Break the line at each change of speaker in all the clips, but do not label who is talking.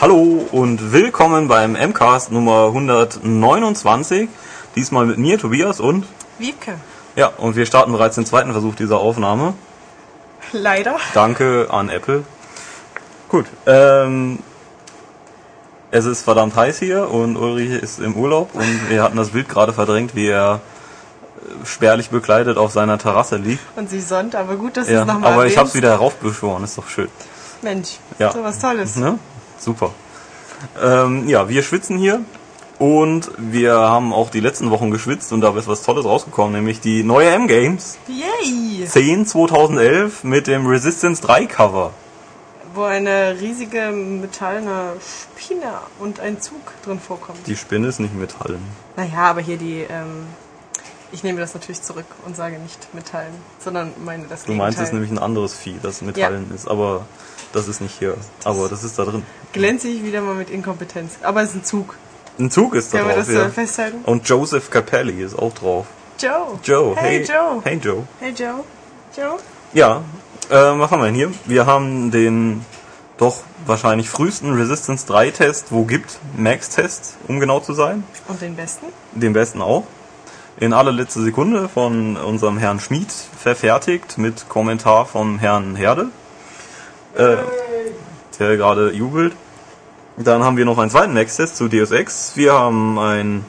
Hallo und willkommen beim MCAST Nummer 129. Diesmal mit mir, Tobias und.
Wiebke.
Ja, und wir starten bereits den zweiten Versuch dieser Aufnahme.
Leider.
Danke an Apple. Gut, ähm. Es ist verdammt heiß hier und Ulrich ist im Urlaub und wir hatten das Bild gerade verdrängt, wie er äh, spärlich bekleidet auf seiner Terrasse liegt.
Und sie sonnt, aber gut, dass
Ja,
es nochmal
aber ich hab's wieder heraufbeschworen, ist doch schön.
Mensch,
Ja.
so was Tolles.
Ne? Super. Ähm, ja, wir schwitzen hier und wir haben auch die letzten Wochen geschwitzt und da ist was Tolles rausgekommen, nämlich die neue M-Games
Yay!
10 2011 mit dem Resistance 3 Cover.
Wo eine riesige metallene Spinne und ein Zug drin vorkommt.
Die Spinne ist nicht metallen.
Naja, aber hier die, ähm, ich nehme das natürlich zurück und sage nicht metallen, sondern meine das
Du meinst, es ist
Gegenteil.
nämlich ein anderes Vieh, das metallen ist, aber das ist nicht hier. Aber das ist da drin.
Glänze ich wieder mal mit Inkompetenz. Aber es ist ein Zug.
Ein Zug ist da
Können wir
drauf.
das äh,
Ja.
festhalten?
Und Joseph Capelli ist auch drauf.
Joe.
Joe,
Hey, Joe.
Hey Joe.
Hey Joe. Joe.
Ja, äh, was haben wir denn hier? Wir haben den doch wahrscheinlich frühesten Resistance 3 Test, wo gibt Max Test, um genau zu sein,
Und den besten?
den besten auch. In allerletzter Sekunde von unserem Herrn Schmid verfertigt mit Kommentar vom Herrn Herde, äh, der gerade jubelt. Dann haben wir noch einen zweiten Max-Test zu Deus Ex. Wir haben ein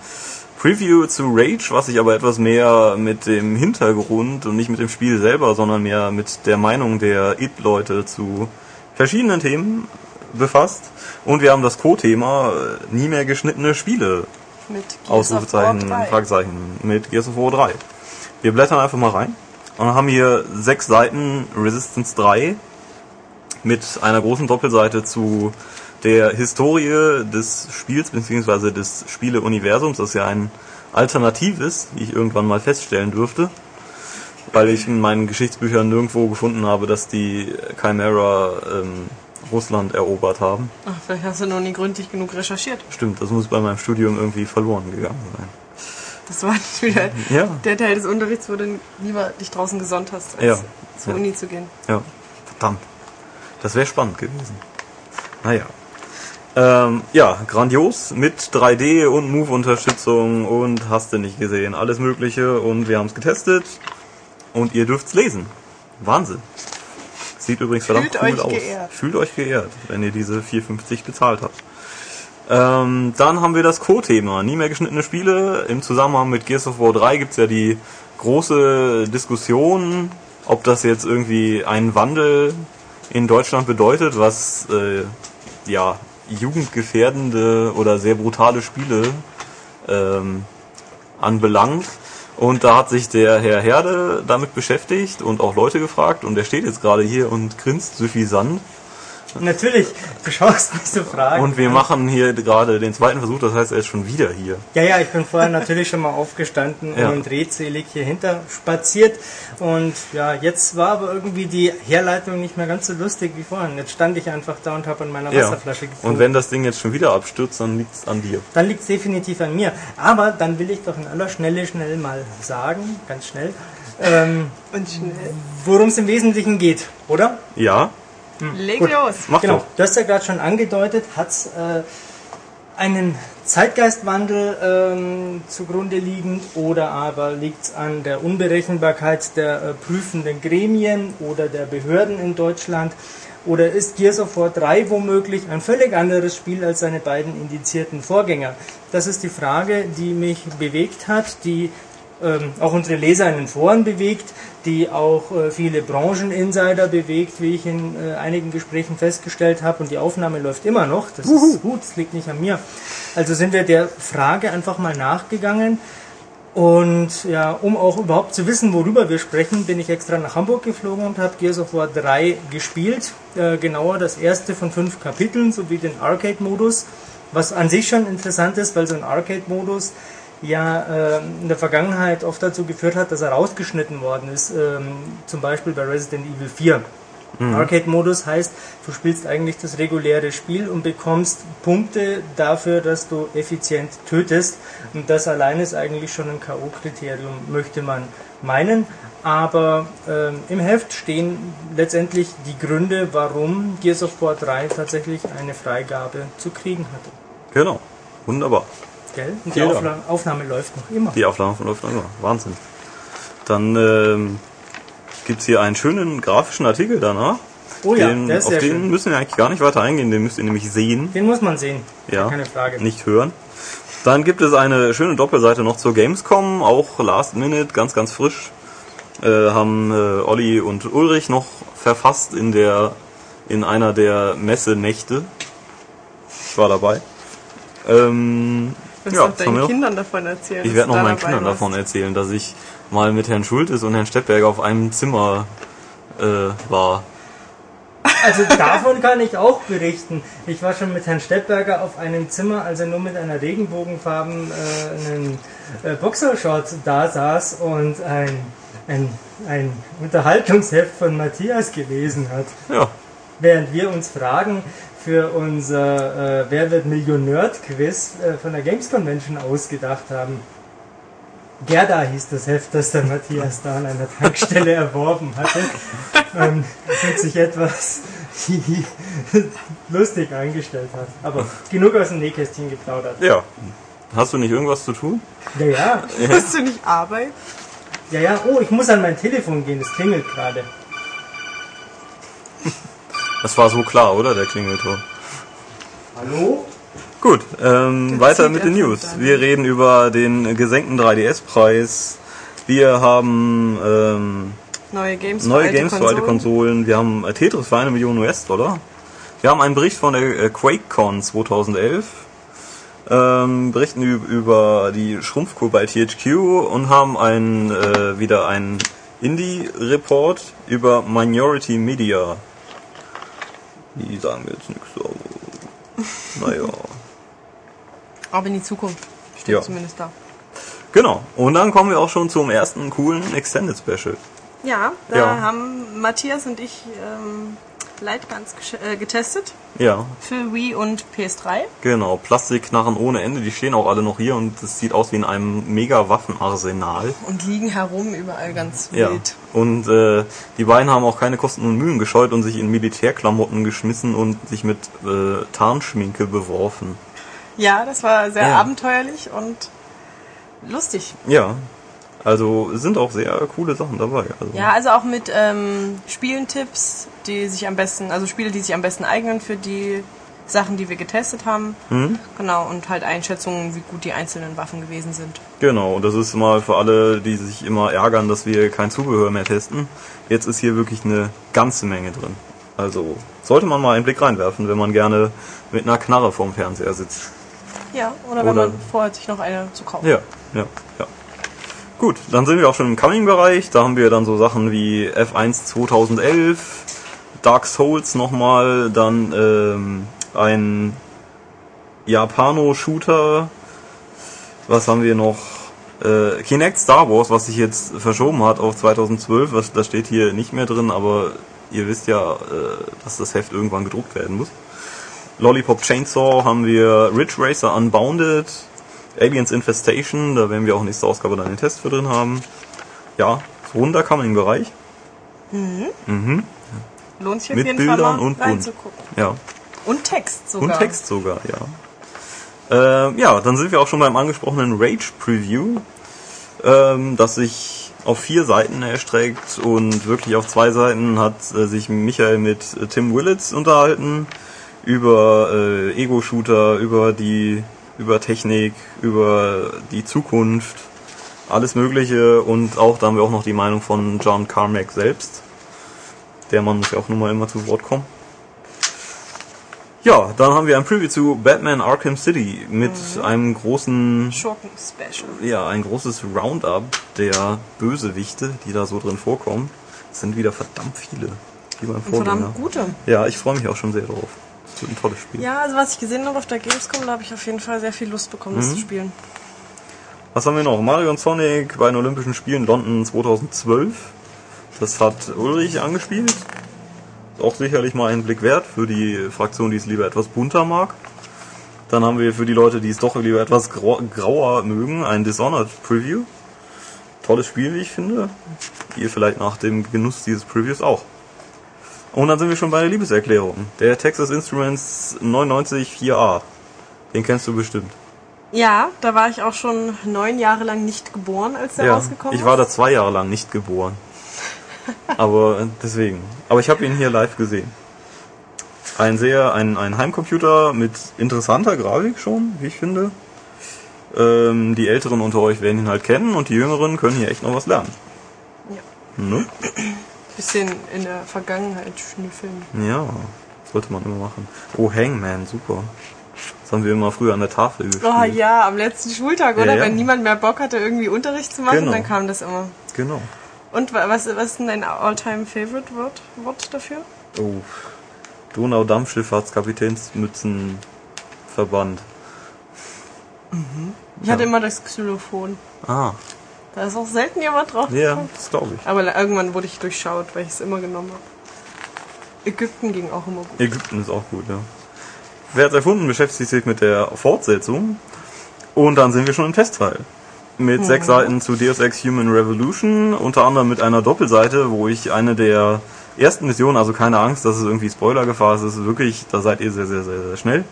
Preview zu Rage, was sich aber etwas mehr mit dem Hintergrund und nicht mit dem Spiel selber, sondern mehr mit der Meinung der It-Leute zu verschiedenen Themen befasst. Und wir haben das Co-Thema äh, nie mehr geschnittene Spiele.
Mit Gears of
Ausrufezeichen,
War 3.
Fragezeichen mit Gears of War 3. Wir blättern einfach mal rein und haben hier sechs Seiten Resistance 3 mit einer großen Doppelseite zu der Historie des Spiels bzw. des Spieleuniversums, das ja ein alternatives, wie ich irgendwann mal feststellen dürfte, weil ich in meinen Geschichtsbüchern nirgendwo gefunden habe, dass die Chimera ähm, Russland erobert haben.
Ach, vielleicht hast du noch nie gründlich genug recherchiert.
Stimmt, das muss bei meinem Studium irgendwie verloren gegangen sein.
Das war nicht wieder
Ja.
der Teil des Unterrichts, wo du lieber dich draußen gesonnt hast, als
Ja.
zur
Ja.
Uni zu gehen.
Ja, verdammt. Das wäre spannend gewesen. Naja. Ähm, ja, grandios mit 3D und Move-Unterstützung und hast du nicht gesehen. Alles Mögliche und wir haben es getestet und ihr dürft's lesen. Wahnsinn. Sieht übrigens verdammt
Fühlt
cool
euch
aus.
geehrt.
Fühlt euch geehrt, wenn ihr diese 4,50 bezahlt habt. Ähm, dann haben wir das Co-Thema. Nie mehr geschnittene Spiele. Im Zusammenhang mit Gears of War 3 gibt's ja die große Diskussion, ob das jetzt irgendwie einen Wandel in Deutschland bedeutet, was äh, ja jugendgefährdende oder sehr brutale Spiele ähm, anbelangt. Und da hat sich der Herr Herde damit beschäftigt und auch Leute gefragt und er steht jetzt gerade hier und grinst süffisant.
Natürlich, du schaust mich so fragen.
Und wir machen hier gerade den zweiten Versuch, das heißt, er ist schon wieder hier.
ja, ja, ich bin vorher natürlich schon mal aufgestanden
Ja.
und redselig hier hinter spaziert. Und ja, jetzt war aber irgendwie die Herleitung nicht mehr ganz so lustig wie vorhin. Jetzt stand ich einfach da und habe an meiner
Ja.
Wasserflasche gezogen.
Und wenn das Ding jetzt schon wieder abstürzt, dann liegt es an dir.
dann liegt es definitiv an mir. Aber dann will ich doch in aller Schnelle schnell mal sagen, ganz schnell, ähm,
Und schnell.
worum es im Wesentlichen geht, oder?
Ja, Hm.
Leg
Gut.
los!
mach
Genau,
doch.
du hast ja gerade schon angedeutet, hat äh, einen Zeitgeistwandel ähm, zugrunde liegend oder aber liegt es an der Unberechenbarkeit der äh, prüfenden Gremien oder der Behörden in Deutschland? Oder ist Gears of War 3 womöglich ein völlig anderes Spiel als seine beiden indizierten Vorgänger? Das ist die Frage, die mich bewegt hat, die ähm, auch unsere Leser in den Foren bewegt, die auch äh, viele Brancheninsider bewegt, wie ich in äh, einigen Gesprächen festgestellt habe. Und die Aufnahme läuft immer noch. Das ist gut, das liegt nicht an mir. Also sind wir der Frage einfach mal nachgegangen. Und ja, um auch überhaupt zu wissen, worüber wir sprechen, bin ich extra nach Hamburg geflogen und habe Gears of War 3 gespielt. Äh, genauer das erste von fünf Kapiteln sowie den Arcade-Modus, was an sich schon interessant ist, weil so ein Arcade-Modus ja äh, in der ähm, Vergangenheit oft dazu geführt hat, dass er rausgeschnitten worden ist, ähm, zum Beispiel bei Resident Evil 4.
Mhm.
Arcade-Modus heißt, du spielst eigentlich das reguläre Spiel und bekommst Punkte dafür, dass du effizient tötest. Und das allein ist eigentlich schon ein K.O.-Kriterium, möchte man meinen. Aber ähm, im Heft stehen letztendlich die Gründe, warum Gears of War 3 tatsächlich eine Freigabe zu kriegen hatte.
Genau. Wunderbar.
Gell? Und die
Ja.
Aufla Aufnahme läuft noch immer.
Die Aufnahme von läuft immer. Wahnsinn. Dann ähm, gibt es hier einen schönen grafischen Artikel danach.
Oh ja,
den,
der ist
auf
sehr
den
schön.
müssen wir eigentlich gar nicht weiter eingehen, den müsst ihr nämlich sehen,
Den muss man sehen.
Ja.
Keine Frage.
nicht hören. Dann gibt es eine schöne Doppelseite noch zur Gamescom, auch Last Minute, ganz, ganz frisch. Äh, haben äh, Olli und Ulrich noch verfasst in der in einer der Messenächte. Ich war dabei. Ähm,
Du wirst
ja,
auch
das haben wir
deinen
noch.
Kindern davon erzählen.
Ich
dass
werde
du
noch
da
meinen
dabei
Kindern
warst.
davon erzählen, dass ich mal mit Herrn Schultes und Herrn Steppberger auf einem Zimmer äh, war.
Also davon kann ich auch berichten. Ich war schon mit Herrn Steppberger auf einem Zimmer, als er nur mit einer regenbogenfarben äh, einen äh, Boxershort da saß und ein, ein, ein Unterhaltungsheft von Matthias gelesen hat.
Ja,
Während wir uns Fragen für unser äh, Wer wird Millionär-Quiz äh, von der Games Convention ausgedacht haben. Gerda hieß das Heft, das der Matthias da an einer Tankstelle erworben hatte. Ähm, und sich etwas lustig angestellt hat. Aber genug aus dem Nähkästchen geplaudert.
ja. Hast du nicht irgendwas zu tun?
Ja, ja,
Musst du nicht arbeiten?
ja, ja. Oh, ich muss an mein Telefon gehen, es klingelt gerade.
Das war so klar, oder? Der Klingelton.
Hallo?
Gut, ähm, weiter mit den
einfach
News.
dann.
Wir reden über den gesenkten 3DS-Preis. Wir haben ähm,
Neue Games
neue
alte
Games für alte Konsolen. Wir haben äh, Tetris für eine Million US-Dollar. Wir haben einen Bericht von der äh, QuakeCon 2011. Ähm, berichten üb- über die Schrumpfkurve bei THQ und haben einen, äh, wieder einen Indie-Report über Minority Media. Die sagen mir jetzt nichts, aber naja.
Aber in die Zukunft. Steht
Ja.
zumindest da.
Genau. Und dann kommen wir auch schon zum ersten coolen Extended Special.
Ja, da
Ja.
haben Matthias und ich ähm, Lightguns gesch- äh, getestet
Ja,
für Wii und PS3.
Genau, Plastikknarren ohne Ende, die stehen auch alle noch hier und es sieht aus wie in einem mega Waffenarsenal.
Und liegen herum überall ganz
Ja.
wild.
Und äh, die beiden haben auch keine Kosten und Mühen gescheut und sich in Militärklamotten geschmissen und sich mit äh, Tarnschminke beworfen.
Ja, das war sehr
Ja.
abenteuerlich und lustig.
Ja. Also sind auch sehr coole Sachen dabei. Also,
Ja, also auch mit ähm, Spielentipps, die sich am besten, also Spiele, die sich am besten eignen für die Sachen, die wir getestet haben.
Mhm.
Genau, und halt Einschätzungen, wie gut die einzelnen Waffen gewesen sind.
Genau, das ist mal für alle, die sich immer ärgern, dass wir kein Zubehör mehr testen. Jetzt ist hier wirklich eine ganze Menge drin. Also sollte man mal einen Blick reinwerfen, wenn man gerne mit einer Knarre vorm Fernseher sitzt.
Ja, oder wenn
Oder-
man vorhat, sich noch eine zu kaufen.
Ja, ja, ja. Gut, dann sind wir auch schon im Coming-Bereich. Da haben wir dann so Sachen wie F1 2011, Dark Souls nochmal, dann ähm, ein Japano-Shooter. Was haben wir noch? Äh, Kinect Star Wars, was sich jetzt verschoben hat auf 2012. Was, das steht hier nicht mehr drin, aber ihr wisst ja, äh, dass das Heft irgendwann gedruckt werden muss. Lollipop Chainsaw haben wir Ridge Racer Unbounded, Aliens Infestation, da werden wir auch nächste Ausgabe dann den Test für drin haben. Ja, so runder Coming-Bereich.
Lohnt sich auf
Mit
jeden Fall
Bildern
mal
und bunt.
reinzugucken.
Ja.
Und Text sogar.
Und Text sogar, ja. Ähm, ja, dann sind wir auch schon beim angesprochenen Rage Preview, ähm, das sich auf vier Seiten erstreckt und wirklich auf zwei Seiten hat äh, sich Michael mit äh, Tim Willits unterhalten über äh, Ego-Shooter, über die, über Technik, über die Zukunft, alles Mögliche und auch da haben wir auch noch die Meinung von John Carmack selbst. Der Mann muss ja auch nun mal immer zu Wort kommen. Ja, dann haben wir ein Preview zu Batman Arkham City mit
Mhm.
einem großen,
Schurken-Special.
ja, ein großes Roundup der Bösewichte, die da so drin vorkommen. Es sind wieder verdammt viele, wie beim
Und
Vorgänger.
verdammt gute.
Ja, ich freue mich auch schon sehr drauf. Es wird ein tolles Spiel.
Ja, also was ich gesehen habe auf der Gamescom, da habe ich auf jeden Fall sehr viel Lust bekommen,
Mhm.
das zu spielen.
Was haben wir noch? Mario und Sonic bei den Olympischen Spielen London 2012. Das hat Ulrich angespielt. Ist auch sicherlich mal einen Blick wert für die Fraktion, die es lieber etwas bunter mag. Dann haben wir für die Leute, die es doch lieber etwas grau grauer mögen, ein Dishonored Preview. Tolles Spiel, wie ich finde. Ihr vielleicht nach dem Genuss dieses Previews auch. Und dann sind wir schon bei der Liebeserklärung. Der Texas Instruments 994A. Den kennst du bestimmt.
Ja, da war ich auch schon neun Jahre lang nicht geboren, als der rausgekommen
ich war da zwei Jahre lang nicht geboren. Aber äh, deswegen. Aber ich habe ihn hier live gesehen. Ein sehr, ein, ein Heimcomputer mit interessanter Grafik schon, wie ich finde. Ähm, die Älteren unter euch werden ihn halt kennen und die Jüngeren können hier echt noch was lernen.
Ja.
Ne?
ist. Bisschen in der Vergangenheit schnüffeln.
Ja, sollte man immer machen. Oh, Hangman, super. Das haben wir immer früher an der Tafel gespielt.
Oh ja, am letzten Schultag,
Ja,
oder?
ja.
Wenn niemand mehr Bock hatte, irgendwie Unterricht zu machen,
Genau.
dann kam das immer.
Genau.
Und wa- was, was ist denn dein All-Time-Favorite-Wort Wort dafür?
Oh. Donau-Dampfschifffahrtskapitänsmützen Verband.
Ich hatte immer das Xylophon.
Ah,
Da ist auch selten jemand drauf.
ja, das glaube ich.
Aber le- irgendwann wurde ich durchschaut, weil ich es immer genommen habe. Ägypten ging auch immer gut.
Ägypten ist auch gut, ja. Wer hat erfunden, beschäftigt sich mit der Fortsetzung. Und dann sind wir schon im Testteil. Mit sechs
Mhm.
Seiten zu Deus Ex Human Revolution, unter anderem mit einer Doppelseite, wo ich eine der ersten Missionen, also keine Angst, dass es irgendwie Spoilergefahr ist, es ist wirklich, da seid ihr sehr, sehr, sehr, sehr schnell,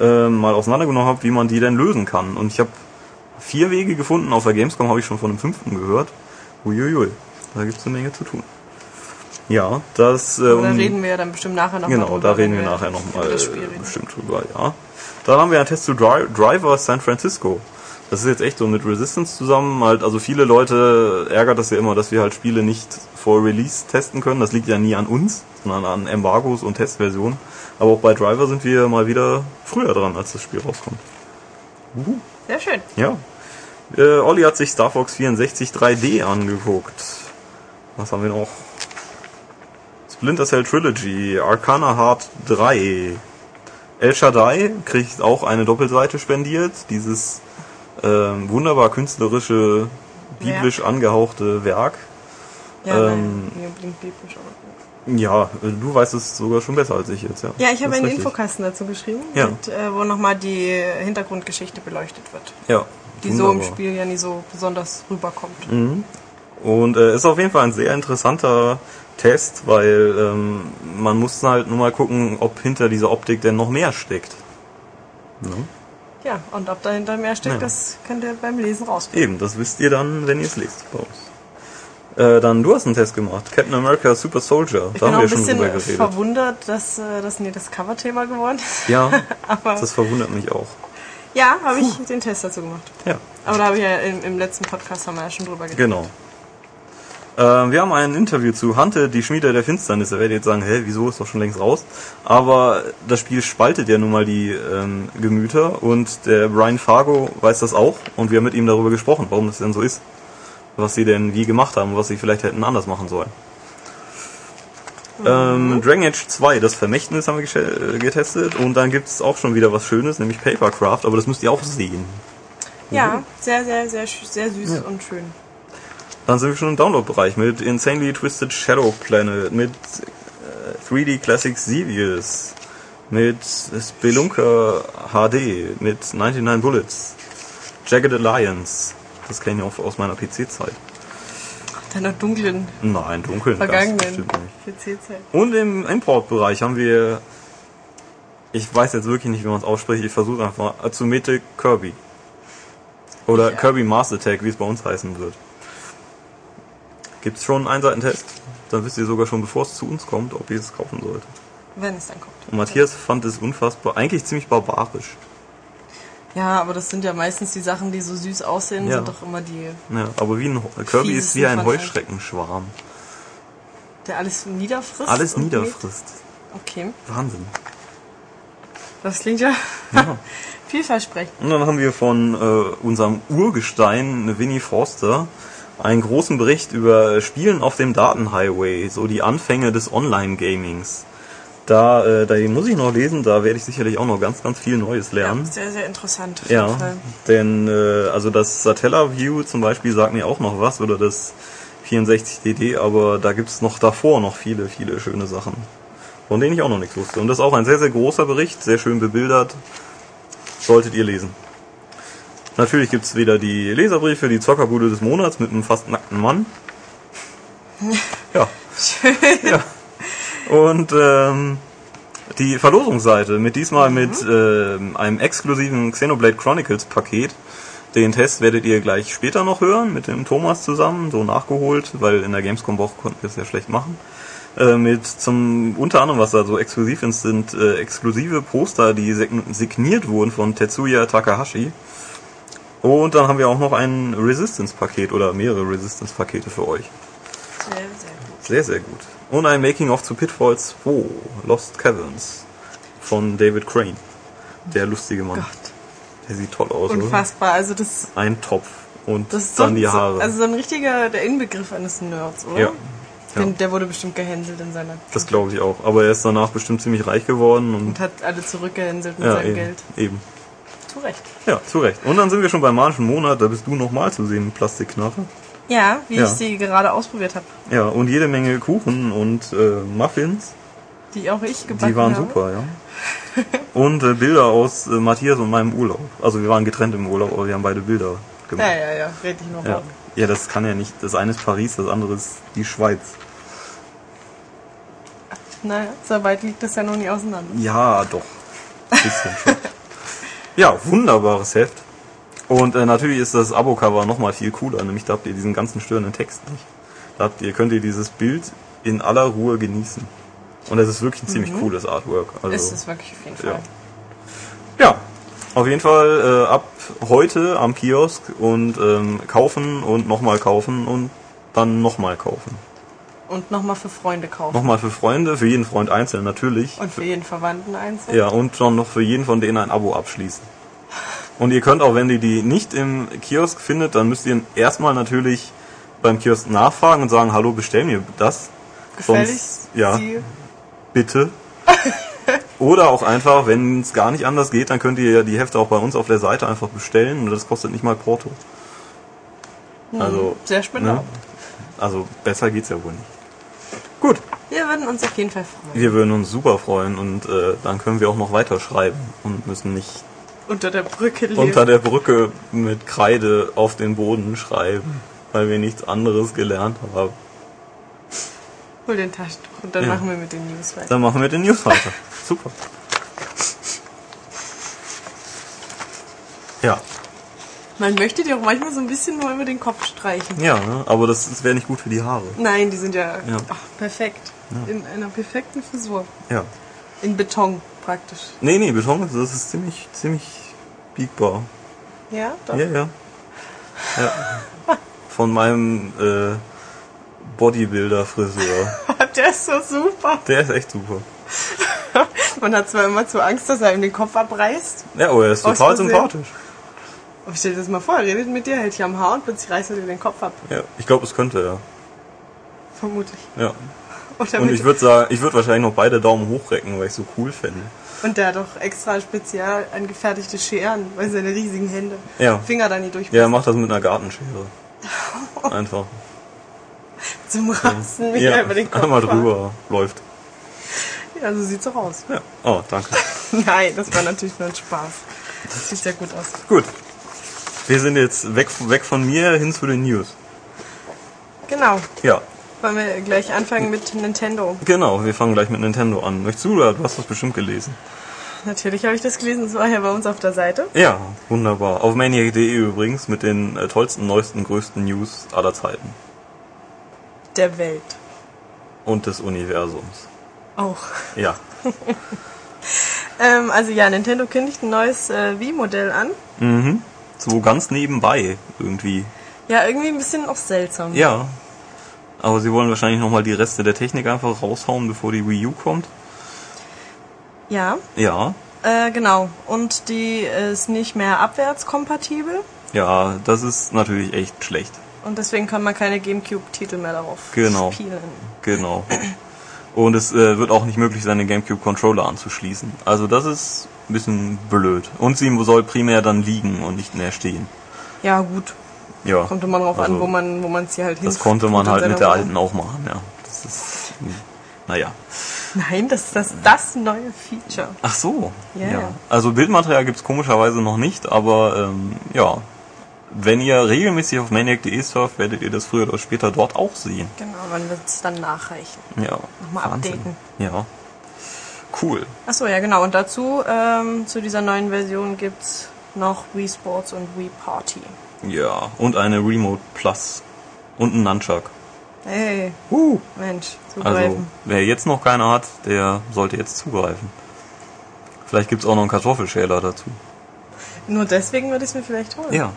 äh, mal auseinandergenommen habe, wie man die denn lösen kann. Und ich habe vier Wege gefunden, auf der Gamescom habe ich schon von dem fünften gehört. Uiuiui, da gibt's eine Menge zu tun. Ja, das... Äh,
Aber da
um-
reden wir ja dann bestimmt nachher nochmal
Genau, da reden wir nachher nochmal
Das Spiel reden.
bestimmt drüber, ja. Dann haben wir einen Test zu Dri Driver San Francisco. Das ist jetzt echt so mit Resistance zusammen. Halt, also viele Leute ärgert das ja immer, dass wir halt Spiele nicht vor Release testen können. Das liegt ja nie an uns, sondern an Embargos und Testversionen. Aber auch bei Driver sind wir mal wieder früher dran, als das Spiel rauskommt.
Sehr schön.
Ja. Äh, Olli hat sich Star Fox 64 3D angeguckt. Was haben wir noch? Splinter Cell Trilogy, Arcana Heart 3. El Shaddai kriegt auch eine Doppelseite spendiert. Dieses ähm, wunderbar künstlerische, biblisch angehauchte Werk.
Ja,
Ähm,
nein, mir blinkt biblisch, aber.
Ja, äh, du weißt es sogar schon besser als ich jetzt, ja.
Ja, ich
Das
habe
ist
einen
richtig.
Infokasten dazu geschrieben,
Ja.
mit, äh, wo nochmal die Hintergrundgeschichte beleuchtet wird,
Ja.
die so im
wunderbar. Mhm.
Spiel ja nie so besonders rüberkommt.
Und äh, ist auf jeden Fall ein sehr interessanter Test, weil ähm, man muss halt nur mal gucken, ob hinter dieser Optik denn noch mehr steckt.
Ja, und ob dahinter mehr steckt,
Ja.
das könnt ihr beim Lesen rausfinden.
Eben, das wisst ihr dann, wenn ihr es lest bei uns. Äh, dann, du hast einen Test gemacht. Captain America Super Soldier.
Ich
da
bin
haben
auch
wir
ein
schon drüber
bisschen
geredet.
verwundert, dass äh, das nie das Coverthema geworden ist.
Ja,
Aber
das verwundert mich auch.
ja, habe ich den Test dazu gemacht.
Ja,
Aber da habe ich ja im, im letzten Podcast haben wir ja schon drüber geredet.
genau. Ähm, wir haben ein Interview zu Hante, die Schmiede der Finsternis. Da werdet ihr jetzt sagen, hä, wieso ist doch schon längst raus? Aber das Spiel spaltet ja nun mal die ähm, Gemüter und der Brian Fargo weiß das auch und wir haben mit ihm darüber gesprochen, warum das denn so ist. Was sie denn wie gemacht haben, was sie vielleicht hätten anders machen sollen. Ähm, Dragon Age 2, das Vermächtnis haben wir gesche- äh, getestet und dann gibt's auch schon wieder was Schönes, nämlich Papercraft, aber das müsst ihr auch sehen.
Ja, sehr, sehr, sehr, sch- sehr süß
Mhm. Ja.
und schön.
Dann sind wir schon im Download-Bereich mit Insanely Twisted Shadow Planet, mit äh, 3D Classics Xevious, mit Spelunker HD, mit 99 Bullets, Jagged Alliance. Das kenne ich auch aus meiner PC-Zeit.
Deiner dunklen,
Nein, dunkel,
vergangenen
bestimmt nicht.
PC-Zeit.
Und im Importbereich haben wir, ich weiß jetzt wirklich nicht, wie man es ausspricht, ich versuche einfach mal, Azumete Kirby. Oder Kirby Master Tag, wie es bei uns heißen wird. Gibt's schon einen Seitentest? Dann wisst ihr sogar schon, bevor es zu uns kommt, ob ihr es kaufen sollt.
Wenn es dann kommt.
Und Matthias fand es unfassbar, eigentlich ziemlich barbarisch.
Ja, aber das sind ja meistens die Sachen, die so süß aussehen,
Ja.
sind doch immer die,
Ja, aber wie ein Ho- Kirby
Fieses
ist wie ein
Infant halt.
Heuschreckenschwarm.
der alles niederfrisst.
Alles
und
niederfrisst.
mäht. Okay,
Wahnsinn.
das klingt ja, vielversprechend.
Und dann haben wir von äh, unserem Urgestein Winnie Forster einen großen Bericht über Spielen auf dem Datenhighway, so die Anfänge des Online-Gamings. Da, äh, da den muss ich noch lesen, da werde ich sicherlich auch noch ganz, ganz viel Neues lernen.
Sehr, sehr interessant. auf
Ja,
jeden Fall.
denn äh, also das Satellaview zum Beispiel sagt mir auch noch was oder das 64DD, aber da gibt's noch davor noch viele, viele schöne Sachen. von denen ich auch noch nichts wusste. Und das ist auch ein sehr, sehr großer Bericht, sehr schön bebildert. Solltet ihr lesen. Natürlich gibt's wieder die Leserbriefe, die Zockerbude des Monats mit einem fast nackten Mann. Ja. ja. Und ähm, die Verlosungsseite mit diesmal mit ähm, einem exklusiven Xenoblade Chronicles Paket. Den Test werdet ihr gleich später noch hören mit dem Thomas zusammen, so nachgeholt, weil in der Gamescom Woche konnten wir es ja schlecht machen. Äh, mit zum unter anderem was da so exklusiv ist, sind äh, exklusive Poster, die sign- signiert wurden von Tetsuya Takahashi. Und dann haben wir auch noch ein Resistance Paket oder mehrere Resistance Pakete für euch.
Sehr, sehr gut.
Sehr, sehr gut. Und ein Making-of zu Pitfall 2, Lost Caverns, von David Crane. Der lustige Mann.
Gott.
Der sieht toll aus, oder?
Unfassbar. Also das,
Ein Topf und
das ist so,
dann die Haare.
also so ein richtiger der Inbegriff eines Nerds, oder?
ja,
Ich bin- Der wurde bestimmt gehänselt in seiner
das glaube ich auch. Aber er ist danach bestimmt ziemlich reich geworden und,
und hat alle zurückgehänselt mit
ja,
seinem
eben,
Geld.
eben.
Zu Recht.
Ja, zu Recht. Und dann sind wir schon beim manischen Monat, da bist du nochmal zu sehen, Plastikknarre.
Ja, wie
Ja.
ich sie gerade ausprobiert habe.
Ja, und jede Menge Kuchen und äh, Muffins.
Die auch ich gebacken
Die waren
habe.
super, ja. Und äh, Bilder aus äh, Matthias und meinem Urlaub. Also wir waren getrennt im Urlaub, aber wir haben beide Bilder
Ja,
gemacht.
ja, ja, red ich noch
Ja,
mal.
ja das kann ja nicht. Das eine ist Paris, das andere ist die Schweiz.
Naja, so weit liegt das ja noch nie auseinander.
Ja, doch. Ein bisschen schon. Ja, wunderbares Heft. Und äh, natürlich ist das Abo-Cover nochmal viel cooler, nämlich da habt ihr diesen ganzen störenden Text nicht. Da habt ihr, könnt ihr dieses Bild in aller Ruhe genießen. Und das ist wirklich ein ziemlich cooles Artwork. Also,
Ist es wirklich auf jeden Fall.
Ja. Ja, auf jeden Fall äh, ab heute am Kiosk und ähm, kaufen und nochmal kaufen und dann nochmal kaufen.
Und nochmal für Freunde kaufen.
Nochmal für Freunde, für jeden Freund einzeln natürlich.
Und für jeden Verwandten eins.
Ja, und dann noch für jeden von denen ein Abo abschließen. Und ihr könnt auch, wenn ihr die nicht im Kiosk findet, dann müsst ihr erstmal natürlich beim Kiosk nachfragen und sagen, hallo, bestell mir das.
Gefälligst
ja,
sie
bitte. Oder auch einfach, wenn es gar nicht anders geht, dann könnt ihr ja die Hefte auch bei uns auf der Seite einfach bestellen und das kostet nicht mal Porto. Also,
sehr spannend.
ne? Also besser geht's ja wohl nicht. Gut,
Wir würden uns auf jeden Fall freuen.
wir würden uns super freuen und äh, dann können wir auch noch weiter schreiben und müssen nicht
Unter der Brücke leben.
unter der Brücke mit Kreide auf den Boden schreiben, weil wir nichts anderes gelernt haben.
Hol den Taschentuch und dann
Ja.
machen wir mit den News weiter.
Dann machen wir den News weiter. Super. Ja,
Man möchte dir auch manchmal so ein bisschen nur über den Kopf streichen.
ja, ne? aber das, das wäre nicht gut für die Haare.
Nein, die sind ja,
Ja.
Ach, perfekt. In einer perfekten Frisur.
Ja.
In Beton praktisch.
Nee, nee, Beton, also das ist ziemlich, ziemlich biegbar.
Ja, doch.
Ja, ja. ja. Von meinem äh, Bodybuilder-Friseur.
Der ist so super.
Der ist echt super.
Man hat zwar immer zu Angst, dass er ihm den Kopf abreißt.
Ja, aber er ist
Aus
total
Versehen.
sympathisch.
Aber stell dir das mal vor, er redet mit dir, hält dich am Haar und plötzlich reißt er dir den Kopf ab.
Ja, ich glaube, es könnte
Vermutlich.
er. Ja.
Oder
Und
mit-
ich würde sagen, ich würde wahrscheinlich noch beide Daumen hochrecken, weil ich so cool fände.
Und der hat doch extra spezial angefertigte Scheren, weil seine riesigen Hände
Ja.
Finger da nie durchpassen.
Ja, er macht das mit einer Gartenschere. Einfach.
Zum Rasten mich
Ja,
über den Kopf.
einmal
fahren.
drüber läuft.
Ja, so sieht's auch aus.
Ja. Oh, danke.
Nein, das war natürlich nur ein Spaß. Das sieht ja gut aus.
Gut. Wir sind jetzt weg, weg von mir hin zu den News.
Genau.
Ja,
Wollen wir gleich anfangen mit Nintendo.
genau. Wir fangen gleich mit Nintendo an. Möchtest du, oder? du hast das bestimmt gelesen.
Natürlich habe ich das gelesen, es war ja bei uns auf der Seite.
Ja, wunderbar. Auf maniac.de übrigens mit den äh, tollsten, neuesten, größten News aller Zeiten.
Der Welt.
Und des Universums.
Auch.
Ja.
Ähm, also ja, Nintendo kündigt ein neues äh, Wii-Modell an.
Mhm. So ganz nebenbei irgendwie.
Ja, irgendwie ein bisschen auch seltsam.
Ja. Aber sie wollen wahrscheinlich nochmal die Reste der Technik einfach raushauen, bevor die Wii U kommt.
Ja,
Ja.
äh, genau. Und die ist nicht mehr abwärtskompatibel
Ja, das ist natürlich echt schlecht.
und deswegen kann man keine Gamecube-Titel mehr darauf
Genau.
spielen.
Genau. Und es äh, wird auch nicht möglich sein, den GameCube-Controller anzuschließen. Also das ist ein bisschen blöd. Und sie soll primär dann liegen und nicht mehr stehen.
Ja, gut.
Ja.
Kommt immer drauf an,
Also,
wo man wo man sie halt
Das
hinf-
konnte man
tut in
halt mit
seiner
der alten
Wohnung.
auch machen, ja. Das ist. Naja.
Nein, das ist das, das neue Feature.
Ach so.
Ja, ja.
Also Bildmaterial gibt es komischerweise noch nicht, aber ähm, ja. Wenn ihr regelmäßig auf maniac.de surft, werdet ihr das früher oder später dort auch sehen.
Genau, man wird es dann nachreichen.
Ja.
Nochmal updaten.
Ja. Cool.
Achso, ja genau. Und dazu, ähm, zu dieser neuen Version gibt's noch Wii Sports und Wii Party.
Ja. Und eine Remote Plus. Und ein Nunchuck.
Hey,
Uh.
Mensch,
Also,
zugreifen.
wer jetzt noch keine hat, der sollte jetzt zugreifen. Vielleicht gibt es auch noch einen Kartoffelschäler dazu.
Nur deswegen würde ich es mir vielleicht holen.
Ja.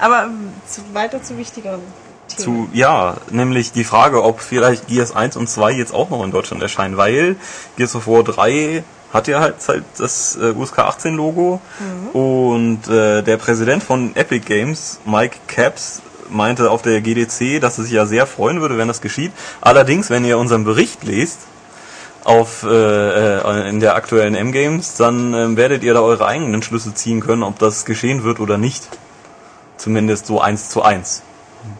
Aber ähm, zu, weiter zu wichtigeren Themen.
Zu, ja, nämlich die Frage, ob vielleicht Gears 1 und 2 jetzt auch noch in Deutschland erscheinen, weil Gears of War 3 hat ja halt, halt das äh, USK 18 Logo und äh, der Präsident von Epic Games, Mike Caps, meinte auf der GDC, dass es sich ja sehr freuen würde, wenn das geschieht. Allerdings, wenn ihr unseren Bericht lest, auf äh, äh, in der aktuellen M-Games, dann ähm, werdet ihr da eure eigenen Schlüsse ziehen können, ob das geschehen wird oder nicht. Zumindest so eins zu eins.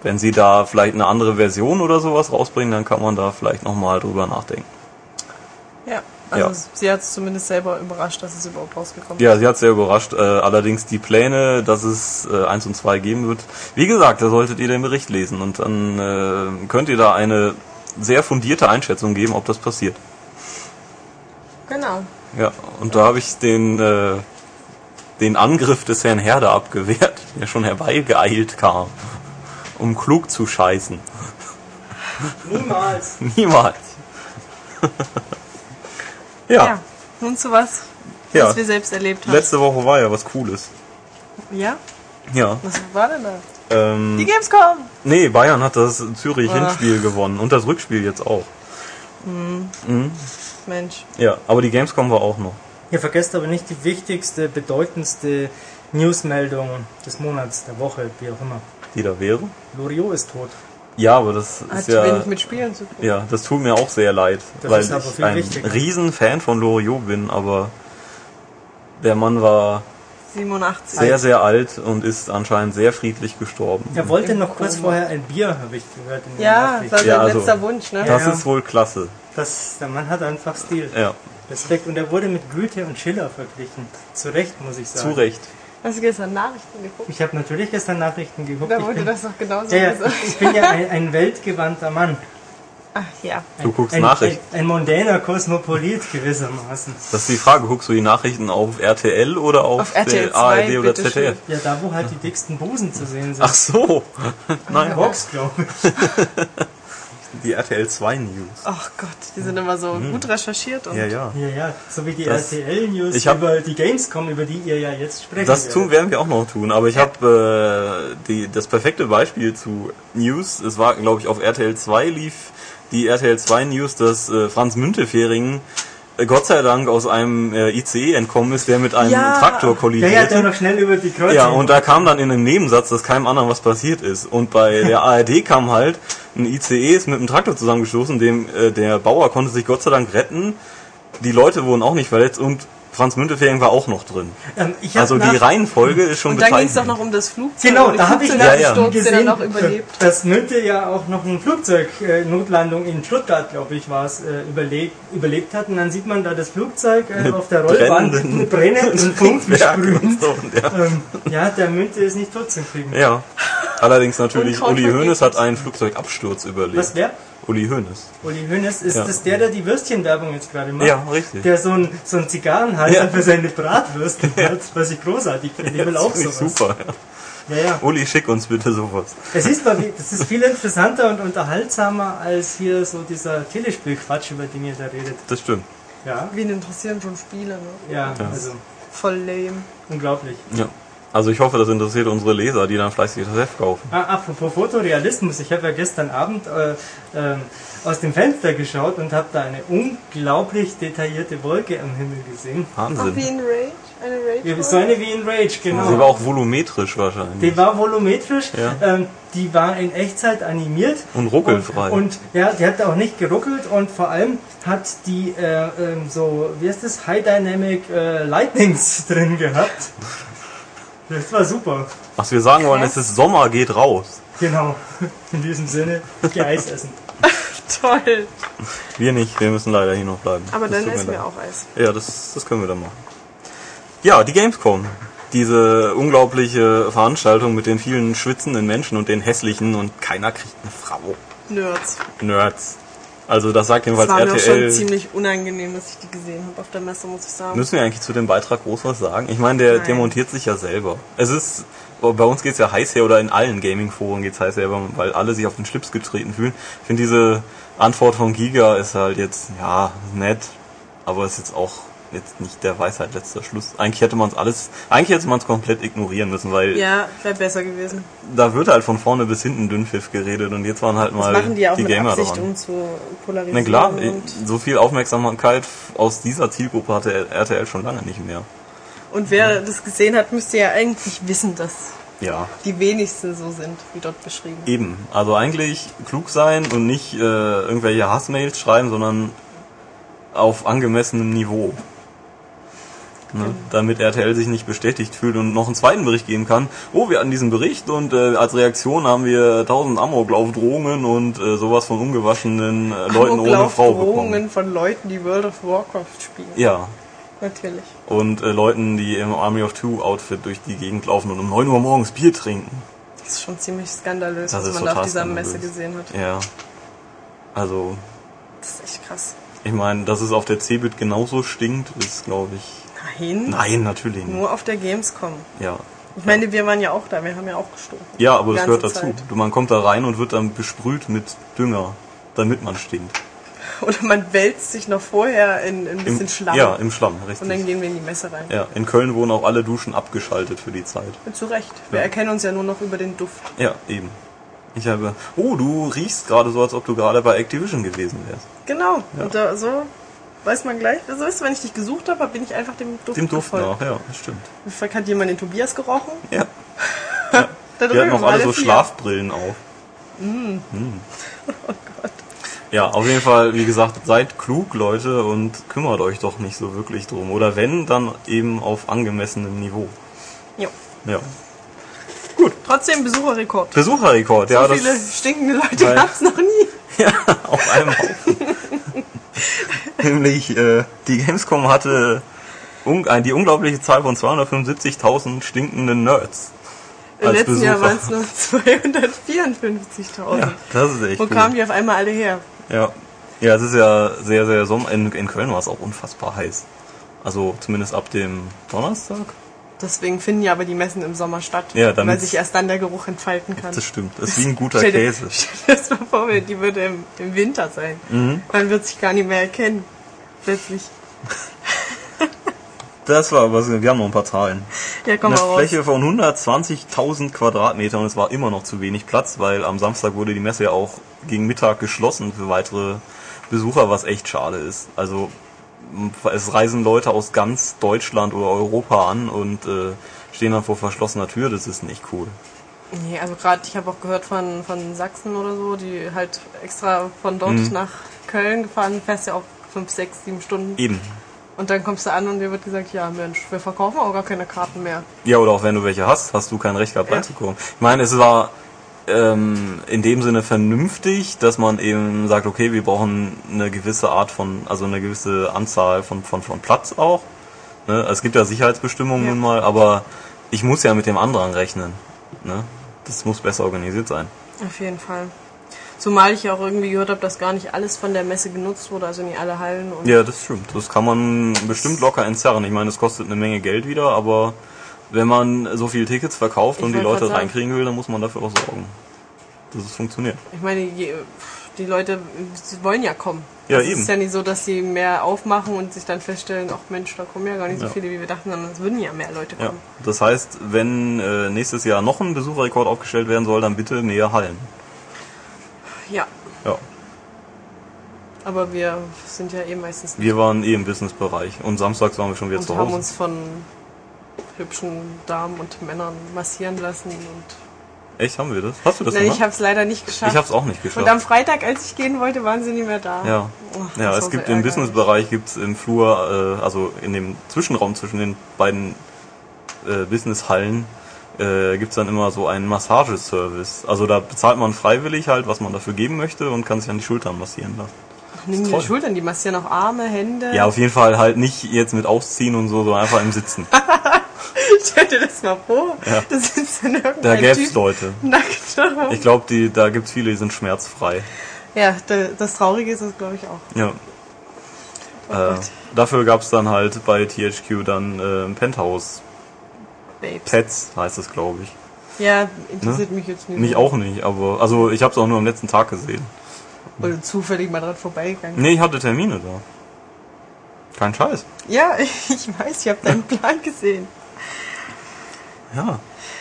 Wenn sie da vielleicht eine andere Version oder sowas rausbringen, dann kann man da vielleicht nochmal drüber nachdenken.
ja, also
Ja.
sie hat es zumindest selber überrascht, dass es überhaupt rausgekommen
Ja, sie hat sehr überrascht. Äh, allerdings die Pläne, dass es äh, 1 und 2 geben wird. Wie gesagt, da solltet ihr den Bericht lesen und dann äh, könnt ihr da eine sehr fundierte Einschätzung geben, ob das passiert.
ist. Genau.
Ja, und da habe ich den, äh, den Angriff des Herrn Herder abgewehrt, der schon herbeigeeilt kam, um klug zu scheißen.
Niemals.
Niemals.
Ja.
ja,
Nun zu was,
ja.
was wir selbst erlebt haben.
Letzte Woche war ja was Cooles.
ja?
Ja.
Was war denn da? Die
Ähm,
Gamescom!
nee, Bayern hat das
Ah.
Zürich-Hinspiel gewonnen und das Rückspiel jetzt auch.
Mensch.
Ja, aber die Gamescom war auch noch.
Ihr vergesst aber nicht die wichtigste, bedeutendste Newsmeldung des Monats, der Woche, wie auch immer.
Die da wäre.
Loriot ist tot.
Ja, aber das ist
Hat
ja.
wenig mit Spielen zu tun.
Ja, das tut mir auch sehr leid,
Das
weil
ist aber
ich
viel
ein
wichtiger.
Riesenfan von Loriot bin, aber der Mann war
87.
sehr, sehr alt und ist anscheinend sehr friedlich gestorben.
Er wollte
Mhm. Im
noch kurz
Koma.
vorher ein Bier, habe ich gehört. In den
ja, das war
Nachrichten.
sein
Ja, also-
letzter Wunsch, ne?
Das
Ja.
ist wohl klasse.
das, der Mann hat einfach Stil.
Ja,
Respekt. Und er wurde mit Goethe und Schiller verglichen. Zu Recht, muss ich sagen.
zu Recht.
Hast du gestern Nachrichten geguckt?
Ich habe natürlich gestern Nachrichten geguckt.
Da
ich,
wurde
bin,
das doch genauso
ja, ja,
gesagt.
ich bin ja ein, ein weltgewandter Mann.
Ach ja.
Du guckst
ein,
Nachrichten.
Ein, ein mondäner Kosmopolit gewissermaßen.
Das ist die Frage, guckst du die Nachrichten auf RTL oder auf,
Auf RTL
der ARD
2,
oder
bitte
ZDF?
schön.
Ja, da wo halt die dicksten Busen zu sehen sind.
Ach so. Nein,
Box, glaube ich.
die RTL 2 News.
Ach Oh Gott, die sind immer so gut recherchiert und
Mhm. Ja, ja.
Ja, ja, so wie die
Das-
RTL-News
ich hab-
über die Gamescom, über die ihr ja jetzt sprecht.
Das tun, werden wir auch noch tun, aber ich habe äh, die- das perfekte Beispiel zu News. Es war, glaube ich, auf RTL 2 lief die RTL 2 News, dass äh, Franz Müntefering äh, Gott sei Dank aus einem äh, ICE entkommen ist, der mit einem
Ja.
Traktor
Ja,
kollidierte.
ja, dann noch schnell über die Kreuzung.
Ja, und da kam dann in einem Nebensatz, dass keinem anderen was passiert ist. Und bei der ARD kam halt ein ICE ist mit einem Traktor zusammengestoßen, dem äh, der Bauer konnte sich Gott sei Dank retten. Die Leute wurden auch nicht verletzt und Franz Müntefering war auch noch drin.
Ähm, ich hab
Also die
nach-
Reihenfolge ist schon
Und dann ging es doch
bezeichnend.
noch um das Flugzeug.
Genau,
und die
da habe ich
Flugzeug-
Ja, ja.
Absturz, der
gesehen,
dann auch überlebt.
dass Münte ja auch noch ein Flugzeug, äh, Notlandung in Stuttgart, glaube ich, war es, äh, überlebt, überlebt hat. Und dann sieht man da das Flugzeug äh, auf der Rollbahn
brennenden-
brennen und Funken
Berg
sprühen.
und genau so, ja.
Ähm, ja, der Münte ist nicht tot zu kriegen.
ja. Allerdings natürlich,
Und kaum
Uli Hoeneß
vergessen.
hat einen Flugzeugabsturz überlebt.
Was wer?
Uli Hoeneß.
Uli Hoeneß, ist
Ja.
das der, der die Würstchenwerbung jetzt gerade macht?
Ja, richtig.
Der so ein, so ein Zigarrenhalter
Ja.
für seine Bratwürste hat, was ich großartig finde. Ich will auch
finde ich
sowas.
super. Ja.
Ja, ja.
Uli, schick uns bitte sowas.
Es ist, mal wie- das ist viel interessanter und unterhaltsamer als hier so dieser Telespielquatsch, über den ihr da redet.
Das stimmt.
Ja,
Wen interessieren schon Spiele, ne?
ja,
Ja.
also
Voll lame.
unglaublich.
Ja. Also ich hoffe, das interessiert unsere Leser, die dann fleißig das Heft kaufen.
Ah, apropos Fotorealismus, ich habe ja gestern Abend äh, ähm, aus dem Fenster geschaut und habe da eine unglaublich detaillierte Wolke am Himmel gesehen.
Ach, wie
Wahnsinn.
in Rage? Eine Rage?
Ja, So eine wie in Rage, genau.
Sie war auch volumetrisch wahrscheinlich.
Die war volumetrisch,
Ja.
ähm, die war in Echtzeit animiert.
Und ruckelfrei.
Und, und ja, die hat auch nicht geruckelt und vor allem hat die äh, ähm, so, wie ist das, High Dynamic äh, Lightnings drin gehabt. Das war super.
Was wir sagen wollen, es ist Sommer, geht raus.
Genau. In diesem Sinne, geh Eis essen.
Toll.
Wir nicht, wir müssen leider hier noch bleiben.
Aber
Das
dann
tut
essen
leid.
wir auch Eis.
Ja, das, das können wir dann machen. Ja, die Gamescom. Diese unglaubliche Veranstaltung mit den vielen schwitzenden Menschen und den hässlichen und keiner kriegt eine Frau.
Nerds.
Nerds. Also das sagt
Das
jedenfalls
war mir auch schon
RTL.
ziemlich unangenehm, dass ich die gesehen habe auf der Messe, muss ich sagen.
Müssen wir eigentlich zu dem Beitrag groß was sagen? Ich meine, der, der
Nein.
montiert sich ja selber. Es ist, bei uns geht's ja heiß her oder in allen Gaming-Foren geht's heiß her, weil alle sich auf den Schlips getreten fühlen. Ich finde diese Antwort von Giga ist halt jetzt, ja, nett, aber ist jetzt auch jetzt nicht der Weisheit letzter Schluss. Eigentlich hätte man es alles, eigentlich hätte man es komplett ignorieren müssen, weil
Ja, wäre besser gewesen.
da wird halt von vorne bis hinten Dünnpfiff geredet und jetzt waren halt
Das
mal
machen die ja auch mit
Gamer
Absicht,
dran.
um zu polarisieren.
Na klar, eh,
Und,
so viel Aufmerksamkeit aus dieser Zielgruppe hatte RTL schon lange nicht mehr.
und wer das gesehen hat, müsste ja eigentlich wissen, dass
Ja,
die wenigsten so sind, wie dort beschrieben.
eben. Also eigentlich klug sein und nicht äh, irgendwelche Hassmails schreiben, sondern auf angemessenem Niveau.
Genau.
Ne? Damit RTL sich nicht bestätigt fühlt und noch einen zweiten Bericht geben kann. Oh, wir hatten diesen Bericht und äh, als Reaktion haben wir 1000 Amoklaufdrohungen und äh, sowas von ungewaschenen äh, Leuten ohne Frau bekommen.
Drohungen von Leuten, die World of Warcraft spielen.
Ja,
Natürlich.
und äh, Leuten, die im Army of Two Outfit durch die Gegend laufen und um 9 Uhr morgens Bier trinken.
Das ist schon ziemlich skandalös,
Das
was
ist
man da auf
total
dieser
skandalös.
Messe gesehen hat.
Ja. Also,
Das ist echt krass.
ich meine, dass es auf der CeBIT genauso stinkt, ist glaube ich.
Nein,
Nein, natürlich nicht.
nur auf der Gamescom.
Ja.
Ich meine, wir waren ja auch da, wir haben ja auch gestohlen.
Ja, aber das
Die
gehört
ganze
dazu. Du- Man kommt da rein und wird dann besprüht mit Dünger, damit man stinkt.
Zeit. Oder man wälzt sich noch vorher in, in ein bisschen Schlamm.
Ja, im Schlamm,
und dann
richtig.
gehen wir in die Messe rein.
Ja, in Köln wurden auch alle Duschen abgeschaltet für die Zeit.
Und zu Recht. Wir
Ja.
erkennen uns ja nur noch über den Duft.
Ja, eben. Ich habe. Oh, du riechst gerade so, als ob du gerade bei Activision gewesen wärst.
Genau. Und da, so weiß man gleich. Also weißt du, wenn ich dich gesucht habe, bin ich einfach dem Duft
Dem Duft
gefolgt.
nach, ja, das stimmt.
Vielleicht hat jemand den Tobias gerochen.
Ja.
Da
Die hatten
drüben
auch alle
waren
so
vier.
Schlafbrillen auf. Mm.
Oh
Ja, auf jeden Fall, wie gesagt, seid klug, Leute, und kümmert euch doch nicht so wirklich drum. Oder wenn, dann eben auf angemessenem Niveau.
Jo.
Ja.
Trotzdem Besucherrekord.
Besucherrekord, ja,
so
das
viele stinkende Leute
Weil-
gab es noch nie.
auf einem Haufen. Nämlich, äh, die Gamescom hatte un ein- die unglaubliche Zahl von 275.000 stinkenden Nerds.
Im
als
letzten Jahr
Besucher.
waren es nur 254.000.
Ja, das ist echt
Wo
gut.
kamen die auf einmal alle her?
Ja. Ja, es ist ja sehr, sehr Sommer. In, in Köln war es auch unfassbar heiß. Also zumindest ab dem Donnerstag.
Deswegen finden ja aber die Messen im Sommer statt,
Ja, damit-
weil sich erst dann der Geruch entfalten kann.
Das stimmt. Das ist wie ein guter
Stell dir-
Käse.
Stell dir das mal vor, wenn die würde im, im Winter sein.
Mhm.
Man wird sich gar nicht mehr erkennen. Plötzlich.
Das war aber so, wir haben noch ein paar Zahlen.
Ja, komm
Eine
mal raus.
Fläche von 120.000 Quadratmetern und es war immer noch zu wenig Platz, weil am Samstag wurde die Messe ja auch gegen Mittag geschlossen für weitere Besucher, was echt schade ist. Also m, es reisen Leute aus ganz Deutschland oder Europa an und äh, stehen dann vor verschlossener Tür. Das ist nicht cool.
Nee, also gerade, ich habe auch gehört von, von Sachsen oder so, die halt extra von dort
Mhm.
nach Köln gefahren, fährst ja auch fünf, sechs, sieben Stunden.
Eben.
Und dann kommst du an und dir wird gesagt, ja Mensch, wir verkaufen auch gar keine Karten mehr.
Ja, oder auch wenn du welche hast, hast du kein Recht gehabt
Ja.
reinzukommen. Ich meine, es war ähm, in dem Sinne vernünftig, dass man eben sagt, okay, wir brauchen eine gewisse Art von, also eine gewisse Anzahl von, von, von Platz auch. Ne? Es gibt ja Sicherheitsbestimmungen
Ja.
nun mal, aber ich muss ja mit dem anderen rechnen. Ne? Das muss besser organisiert sein.
Auf jeden Fall. Zumal ich ja auch irgendwie gehört habe, dass gar nicht alles von der Messe genutzt wurde, also nicht alle Hallen und
Ja, das stimmt. Das kann man bestimmt locker entzerren. Ich meine, es kostet eine Menge Geld wieder, aber wenn man so viele Tickets verkauft
Ich
und die
wollte
Leute
gerade sagen.
reinkriegen will, dann muss man dafür auch sorgen, dass es funktioniert.
Ich meine, je- pff, die Leute sie wollen ja kommen.
Ja,
also Es
eben.
ist ja nicht so, dass sie mehr aufmachen und sich dann feststellen, ach Mensch, da kommen ja gar nicht so
Ja.
viele, wie wir dachten, sondern es würden ja mehr Leute
Ja,
kommen.
das heißt, wenn äh, nächstes Jahr noch ein Besucherrekord aufgestellt werden soll, dann bitte mehr Hallen.
Ja.
Ja,
Aber wir sind ja eh meistens
wir waren eh im Businessbereich und samstags waren wir schon wieder
und
zu
haben
Hause.
uns von hübschen Damen und Männern massieren lassen. Und
Echt, haben wir das? Hast du das
Nein, ich
gemacht?
habe es leider nicht
Ich
geschafft.
hab's auch nicht
und am
geschafft.
Freitag, als ich gehen wollte, waren sie nicht mehr da.
Ja,
Ach, das
ja
war
es
so
gibt im
ärgerlich.
Businessbereich, gibt's im Flur, äh, also in dem Zwischenraum zwischen den beiden äh, Businesshallen, äh, gibt's dann immer so einen Massageservice. Also da bezahlt man freiwillig halt, was man dafür geben möchte und kann sich an die Schultern massieren lassen.
Nimm die
toll.
Schultern, die massieren auch Arme, Hände.
Ja, auf jeden Fall halt nicht jetzt mit Ausziehen und so, sondern einfach im Sitzen.
Stell dir das mal vor.
Ja.
Da sitzt dann irgendein
Da gäb's
Typ
Leute.
nackt herum.
Ich glaube, die, da gibt's viele, die sind schmerzfrei.
Ja, da- das Traurige ist das, glaube ich, auch.
Ja. Äh,
Oh Gott.
dafür gab's dann halt bei THQ dann äh, ein Penthouse.
Babes.
Pets heißt es, glaube ich.
Ja, interessiert mich jetzt nicht.
Mich auch nicht, aber also ich hab's auch nur am letzten Tag gesehen.
Oder zufällig mal dran vorbeigegangen.
Nee, ich hatte Termine da. Kein Scheiß.
Ja, ich weiß, ich habe deinen Plan gesehen.
Ja.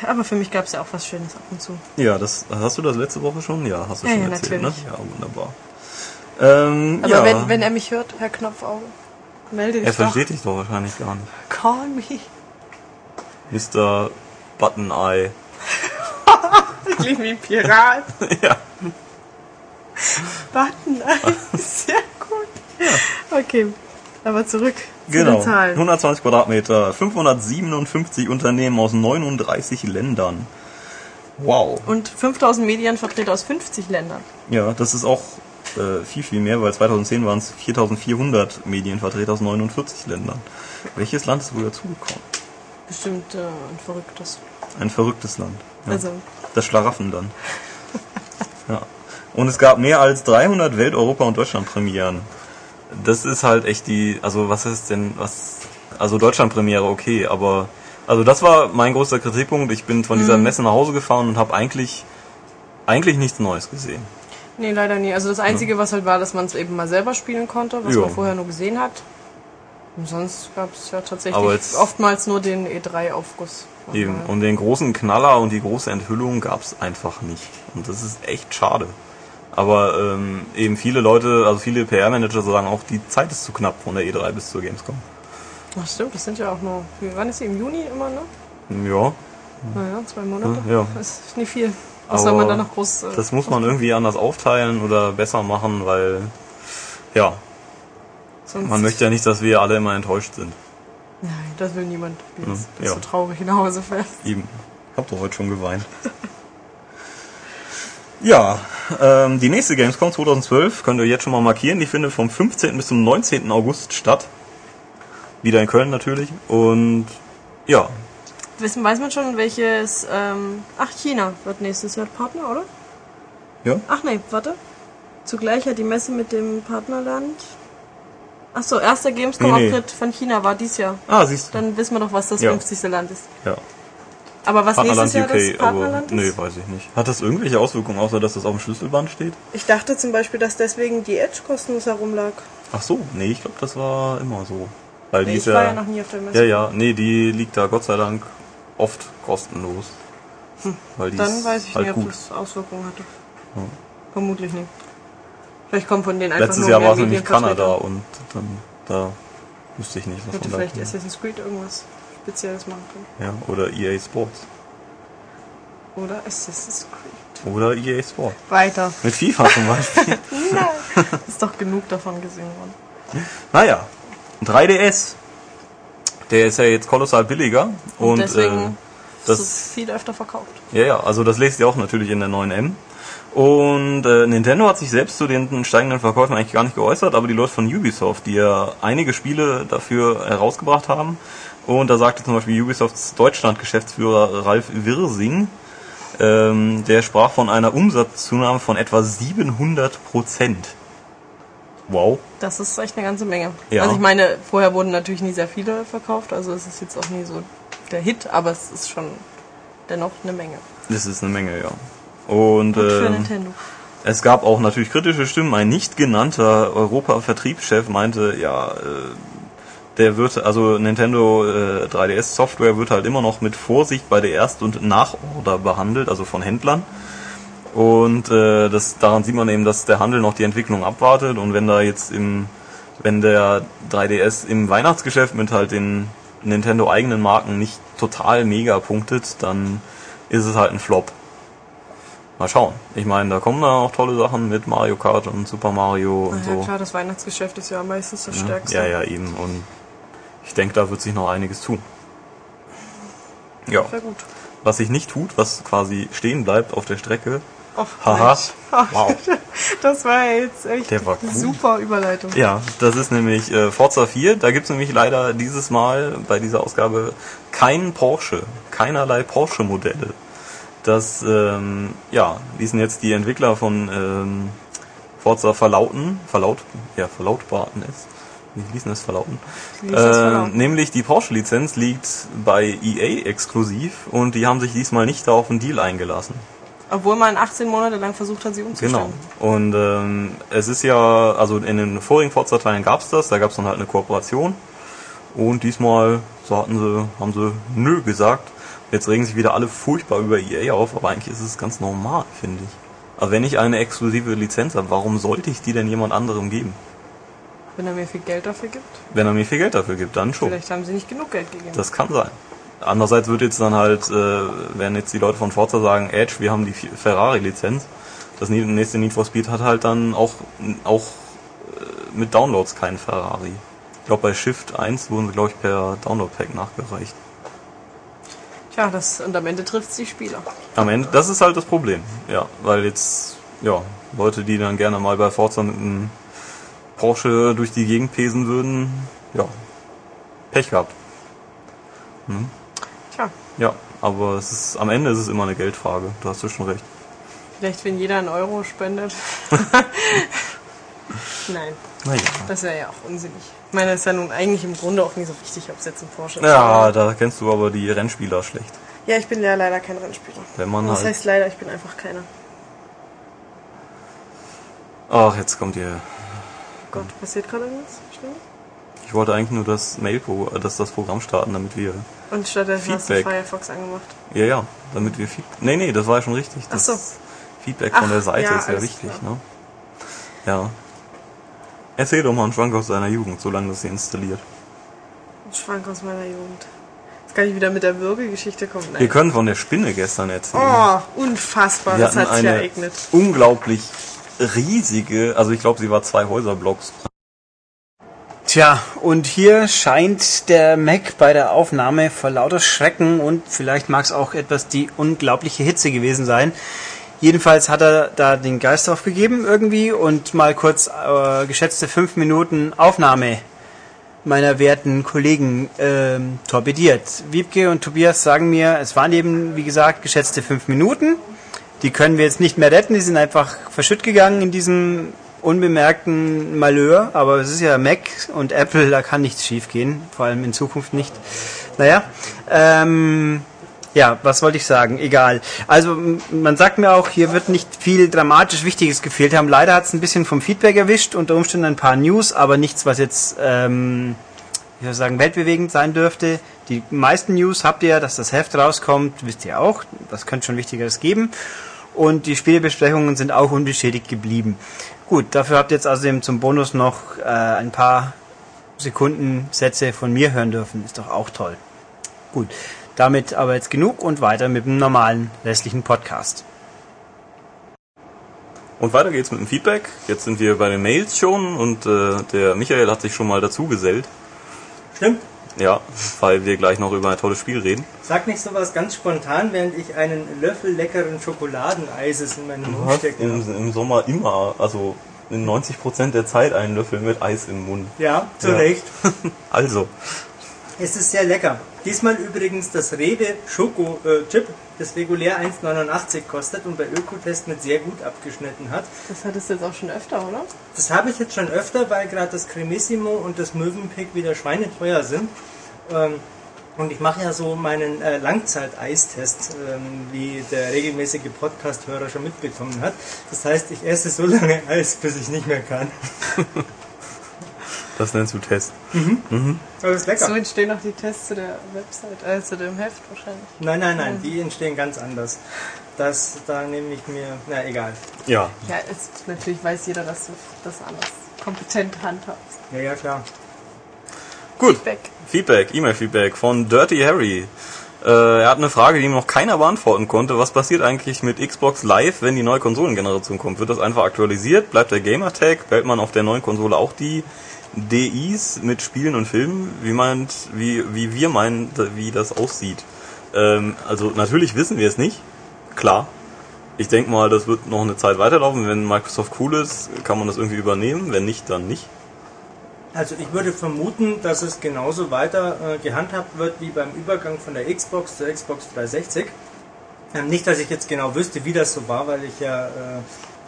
Aber für mich gab es ja auch was Schönes ab und zu.
Ja, das hast du das letzte Woche schon? Ja, hast du
Ja,
schon
ja,
erzählt,
natürlich.
ne? Ja, wunderbar. Ähm,
Aber
ja,
wenn, wenn er mich hört, Herr Knopfauge, melde dich
er
doch.
versteht dich doch wahrscheinlich gar nicht.
Call me.
Mr. Button Eye.
Ich liebe wie ein Pirat.
ja.
Button.
Ah.
Sehr gut. Okay, aber zurück zu
Genau.
den Zahlen.
120 Quadratmeter, 557 Unternehmen aus 39 Ländern. Wow.
Und 5000 Medienvertreter aus 50 Ländern.
Ja, das ist auch äh, viel, viel mehr, weil 2010 waren es 4400 Medienvertreter aus 49 Ländern. Welches Land ist wohl dazugekommen?
Bestimmt äh, ein verrücktes.
Ein verrücktes Land. Ja.
Also,
Das Schlaraffen dann. ja. Und es gab mehr als 300 Welt-, Europa- und Deutschland-Premieren. Das ist halt echt die, also was ist denn, was, also Deutschland-Premiere, okay, aber, also das war mein größter Kritikpunkt. Ich bin von dieser Messe nach Hause gefahren und habe eigentlich, eigentlich nichts Neues gesehen.
nee, leider nie. Also das Einzige, was halt war, dass man es eben mal selber spielen konnte, was
Ja.
man vorher nur gesehen hat. Und sonst gab es ja
Aber
tatsächlich
jetzt-
oftmals nur den E Äh, E3-Aufguss.
Eben. Und den großen Knaller und die große Enthüllung gab's einfach nicht. Und das ist echt schade. Aber ähm, eben viele Leute, also viele PR-Manager sagen auch, die Zeit ist zu knapp von der E3 bis zur Gamescom.
Ach stimmt, das sind ja auch nur, wie- wann ist sie? Im Juni immer, ne?
Ja,
Naja, zwei Monate.
Mhm. Ja.
Das ist nicht viel. Was soll
Aber
man da noch groß... Äh,
das muss man irgendwie anders aufteilen oder besser machen, weil ja,
sonst
man möchte ja nicht, dass wir alle immer enttäuscht sind.
Nein, das will niemand. Jetzt bist
ja.
du traurig nach Hause fährst.
Eben. Hab doch heute schon geweint. Ja, ähm, die nächste Gamescom 2012 könnt ihr jetzt schon mal markieren. Die findet vom 15. bis zum 19. August statt. Wieder in Köln natürlich. Und ja,
Wissen, weiß man schon, welches... Ähm, ach, China wird nächstes Jahr Partner, oder?
ja.
Ach nee, warte. Zugleich hat die Messe mit dem Partnerland... Ach so, erster Gamescom-Auftritt
Nee,
von China war dies Jahr.
Ah, siehst du.
Dann wissen wir doch, was das
Ja.
50. Land ist.
Ja.
Aber was
Partnerland
nächstes Jahr das
UK, aber
Partnerland
nee,
ist?
weiß ich nicht. Hat das irgendwelche Auswirkungen, außer dass das auf dem Schlüsselband steht?
Ich dachte zum Beispiel, dass deswegen die Edge kostenlos herumlag.
Ach so, nee, ich glaube, das war immer so. Weil die
Ich
ist
war
ja,
ja noch nie auf der Messe.
ja, ja, nee, die liegt da Gott sei Dank oft kostenlos. Weil die
Hm. Dann
ist
weiß ich
halt
nicht,
gut.
ob das Auswirkungen hatte. Vermutlich nicht. Vielleicht kommen von denen einfach
Letztes
nur
Jahr
mehr
war es nämlich
Medienvertreter.
Kanada und dann da wüsste ich nicht, was
Hätte
man da
vielleicht Assassin's Creed irgendwas Spezielles machen können.
ja, oder EA Sports.
Oder Assassin's Creed.
Oder EA Sports.
Weiter.
Mit FIFA zum Beispiel.
Nein. Ist doch genug davon gesehen worden.
naja, 3DS. Der ist ja jetzt kolossal billiger und,
deswegen
äh, das
Das ist viel öfter verkauft.
Ja, ja, also das lest ihr auch natürlich in der neuen M. Und äh, Nintendo hat sich selbst zu den steigenden Verkäufen eigentlich gar nicht geäußert, aber die Leute von Ubisoft, die ja einige Spiele dafür herausgebracht haben, und da sagte zum Beispiel Ubisofts Deutschland-Geschäftsführer Ralf Wirsing, ähm, der sprach von einer Umsatzzunahme von etwa 700 Prozent. Wow.
Das ist echt eine ganze Menge.
Ja.
Also ich meine, vorher wurden natürlich nie sehr viele verkauft, also es ist jetzt auch nie so der Hit, aber es ist schon dennoch eine Menge.
Das ist eine Menge, ja. Und,
Gut für
ähm,
Nintendo.
Es gab auch natürlich kritische Stimmen. Ein nicht genannter Europa-Vertriebschef meinte, ja, äh, der wird, also Nintendo äh, 3DS-Software wird halt immer noch mit Vorsicht bei der Erst- und Nachorder behandelt, also von Händlern. Und äh, das, daran sieht man eben, dass der Handel noch die Entwicklung abwartet. Und wenn da jetzt im, wenn der 3DS im Weihnachtsgeschäft mit halt den Nintendo eigenen Marken nicht total mega punktet, dann ist es halt ein Flop. Mal schauen. Ich meine, da kommen da auch tolle Sachen mit Mario Kart und Super Mario und
Oh Ja
so.
klar, das Weihnachtsgeschäft ist ja meistens das stärkste.
Ja, ja, eben. Und ich denke, da wird sich noch einiges tun. Ja.
Sehr gut.
was sich nicht tut, was quasi stehen bleibt auf der Strecke.
Oh,
Haha.
Mensch.
Wow.
Das war jetzt echt
Der war
eine
gut.
super Überleitung.
Ja, das ist nämlich äh, Forza 4. Da gibt's nämlich leider dieses Mal bei dieser Ausgabe kein Porsche, keinerlei Porsche-Modelle. Das, ähm, ja, ließen jetzt die Entwickler von ähm, Forza verlauten, verlaut, ja, verlautbarten es. Die ließen es verlauten.
Die ließen es
Äh,
verlauten.
nämlich die Porsche-Lizenz liegt bei EA exklusiv und die haben sich diesmal nicht auf einen Deal eingelassen.
Obwohl man 18 Monate lang versucht hat, sie
Genau.
umzustellen.
Und ähm, es ist ja, also in den vorigen Forza-Teilen gab es das, da gab es dann halt eine Kooperation. Und diesmal so hatten sie, haben sie nö gesagt. Jetzt regen sich wieder alle furchtbar über EA auf, aber eigentlich ist es ganz normal, finde ich. Aber wenn ich eine exklusive Lizenz habe, warum sollte ich die denn jemand anderem geben?
Wenn er mir viel Geld dafür gibt.
Wenn er mir viel Geld dafür gibt, dann schon.
Vielleicht haben sie nicht genug Geld gegeben.
Oh. Das kann sein. Andererseits wird jetzt dann halt, äh, werden jetzt die Leute von Forza sagen, Edge, wir haben die Fi- Ferrari-Lizenz. Das nie- nächste Need for Speed hat halt dann auch, auch äh, mit Downloads keinen Ferrari. Ich glaube, bei Shift 1 wurden sie, glaube ich, per Download-Pack nachgereicht.
Tja, das, und am Ende trifft es die Spieler.
Am Ende, das ist halt das Problem. Ja, weil jetzt, ja, Leute, die dann gerne mal bei Forza mit einem Porsche durch die Gegend pesen würden, ja, Pech gehabt.
Tja,
Ja, aber es ist, am Ende ist es immer eine Geldfrage. Da hast du schon recht.
vielleicht wenn jeder einen Euro spendet. Nein,
Naja.
das wäre ja auch unsinnig. Ich meine, das ist ja nun eigentlich im Grunde auch nie so wichtig, ob es jetzt ein Porsche ist.
Ja,
Aber-
da kennst du aber die Rennspieler schlecht.
ja, ich bin ja leider kein Rennspieler.
Wenn man
das
halt-
heißt leider, ich bin einfach keiner.
Ach, jetzt kommt ihr.
Oh
Mhm.
Gott, passiert gerade irgendwas? Schnell?
Ich wollte eigentlich nur das mail dass das Programm starten, damit wir.
Und stattdessen hast du
Feedback.
Firefox angemacht.
Ja, ja, damit wir Feedback. Nee, nee, das war ja schon richtig. Das
so.
Feedback
Ach,
von der Seite
ja,
ist ja
alles
wichtig,
klar.
ne? Ja. Erzähl doch mal einen Schwank aus deiner Jugend, solange das sie installiert.
Ein Schwank aus meiner Jugend. Jetzt kann ich wieder mit der Würgegeschichte kommen.
Wir
Nein.
können von der Spinne gestern erzählen.
Oh, unfassbar,
Wir
das
hatten
hat sich
eine
ereignet.
unglaublich riesige, also ich glaube, sie war zwei Häuserblocks
Tja, und hier scheint der Mac bei der Aufnahme vor lauter Schrecken und vielleicht mag es auch etwas die unglaubliche Hitze gewesen sein. Jedenfalls hat er da den Geist aufgegeben irgendwie und mal kurz äh, geschätzte fünf Minuten Aufnahme meiner werten Kollegen ähm, torpediert. Wiebke und Tobias sagen mir, es waren eben, wie gesagt, geschätzte fünf Minuten. Die können wir jetzt nicht mehr retten, die sind einfach verschütt gegangen in diesem unbemerkten Malheur. Aber es ist ja Mac und Apple, da kann nichts schief gehen, vor allem in Zukunft nicht. Naja, ähm, ja, was wollte ich sagen? Egal. Also m- man sagt mir auch, hier wird nicht viel dramatisch Wichtiges gefehlt haben. Leider hat es ein bisschen vom Feedback erwischt, unter Umständen ein paar News, aber nichts, was jetzt... Ähm, ich würde sagen, weltbewegend sein dürfte. Die meisten News habt ihr, dass das Heft rauskommt, wisst ihr auch. Das könnte schon Wichtigeres geben. Und die Spielebesprechungen sind auch unbeschädigt geblieben. Gut, dafür habt ihr jetzt außerdem zum Bonus noch äh, ein paar Sekunden Sätze von mir hören dürfen. Ist doch auch toll. Gut, damit aber jetzt genug und weiter mit dem normalen restlichen Podcast.
Und weiter geht's mit dem Feedback. Jetzt sind wir bei den Mails schon und äh, der Michael hat sich schon mal dazu gesellt.
Stimmt.
Ja, weil wir gleich noch über ein tolles Spiel reden.
Sag nicht sowas ganz spontan, während ich einen Löffel leckeren Schokoladeneises in meinen
Oh,
Mund stecke.
Im, Im Sommer immer, also in 90% der Zeit einen Löffel mit Eis im Mund.
Ja, zu
Ja.
Recht.
Also,
Es ist sehr lecker. Diesmal übrigens das Rewe Schoko äh, Chip, das regulär 1,89 kostet und bei Ökotest mit sehr gut abgeschnitten hat.
Das hattest du jetzt auch schon öfter, oder?
Das habe ich jetzt schon öfter, weil gerade das Cremissimo und das Möwenpick wieder schweineteuer sind. Ähm, und ich mache ja so meinen äh, Langzeiteistest, ähm, wie der regelmäßige Podcast-Hörer schon mitbekommen hat. Das heißt, ich esse so lange Eis, bis ich nicht mehr kann.
das nennst du Test.
Aber das ist lecker.
So entstehen auch die Tests zu der Website, äh, zu dem Heft wahrscheinlich.
Nein, nein, nein, die entstehen ganz anders. Das, da nehme ich mir, na egal.
Ja.
Ja, ist, natürlich weiß jeder, dass du das anders kompetent handhabst.
Ja, ja, klar.
Gut.
Back.
Feedback, E-Mail-Feedback von Dirty Harry. Äh, er hat eine Frage, die ihm noch keiner beantworten konnte. Was passiert eigentlich mit Xbox Live, wenn die neue Konsolengeneration kommt? Wird das einfach aktualisiert? Bleibt der Gamertag? Behält man auf der neuen Konsole auch die DIs mit Spielen und Filmen? Wie meint, wie, wie wir meinen, wie das aussieht? Äh, ähm, also natürlich wissen wir es nicht, klar. Ich denke mal, das wird noch eine Zeit weiterlaufen. Wenn Microsoft cool ist, kann man das irgendwie übernehmen. Wenn nicht, dann nicht.
Also ich würde vermuten, dass es genauso weiter äh, gehandhabt wird wie beim Übergang von der Xbox zur Xbox 360. Ähm, nicht, dass ich jetzt genau wüsste, wie das so war, weil ich ja äh,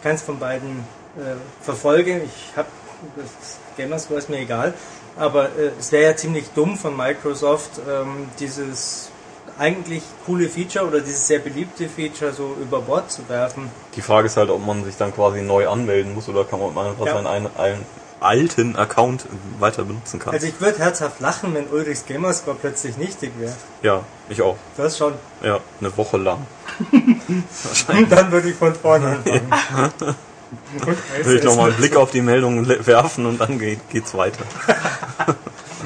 keins von beiden äh, verfolge. Ich habe das Gamerscore ist mir egal, aber äh, es wäre ja ziemlich dumm von Microsoft, ähm, dieses eigentlich coole Feature oder dieses sehr beliebte Feature so über Bord zu werfen.
Die Frage ist halt, ob man sich dann quasi neu anmelden muss oder kann man einfach
Ja.
seinen ein, einen alten Account weiter benutzen kann.
Also ich würde herzhaft lachen, wenn Ulrichs Gamerscore plötzlich nichtig wäre.
ja, ich auch.
Das schon.
Ja, eine Woche lang.
Dann würde ich von vorne anfangen. Okay,
Will ich
jetzt-
nochmal einen Blick auf die Meldung le- werfen und dann geht, geht's weiter.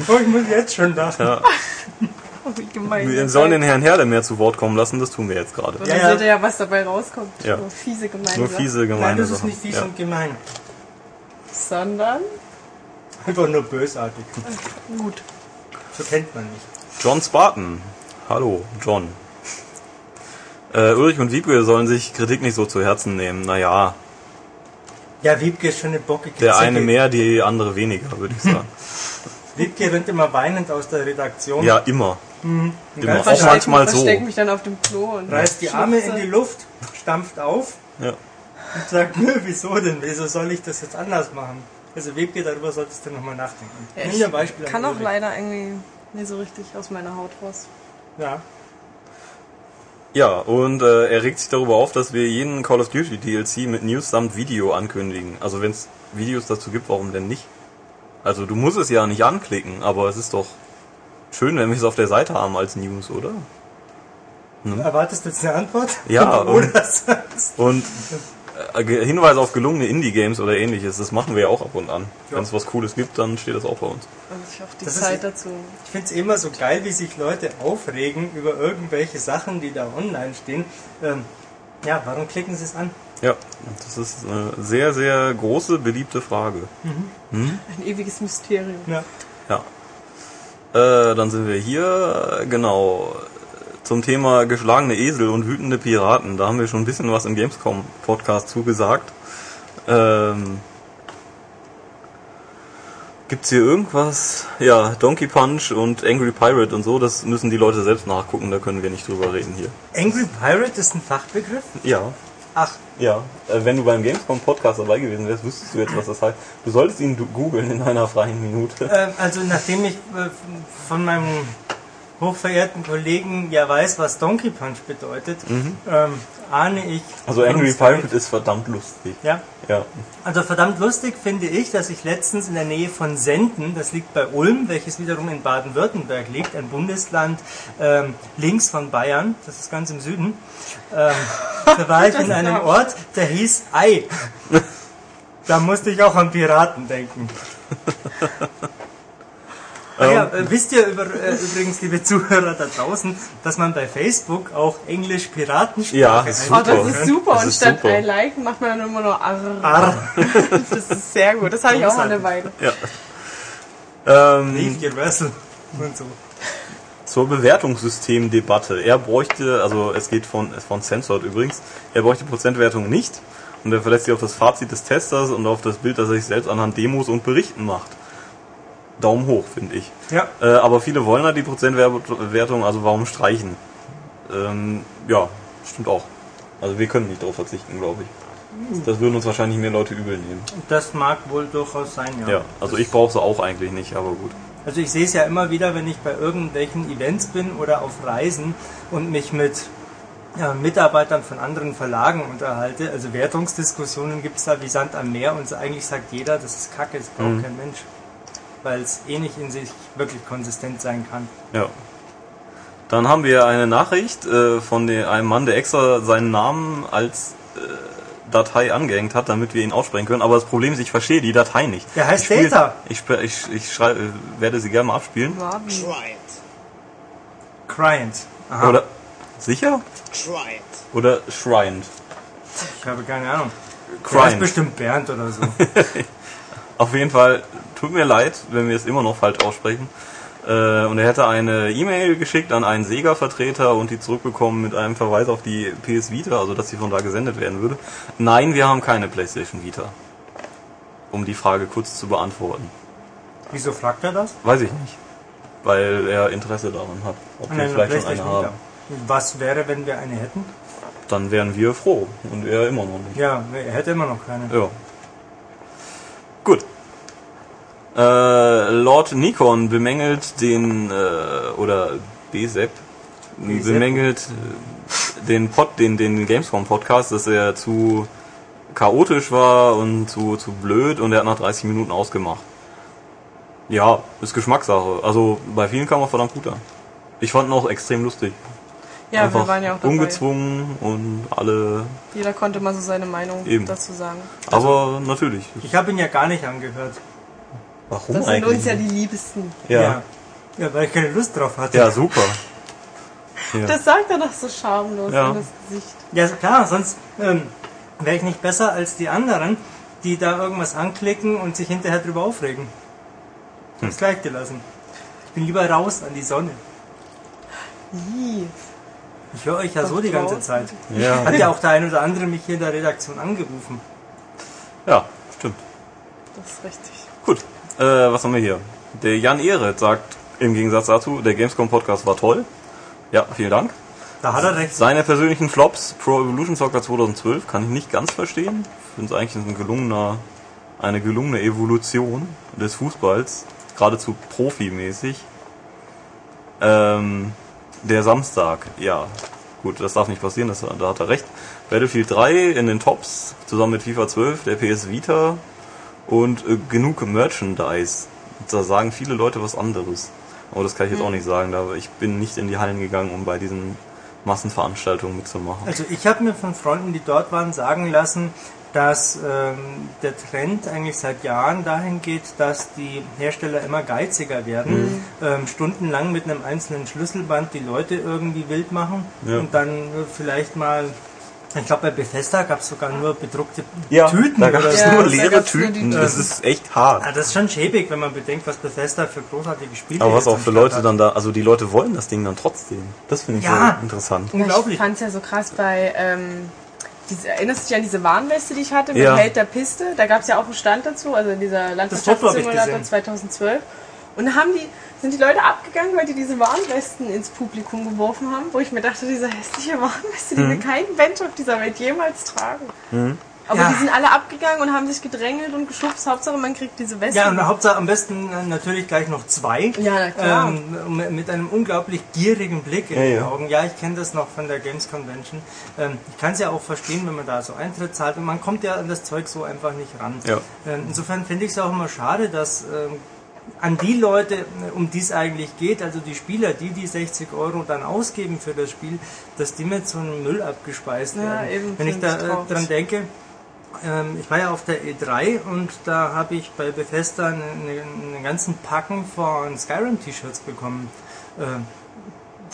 Oh, ich muss jetzt schon lachen.
Oh, wie gemein.
Wir sollen den Herrn Herle mehr zu Wort kommen lassen, das tun wir jetzt gerade.
Und
Ja,
dann
ja.
seht ihr ja, was dabei rauskommt.
Ja.
Nur fiese Gemeinsam.
Nur fiese gemeine
Nein, das ist
Sachen.
nicht fies
ja.
und gemein.
Sondern
Einfach nur bösartig.
gut.
So kennt man mich.
John Spartan. Hallo, John. Äh, Ulrich und Wiebke sollen sich Kritik nicht so zu Herzen nehmen. Naja,
Ja, Wiebke ist schon eine bockige
der
Zicke.
eine mehr, die andere weniger, würde ich sagen.
Wiebke rennt immer weinend aus der Redaktion.
ja, immer. Immer.
Ganz
Auch
Versteck-
manchmal so.
versteck mich dann auf dem Klo und
Reißt die Arme in die Luft, stampft auf
Ja.
und sagt, nö, wieso denn? Wieso soll ich das jetzt anders machen? Also Wiebke, darüber solltest du nochmal nachdenken.
Ja,
Nimm
ich
dir ein Beispiel an
kann auch
Ulrich.
leider irgendwie nicht so richtig aus meiner Haut raus.
Ja.
Ja, und äh, er regt sich darüber auf, dass wir jeden Call of Duty DLC mit News samt Video ankündigen. Also wenn es Videos dazu gibt, warum denn nicht? Also du musst es ja nicht anklicken, aber es ist doch schön, wenn wir es auf der Seite haben als News, oder?
Erwartest du jetzt eine Antwort?
Mhm. Ja, und-
Oder sonst?
Und äh, Ge- Hinweise auf gelungene Indie-Games oder ähnliches, das machen wir ja auch ab und an.
Ja.
Wenn es was Cooles gibt, dann steht das auch bei uns.
Also ich auch die
Das ist-
Zeit dazu.
Ich finde es immer so geil, wie sich Leute aufregen über irgendwelche Sachen, die da online stehen. Ähm, ja, warum klicken sie es an?
Ja, das ist eine sehr, sehr große, beliebte Frage.
Ein ewiges Mysterium.
Ja.
Ja. Äh, dann sind wir hier, äh, genau, zum Thema geschlagene Esel und wütende Piraten. Da haben wir schon ein bisschen was im Gamescom-Podcast zugesagt. Ähm, gibt's hier irgendwas? Ja, Donkey Punch und Angry Pirate und so, das müssen die Leute selbst nachgucken, da können wir nicht drüber reden hier.
Angry Pirate ist ein Fachbegriff?
Ja.
Ach,
Ja, äh, wenn du beim Gamescom-Podcast dabei gewesen wärst, wüsstest du jetzt, was das heißt. Du solltest ihn du- googeln in einer freien Minute.
Ähm, also nachdem ich äh, von meinem hochverehrten Kollegen ja weiß, was Donkey Punch bedeutet, ähm, ahne ich.
Mhm. Also Angry Pirate ist verdammt lustig.
Ja.
Ja.
Also verdammt lustig finde ich, dass ich letztens in der Nähe von Senden, das liegt bei Ulm, welches wiederum in Baden-Württemberg liegt, ein Bundesland ähm, links von Bayern, das ist ganz im Süden, ähm, da war ich in einem Ort, der hieß Ei. Da musste ich auch an Piraten denken. Ah ja,
Ähm.
äh, wisst ihr über, äh, übrigens, liebe Zuhörer da draußen, dass man bei Facebook auch Englisch Piraten
Ja, das ist
Oh,
super.
das ist super.
Das
und
ist
statt
super.
I like macht man dann immer nur Arr.
Arr,
Das ist sehr gut. Das habe ich auch mal eine Weile.
Ähm,
leave your vessel und so.
zur Bewertungssystemdebatte. Er bräuchte, also es geht von, von Censored übrigens, er bräuchte Prozentwertung nicht und er verlässt sich auf das Fazit des Testers und auf das Bild, das er sich selbst anhand Demos und Berichten macht. Daumen hoch, finde ich.
Ja,
Äh, aber viele wollen halt die Prozentwertung, also warum streichen? Ähm, ja, stimmt auch. Also wir können nicht darauf verzichten, glaube ich. Das würden uns wahrscheinlich mehr Leute übel nehmen.
das mag wohl durchaus sein, ja.
Ja, also ich brauche sie auch eigentlich nicht, aber gut.
Also ich sehe es ja immer wieder, wenn ich bei irgendwelchen Events bin oder auf Reisen und mich mit ja, Mitarbeitern von anderen Verlagen unterhalte. Also Wertungsdiskussionen gibt es da wie Sand am Meer und eigentlich sagt jeder, das ist Kacke, das
Mhm.
braucht kein Mensch. Weil es eh nicht in sich wirklich konsistent sein kann.
Ja. Dann haben wir eine Nachricht äh, von de- einem Mann, der extra seinen Namen als äh, Datei angehängt hat, damit wir ihn aussprechen können. Aber das Problem ist, ich verstehe die Datei nicht.
Der heißt
ich spiel-
Data.
Ich, sp- ich, ich schrei, äh, werde sie gerne mal abspielen.
War wie-
Try it.
Client. Aha,
Oder sicher?
Try it.
Oder Shrined.
ich habe keine Ahnung. Das ist
Crined.
bestimmt Bernd oder so.
Auf jeden Fall, tut mir leid, wenn wir es immer noch falsch aussprechen. Äh, und er hätte eine E-Mail geschickt an einen Sega-Vertreter und die zurückbekommen mit einem Verweis auf die PS Vita, also dass sie von da gesendet werden würde. Nein, wir haben keine PlayStation Vita. Um die Frage kurz zu beantworten.
Wieso fragt er das?
Weiß ich nicht. Weil er Interesse daran hat, ob wir vielleicht schon eine haben.
Was wäre, wenn wir eine hätten?
Dann wären wir froh. Und er immer noch nicht.
Ja, er hätte immer noch keine.
Ja. Gut. Äh, Lord Nikon bemängelt den, äh, oder BZEP,
BZEP.
bemängelt äh, den Pod, den, den Gamescom-Podcast, dass er zu chaotisch war und zu, zu blöd und er hat nach 30 Minuten ausgemacht. Ja, ist Geschmackssache. Also bei vielen kam er verdammt gut an. Ich fand ihn auch extrem lustig.
Ja,
Einfach
wir waren ja auch dabei.
ungezwungen und alle.
Jeder konnte mal so seine Meinung
Eben. Oh
dazu sagen.
Aber natürlich.
Ich habe ihn ja gar nicht angehört.
Warum
Das sind uns ja die Liebsten.
ja.
ja.
Ja.
Ja, weil ich keine Lust drauf hatte.
ja, super. Ja.
Das sagt er doch so schamlos
Ja.
in das Gesicht.
Ja, ist klar, sonst ähm, wäre ich nicht besser als die anderen, die da irgendwas anklicken und sich hinterher drüber aufregen. Ich
Hm.
hab's gleich gelassen. Ich bin lieber raus an die Sonne.
Ii.
Ich höre euch ja so die ganze Zeit.
Ja.
Hat ja auch der ein oder andere mich hier in der Redaktion angerufen.
Ja, stimmt.
Das ist richtig.
Gut, äh, was haben wir hier? Der Jan Ehret sagt im Gegensatz dazu, der Gamescom-Podcast war toll. Ja, vielen Dank.
Da hat er recht.
Seine persönlichen Flops, Pro Evolution Soccer 2012, kann ich nicht ganz verstehen. Ich finde es eigentlich ein gelungener, eine gelungene Evolution des Fußballs, geradezu profimäßig. Ähm, der Samstag, ja. Gut, das darf nicht passieren, das, da hat er recht. Battlefield 3 in den Tops, zusammen mit FIFA 12, der PS Vita und äh, genug Merchandise. Da sagen viele Leute was anderes. Aber das kann ich jetzt
Hm.
auch nicht sagen, da ich bin nicht in die Hallen gegangen, um bei diesen Massenveranstaltungen mitzumachen.
Äh,
Also ich habe mir von Freunden, die dort waren, sagen lassen, dass ähm, der Trend eigentlich seit Jahren dahin geht, dass die Hersteller immer geiziger werden,
Mhm.
ähm, stundenlang mit einem einzelnen Schlüsselband die Leute irgendwie wild machen
Ja.
und dann äh, vielleicht mal, ich glaube bei Bethesda gab es sogar nur bedruckte Tüten.
da gab
oder
es
so.
Ja,
nur
da
leere
gab's nur die
Tüten.
Tüten. Äh,
Das ist echt hart.
Ah, das ist schon schäbig, wenn man bedenkt, was Bethesda für großartige Spiele
Aber was
jetzt
auch für
am Start
Leute
hat.
dann da, also die Leute wollen das Ding dann trotzdem. Das finde ich
Ja.
so interessant.
Unglaublich.
Ich fand's ja so krass bei, ähm, diese, erinnerst du dich an diese Warnweste, die ich hatte mit
Ja.
Held der Piste? Da gab's ja auch einen Stand dazu, also in dieser
Das Foto hab ich
Landwirtschaftssimulator
gesehen.
2012. Und da haben die, sind die Leute abgegangen, weil die diese Warnwesten ins Publikum geworfen haben, wo ich mir dachte, diese hässliche Warnweste,
Mhm.
die will kein Mensch auf dieser Welt jemals tragen. Aber
Ja.
die sind alle abgegangen und haben sich gedrängelt und geschubst. Hauptsache, man kriegt diese Weste.
Ja, und Hauptsache am besten äh, natürlich gleich noch zwei.
Ja, na klar.
Ähm, m- mit einem unglaublich gierigen Blick in
Ja,
den
ja.
Augen. Ja, ich kenne das noch von der Games Convention. Ähm, ich kann es ja auch verstehen, wenn man da so Eintritt zahlt und man kommt ja an das Zeug so einfach nicht ran.
Ja.
Ähm, insofern finde ich es auch immer schade, dass ähm, an die Leute, um die es eigentlich geht, also die Spieler, die die 60 Euro dann ausgeben für das Spiel, dass die mit so einem Müll abgespeist
Ja,
werden.
eben,
wenn ich
finde
da
ich
äh,
traurig.
dran denke, ähm, ich war ja auf der E3 und da habe ich bei Bethesda einen eine, einen ganzen Packen von Skyrim-T-Shirts bekommen. Ähm,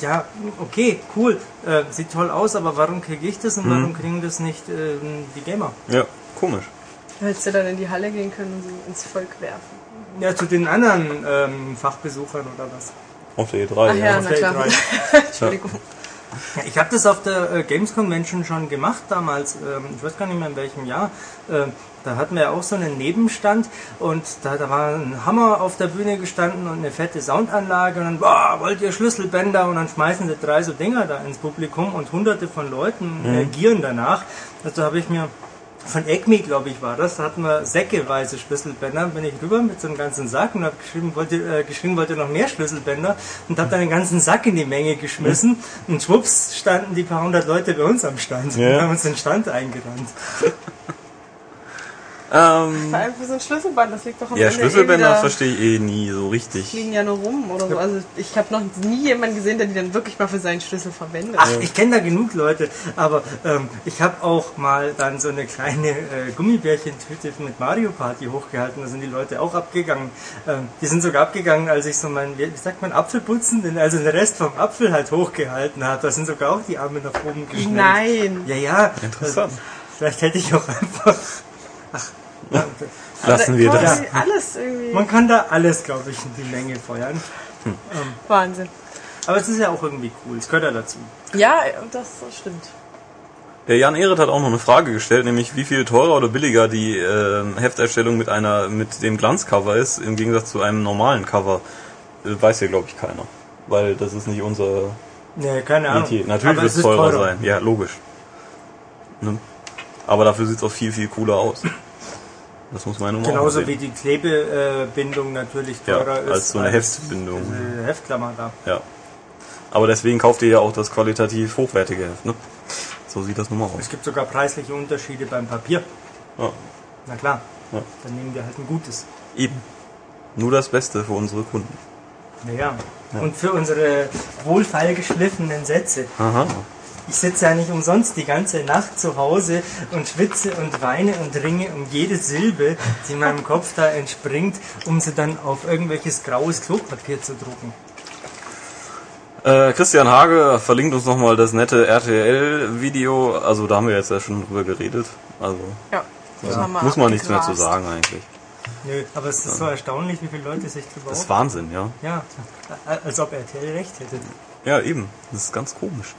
ja, okay, cool, äh, sieht toll aus, aber warum kriege ich das und
Mhm.
warum kriegen das nicht ähm, die Gamer?
Ja, komisch.
Da hättest du dann in die Halle gehen können und sie ins Volk werfen.
Ja, zu den anderen ähm, Fachbesuchern oder was?
Auf der E3,
Ach ja,
ja. Ähm,
na
der E
klar. Entschuldigung.
Ja, ich habe das auf der äh, Games Convention schon gemacht damals, ähm, ich weiß gar nicht mehr in welchem Jahr. ähm, da hatten wir auch so einen Nebenstand und da, da war ein Hammer auf der Bühne gestanden und eine fette Soundanlage und dann, boah, wollt ihr Schlüsselbänder und dann schmeißen sie drei so Dinger da ins Publikum und hunderte von Leuten reagieren danach. Also habe ich mir von Acme, glaube ich, war das. Da hatten wir säckeweise Schlüsselbänder. Bin ich rüber mit so einem ganzen Sack und habe geschrieben, wollte, äh, geschrieben, wollte noch mehr Schlüsselbänder und habe dann den ganzen Sack in die Menge geschmissen. Und schwupps standen die paar hundert Leute bei uns am Stand
Ja.
und haben uns den Stand eingerannt.
Ähm,
Vor allem für so ein Schlüsselband, das liegt doch am
ja,
Ende
Schlüsselbänder
eh wieder-
verstehe ich eh nie so richtig.
fliegen ja nur rum oder so. Also ich habe noch nie jemanden gesehen, der die dann wirklich mal für seinen Schlüssel verwendet.
Ach, ich kenne da genug Leute, aber ähm, ich habe auch mal dann so eine kleine äh, Gummibärchentüte mit Mario Party hochgehalten. Da sind die Leute auch abgegangen. Ähm, die sind sogar abgegangen, als ich so meinen, wie sagt man, Apfelputzen, den, also den Rest vom Apfel halt hochgehalten habe. Da sind sogar auch die Arme nach oben geschnellt.
Nein.
Ja, ja.
Interessant.
Also, vielleicht hätte ich auch einfach. Ach,
Lassen wir
Quasi
das.
Alles irgendwie.
Hm.
man kann da alles, glaube ich, in die Menge feuern.
Wahnsinn.
Aber es ist ja auch irgendwie cool. Es gehört ja dazu.
Ja, das stimmt.
Der Jan Ehret hat auch noch eine Frage gestellt, nämlich wie viel teurer oder billiger die ähm, Hefterstellung mit einer mit dem Glanzcover ist im Gegensatz zu einem normalen Cover. Äh, weiß ja glaube ich keiner, weil das ist nicht unser
Nee, keine Ahnung.
Metier. E Natürlich
Aber
wird es
ist
teurer, sein, ja logisch. Ne? Aber dafür sieht es auch viel viel cooler aus. Das muss man ja nun mal auch
Genauso Genau wie
sehen.
die Klebebindung natürlich
ja,
teurer ist.
als so eine Heftbindung.
diese Heftklammer da.
Ja. Aber deswegen kauft ihr ja auch das qualitativ hochwertige Heft. Ne? So sieht das nun mal aus.
Es gibt sogar preisliche Unterschiede beim Papier.
Ja.
Na klar.
Ja.
Dann nehmen wir halt ein gutes.
Eben. Nur das Beste für unsere Kunden.
Naja. Und für unsere wohlfeilgeschliffenen Sätze.
Aha.
Ich sitze ja nicht umsonst die ganze Nacht zu Hause und schwitze und weine und ringe um jede Silbe, die meinem Kopf da entspringt, um sie dann auf irgendwelches graues Klopapier zu drucken.
Äh, Christian Hage verlinkt uns nochmal das nette RTL-Video. Also da haben wir jetzt ja schon drüber geredet. Also
Ja. das haben wir
muss man nichts mehr zu
abgegrast.
sagen eigentlich.
Nö, aber es ist so erstaunlich, wie viele Leute sich drüber
Das ist
auf.
Wahnsinn, ja.
Ja, äh, als ob RTL recht hätte.
Ja, eben. Das ist ganz komisch.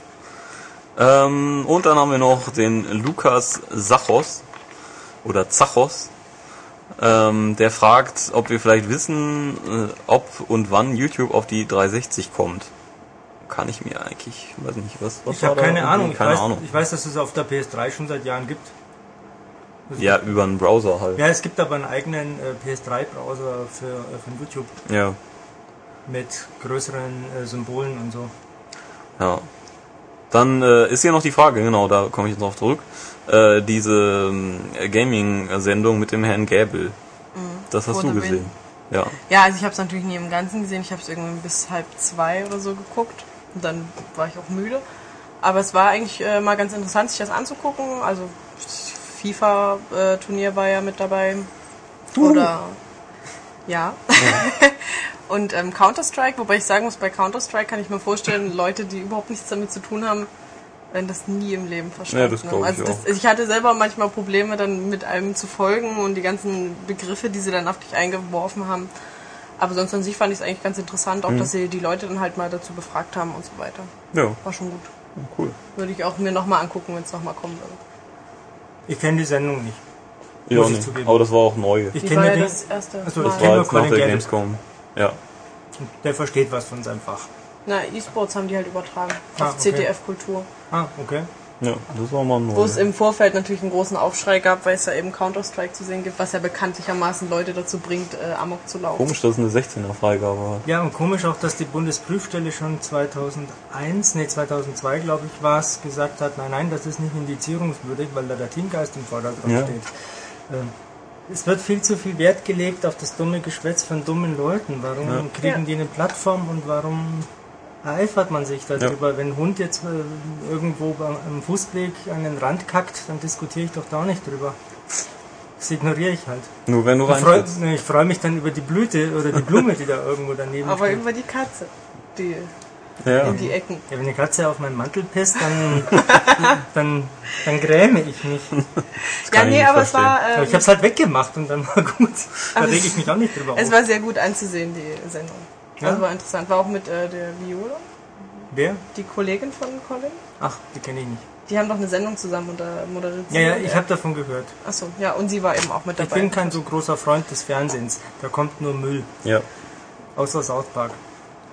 Ähm, und dann haben wir noch den Lukas Sachos oder Zachos. Ähm, der fragt, ob wir vielleicht wissen, äh, ob und wann YouTube auf die 360 kommt. Kann ich mir eigentlich, weiß nicht, was, was
Ich
war
habe
da
keine
irgendwie?
Ahnung. Ich,
Keine
weiß,
Ahnung.
ich weiß, dass es auf der PS3 schon seit Jahren gibt.
Ja, über einen Browser halt.
Ja, es gibt aber einen eigenen äh, PS3-Browser für, äh, von YouTube
Ja,
mit größeren äh, Symbolen und so.
ja. Dann äh, ist hier noch die Frage, genau, da komme ich jetzt noch zurück. Äh, diese ähm, Gaming-Sendung mit dem Herrn Gäbel.
Mhm.
Das hast du
Wurde
gesehen. Ja.
Ja, also ich habe es natürlich nie im Ganzen gesehen. Ich habe es irgendwie bis halb zwei oder so geguckt. Und dann war ich auch müde. Aber es war eigentlich äh, mal ganz interessant, sich das anzugucken. Also FIFA-Turnier war ja mit dabei. Oder ja. Und ähm, Counter-Strike, wobei ich sagen muss, bei Counter-Strike kann ich mir vorstellen, Leute, die überhaupt nichts damit zu tun haben, werden das nie im Leben verstanden.
Ja, das glaub ich
also das,
auch.
ich hatte selber manchmal Probleme, dann mit einem zu folgen und die ganzen Begriffe, die sie dann auf dich eingeworfen haben. Aber sonst an sich fand ich es eigentlich ganz interessant, auch
Mhm.
dass sie die Leute dann halt mal dazu befragt haben und so weiter.
Ja,
War schon gut.
cool.
Würde ich auch mir nochmal angucken, wenn es nochmal kommen würde.
Ich kenne die Sendung nicht.
Ja,
Muss ich
nee.
zugeben.
Aber das war auch neu.
Ich
Die
kenne
war
ja
ja
die,
das erste
Achso,
Mal.
ich
Das war
kenne nur
jetzt nach
Colin
der
Gable.
Gamescom. Ja.
Der versteht was von seinem Fach.
Na, E-Sports haben die halt übertragen.
Ah,
auf
okay.
CDF Kultur.
Ah, okay.
ja, das war mal neu.
Wo es im Vorfeld natürlich einen großen Aufschrei gab, weil es ja eben Counter-Strike zu sehen gibt, was ja bekanntlichermaßen Leute dazu bringt, äh, Amok zu laufen.
Komisch, dass es eine 16er-Freigabe war.
Ja, und komisch auch, dass die Bundesprüfstelle schon 2001, nee, 2002, glaube ich, war es, gesagt hat, nein, nein, das ist nicht indizierungswürdig, weil da der Teamgeist im Vordergrund
Ja.
steht. Ähm, es wird viel zu viel Wert gelegt auf das dumme Geschwätz von dummen Leuten. Warum
Ja.
kriegen
Ja.
die eine Plattform und warum ereifert man sich darüber? Wenn ein Hund jetzt äh, irgendwo beim- am Fußweg an den Rand kackt, dann diskutiere ich doch da auch nicht drüber. Das ignoriere ich halt.
Nur wenn du
Ich freu-
reinfällst.
nee, ich freue mich dann über die Blüte oder die Blume, die da irgendwo daneben
Aber
steht.
über die Katze, die
Ja.
in die Ecken.
Ja, wenn eine Katze auf meinen Mantel pisst, dann, dann, dann gräme ich mich.
Ja,
ich
nee,
nicht
aber es war,
verstehen.
Aber
ähm,
ich habe es halt weggemacht und dann war gut. Da
Aber es-
reg ich mich auch nicht drüber
ähm, es
auf.
war sehr gut anzusehen, die Sendung.
Ja?
Also war interessant. War auch mit äh, der Viola,
Wer?
die Kollegin von Colin.
Ach, die kenne ich nicht.
Die haben doch eine Sendung zusammen und da moderiert sie.
Ja, ja, ich habe davon gehört.
Achso, ja, und sie war eben auch mit
Ich
dabei.
bin kein so großer Freund des Fernsehens. Da kommt nur Müll.
ja.
Außer South Park.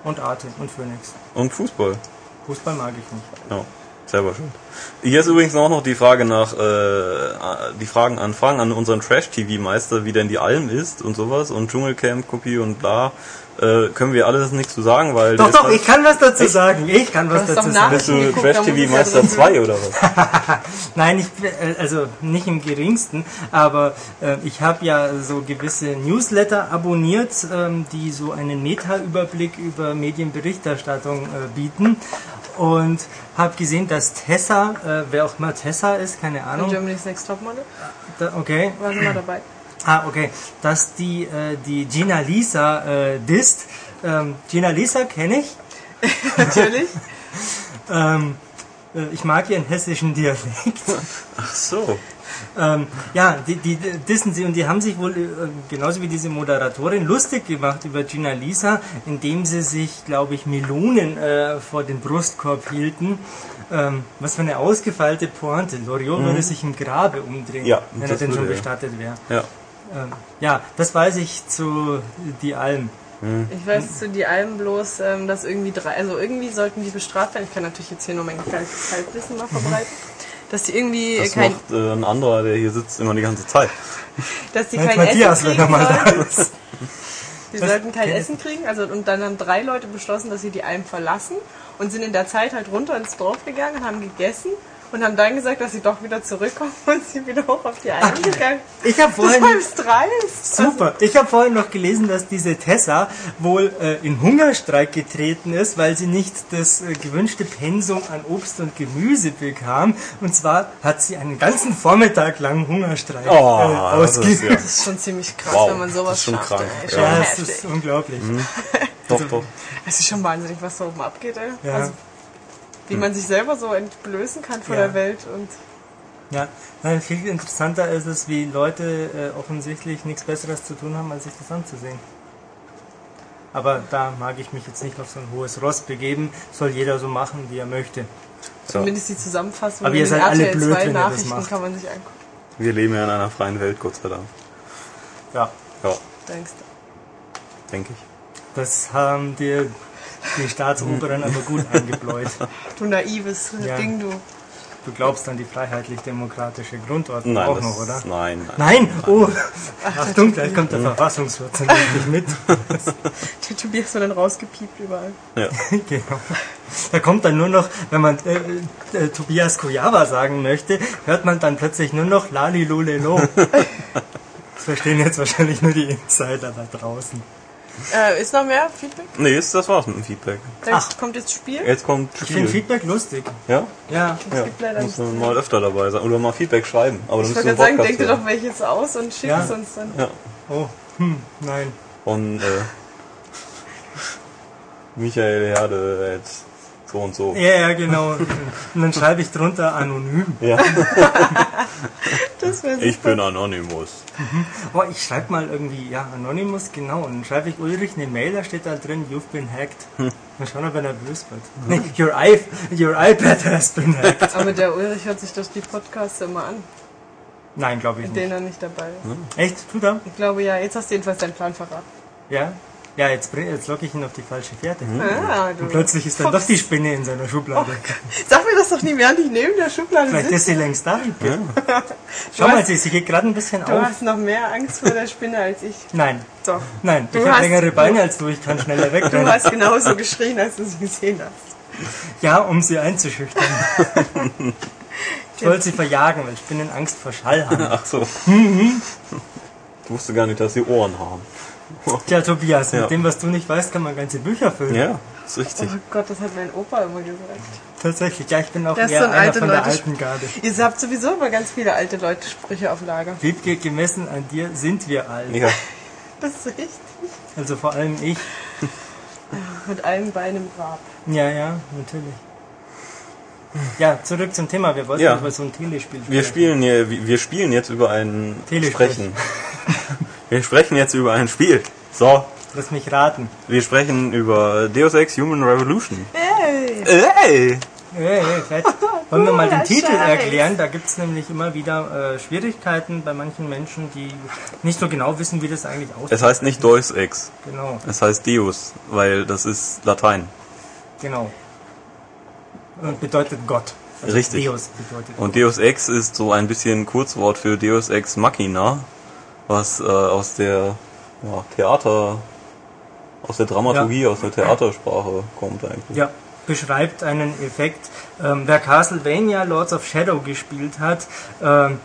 Und Arte und Phoenix.
Und Fußball.
Fußball mag ich nicht.
Ja. Selber schuld. Hier ist übrigens auch noch die Frage nach, äh, die Fragen an Fragen an unseren Trash-TV-Meister, wie denn die Alm ist und sowas und Dschungelcamp-Kopie und bla. Äh, können wir alles nichts zu sagen, weil.
Doch,
der ist
doch,
halt-
ich kann was dazu sagen. Ich kann was
hast
dazu
doch
sagen.
Bist du
Guck, da muss ich ja
Trash-TV-Meister
drin
2 oder was?
Nein, ich äh, also nicht im geringsten, aber äh, ich habe ja so gewisse Newsletter abonniert, ähm, die so einen Meta-Überblick über Medienberichterstattung äh, bieten und habe gesehen, dass Tessa, äh, wer auch immer Tessa ist, keine
Und
Ahnung,
Germany's Next Topmodel.
da, okay,
War sie mal dabei.
Ah, okay. Dass die, äh, die Gina Lisa äh, disst. Ähm, Gina Lisa kenne ich.
Natürlich.
Ähm, äh, ich mag ihren hessischen Dialekt.
Ach so.
Ähm, ja, die, die dissen sie und die haben sich wohl äh, genauso wie diese Moderatorin lustig gemacht über Gina Lisa, indem sie sich, glaube ich, Melonen äh, vor den Brustkorb hielten. Ähm, was für eine ausgefeilte Pointe. Loriot würde sich im Grabe umdrehen,
Mhm. Ja,
wenn er
das
denn schon
würde er.
bestattet wäre.
Ja.
Ähm, ja, das weiß ich zu äh, die Alm.
Ich weiß zu die Alben bloß, ähm, dass irgendwie drei, also irgendwie sollten die bestraft werden. Ich kann natürlich jetzt hier nur mein kleines Halbwissen mal verbreiten. Dass die irgendwie
Das
kein,
macht äh, ein anderer, der hier sitzt, immer die ganze Zeit.
dass die
Mensch,
kein
Matthias,
Essen
wenn er
kriegen
mal da
sollten. Die
Das-
sollten kein Essen kriegen. Also, und dann haben drei Leute beschlossen, dass sie die Alm verlassen und sind in der Zeit halt runter ins Dorf gegangen, haben gegessen und haben dann gesagt, dass sie doch wieder zurückkommen und sie wieder hoch auf die Alm gegangen.
Ich habe
Das
vorhin
war bis dreist.
Super. Ich habe vorhin noch gelesen, dass diese Tessa wohl äh, in Hungerstreik getreten ist, weil sie nicht das äh, gewünschte Pensum an Obst und Gemüse bekam. Und zwar hat sie einen ganzen Vormittag lang Hungerstreik äh,
Oh, das ist
ausgeübt.
ja-
Das ist schon ziemlich krass,
Wow,
wenn man sowas
das ist schon
schafft.
krank.
Ey.
Ja,
Schon
Ja, es
heftig.
ist unglaublich.
Mhm. Doch, doch.
Es ist schon wahnsinnig, was da oben abgeht, ey.
Ja.
Also, wie man sich selber so entblößen kann von
Hm. Ja.
der Welt und
Ja. Nein, viel interessanter ist es, wie Leute äh, offensichtlich nichts Besseres zu tun haben, als sich das anzusehen. Aber da mag ich mich jetzt nicht auf so ein hohes Ross begeben. Soll jeder so machen, wie er möchte.
zumindest die Zusammenfassung
Aber ihr
in den
seid alle
RTL
blöd,
2
wenn ihr das
Nachrichten
macht.
kann man sich angucken.
Wir leben ja in einer freien Welt, Gott sei Dank.
Ja.
Ja,
Denkst du.
denke ich.
Das haben dir die Staatsoberen aber gut eingebläut.
Du naives
Ja.
Ding, du.
Du glaubst an die freiheitlich-demokratische Grundordnung
Nein,
auch
das,
noch, oder?
Nein, nein.
Nein! Oh! Achtung, gleich kommt der Verfassungsschutz und nimmt dich mit.
Der Tobias wird dann rausgepiept überall.
Ja.
genau. Da kommt dann nur noch, wenn man äh, äh, Tobias Kojawa sagen möchte, hört man dann plötzlich nur noch Lali Lole Lo. Das verstehen jetzt wahrscheinlich nur die Insider da draußen.
Äh, ist noch mehr Feedback?
Nee, ist, das war's mit dem Feedback.
Da
Ach.
kommt jetzt Spiel.
Jetzt kommt
Ich finde
Spiel.
Feedback lustig.
Ja?
Ja.
Es
Ja.
gibt leider
Muss
nicht.
man mal öfter dabei sein. Oder mal Feedback schreiben. Aber dann
Ich
müsst
wollte
ihr
gerade
im
sagen,
Podcast
denkt ihr
hören.
doch welches aus und schickt
Ja.
es uns dann.
Ja.
Oh, hm, nein.
Und äh, Michael Herde jetzt so und so.
Ja, ja, genau. Und dann schreibe ich drunter anonym.
Ja.
Das wäre
Ich bin Anonymous.
Boah, ich schreibe mal irgendwie, ja, Anonymous, genau. Und dann schreibe ich Ulrich eine Mail, da steht da drin, you've been hacked.
Hm.
Mal schauen, ob er nervös wird. Nee, your, I your iPad has been hacked.
Aber der Ulrich hört sich doch die Podcasts immer an,
Nein, glaube ich
in
nicht.
denen er nicht dabei ist.
Hm. Echt? Tut er?
Ich glaube ja, jetzt hast du jedenfalls deinen Plan verraten.
Ja? Ja, jetzt, bring- jetzt locke ich ihn auf die falsche Fährte.
Ah, du.
Hm. Und plötzlich ist dann doch die Spinne in seiner
Oh
Schublade.
Sag mir das doch nie, während ich neben der Schublade
Vielleicht
sitze.
ist sie längst da. Schau mal, sie, sie geht gerade ein bisschen
Du
auf.
hast noch mehr Angst vor der Spinne als ich.
Nein,
Doch.
nein,
Du
ich habe
hast-
längere Beine als du, ich kann schneller
Du
wegrennen.
hast genauso geschrien, als du sie gesehen hast.
Ja, um sie einzuschüchtern. ich wollte sie verjagen, weil Spinnen Angst vor Schall haben.
Ach so. Ich wusste gar nicht, dass sie Ohren haben.
Tja, Tobias,
Ja.
mit dem, was du nicht weißt, kann man ganze Bücher füllen.
Ja, ist richtig.
Oh Gott, das hat mein Opa immer gesagt.
Tatsächlich, ja, ich bin auch
Das ist
eher
so ein
einer
alte
von der
Leute-
alten Garde.
Ihr habt sowieso immer ganz viele alte Leute Sprüche auf Lager.
Wiebke, gemessen an dir sind wir alt.
Ja.
Das ist richtig.
Also vor allem ich.
Mit allen Beinen im Grab.
Ja, ja, natürlich. Ja, zurück zum Thema. Wir wollten
Ja.
über so ein Telespiel sprechen.
Wir spielen, hier, wir spielen jetzt über ein
Telesprech.
Sprechen. Wir sprechen jetzt über ein Spiel. So,
Lass mich raten.
wir sprechen über Deus Ex Human Revolution.
Hey!
Ey!
Hey, hey, vielleicht
Oh,
wollen wir mal den
Cooler
Titel
Scheiß.
erklären. Da gibt es nämlich immer wieder äh, Schwierigkeiten bei manchen Menschen, die nicht so genau wissen, wie das eigentlich aussieht.
Es heißt nicht Deus Ex,
Genau,
es heißt Deus, weil das ist Latein.
genau. Und bedeutet Gott. Also
Richtig.
Deus bedeutet
Und Deus Ex ist so ein bisschen Kurzwort für Deus Ex Machina, was äh, aus der ja, Theater, aus der Dramaturgie, aus der Theatersprache kommt eigentlich.
Ja, beschreibt einen Effekt. Ähm, wer Castlevania Lords of Shadow gespielt hat, ähm,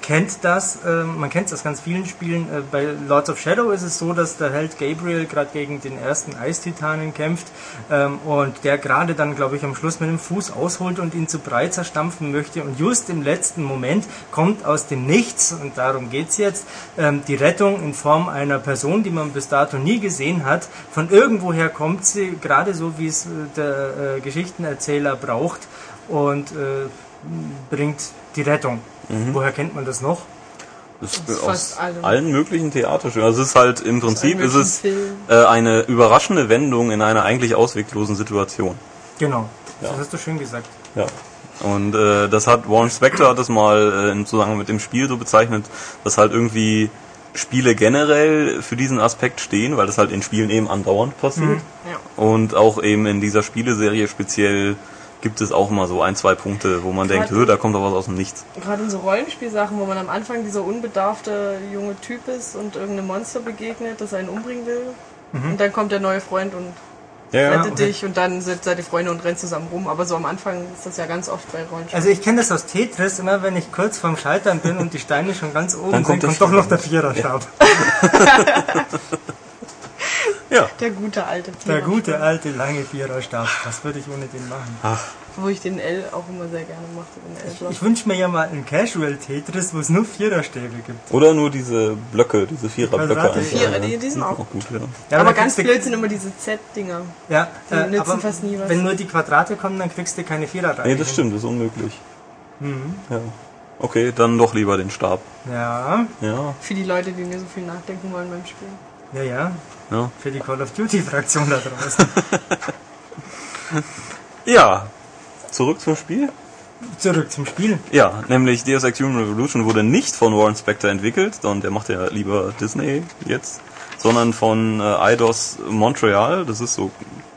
kennt das. Ähm, man kennt es aus ganz vielen Spielen. Äh, bei Lords of Shadow ist es so, dass der Held Gabriel gerade gegen den ersten Eistitanen kämpft ähm, und der gerade dann, glaube ich, am Schluss mit dem Fuß ausholt und ihn zu Brei zerstampfen möchte. Und just im letzten Moment kommt aus dem Nichts, und darum geht's jetzt, ähm, die Rettung in Form einer Person, die man bis dato nie gesehen hat. Von irgendwoher kommt sie, gerade so wie es äh, der äh, Geschichtenerzähler braucht und äh, bringt die Rettung.
Mhm.
Woher kennt man das noch?
Das
Aus
ist aus
fast allem.
allen möglichen Theaterstücken. Also es ist halt im Prinzip
allen
ist es
möglichen
äh, eine überraschende Wendung in einer eigentlich ausweglosen Situation.
Genau.
Ja.
Das hast du schön gesagt.
Ja. Und äh, das hat Warren Spector hat das mal äh, im Zusammenhang mit dem Spiel so bezeichnet, dass halt irgendwie Spiele generell für diesen Aspekt stehen, weil das halt in Spielen eben andauernd passiert.
Ja.
Und auch eben in dieser Spieleserie speziell gibt es auch mal so ein, zwei Punkte, wo man denkt,
Gerade-
"Hö, da kommt doch was aus dem Nichts.
Gerade in so Rollenspielsachen, wo man am Anfang dieser unbedarfte junge Typ ist und irgendeinem Monster begegnet, das einen umbringen will. Und dann kommt der neue Freund und
Ja,
rettet dich und dann sind seid ihr Freunde und rennt zusammen rum. Aber so am Anfang ist das ja ganz oft bei Rollenspielen.
Also ich kenne das aus Tetris, immer wenn ich kurz vorm Scheitern bin und die Steine schon ganz oben
Dann kommt
sind,
der
kommt doch noch der Viererstab.
ja.
Also, Der gute äh alte
Der
Vierer.
gute alte lange Viererstab. Was würde ich ohne den machen?
Wo ich den L auch immer sehr gerne machte, den L-Block.
Ich wünsche mir ja mal ein Casual Tetris, wo es nur Viererstäbe gibt.
Oder nur diese Blöcke, diese Viererblöcke.
Quadrate,
einfach,
Vierer,
ja.
die- die sind auch
gut. Ja.
Ja,
aber
dann
ganz
kriegst du-
blöd sind immer diese Z-Dinger.
Ja,
Die
äh,
nützen
aber
fast nie was.
wenn nur die Quadrate kommen, dann kriegst du keine Vierer rein.
Nee, das stimmt, das ist unmöglich.
Mhm.
Ja. Okay, dann doch lieber den Stab.
Ja,
Ja,
Für die Leute, die mir so viel nachdenken wollen beim Spielen.
ja, ja.
ja.
Für die Call of Duty Fraktion da draußen.
Ja, zurück zum Spiel.
Zurück zum Spiel.
Ja, nämlich Deus Ex Human Revolution wurde nicht von Warren Spector entwickelt, sondern der macht ja lieber Disney jetzt, sondern von äh, Eidos Montreal. Das ist so,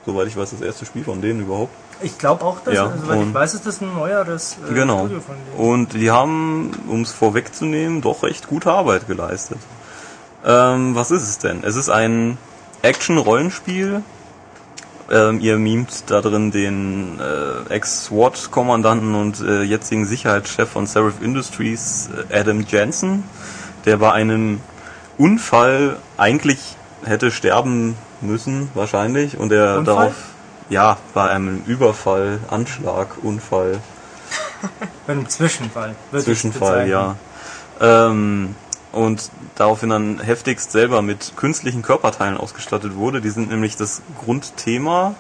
soweit ich weiß, das erste Spiel von denen überhaupt.
Ich glaube auch, dass,
Ja,
also, weil ich
und-
weiß, ist das ein neueres äh,
genau.
Studio von denen.
Und die haben, um es vorwegzunehmen, doch recht gute Arbeit geleistet. Ähm, was ist es denn? Es ist ein Action-Rollenspiel. Ähm, ihr memt da drin den äh, Ex-SWAT-Kommandanten und äh, jetzigen Sicherheitschef von Seraph Industries, äh, Adam Jensen, der bei einem Unfall eigentlich hätte sterben müssen, wahrscheinlich, und er
Unfall?
darauf, ja, bei einem Überfall, Anschlag, Unfall,
Bei einem Zwischenfall. würde ich
Zwischenfall,
bezeichnen.
ja. Ähm, und daraufhin dann heftigst selber mit künstlichen Körperteilen ausgestattet wurde. Die sind nämlich das Grundthema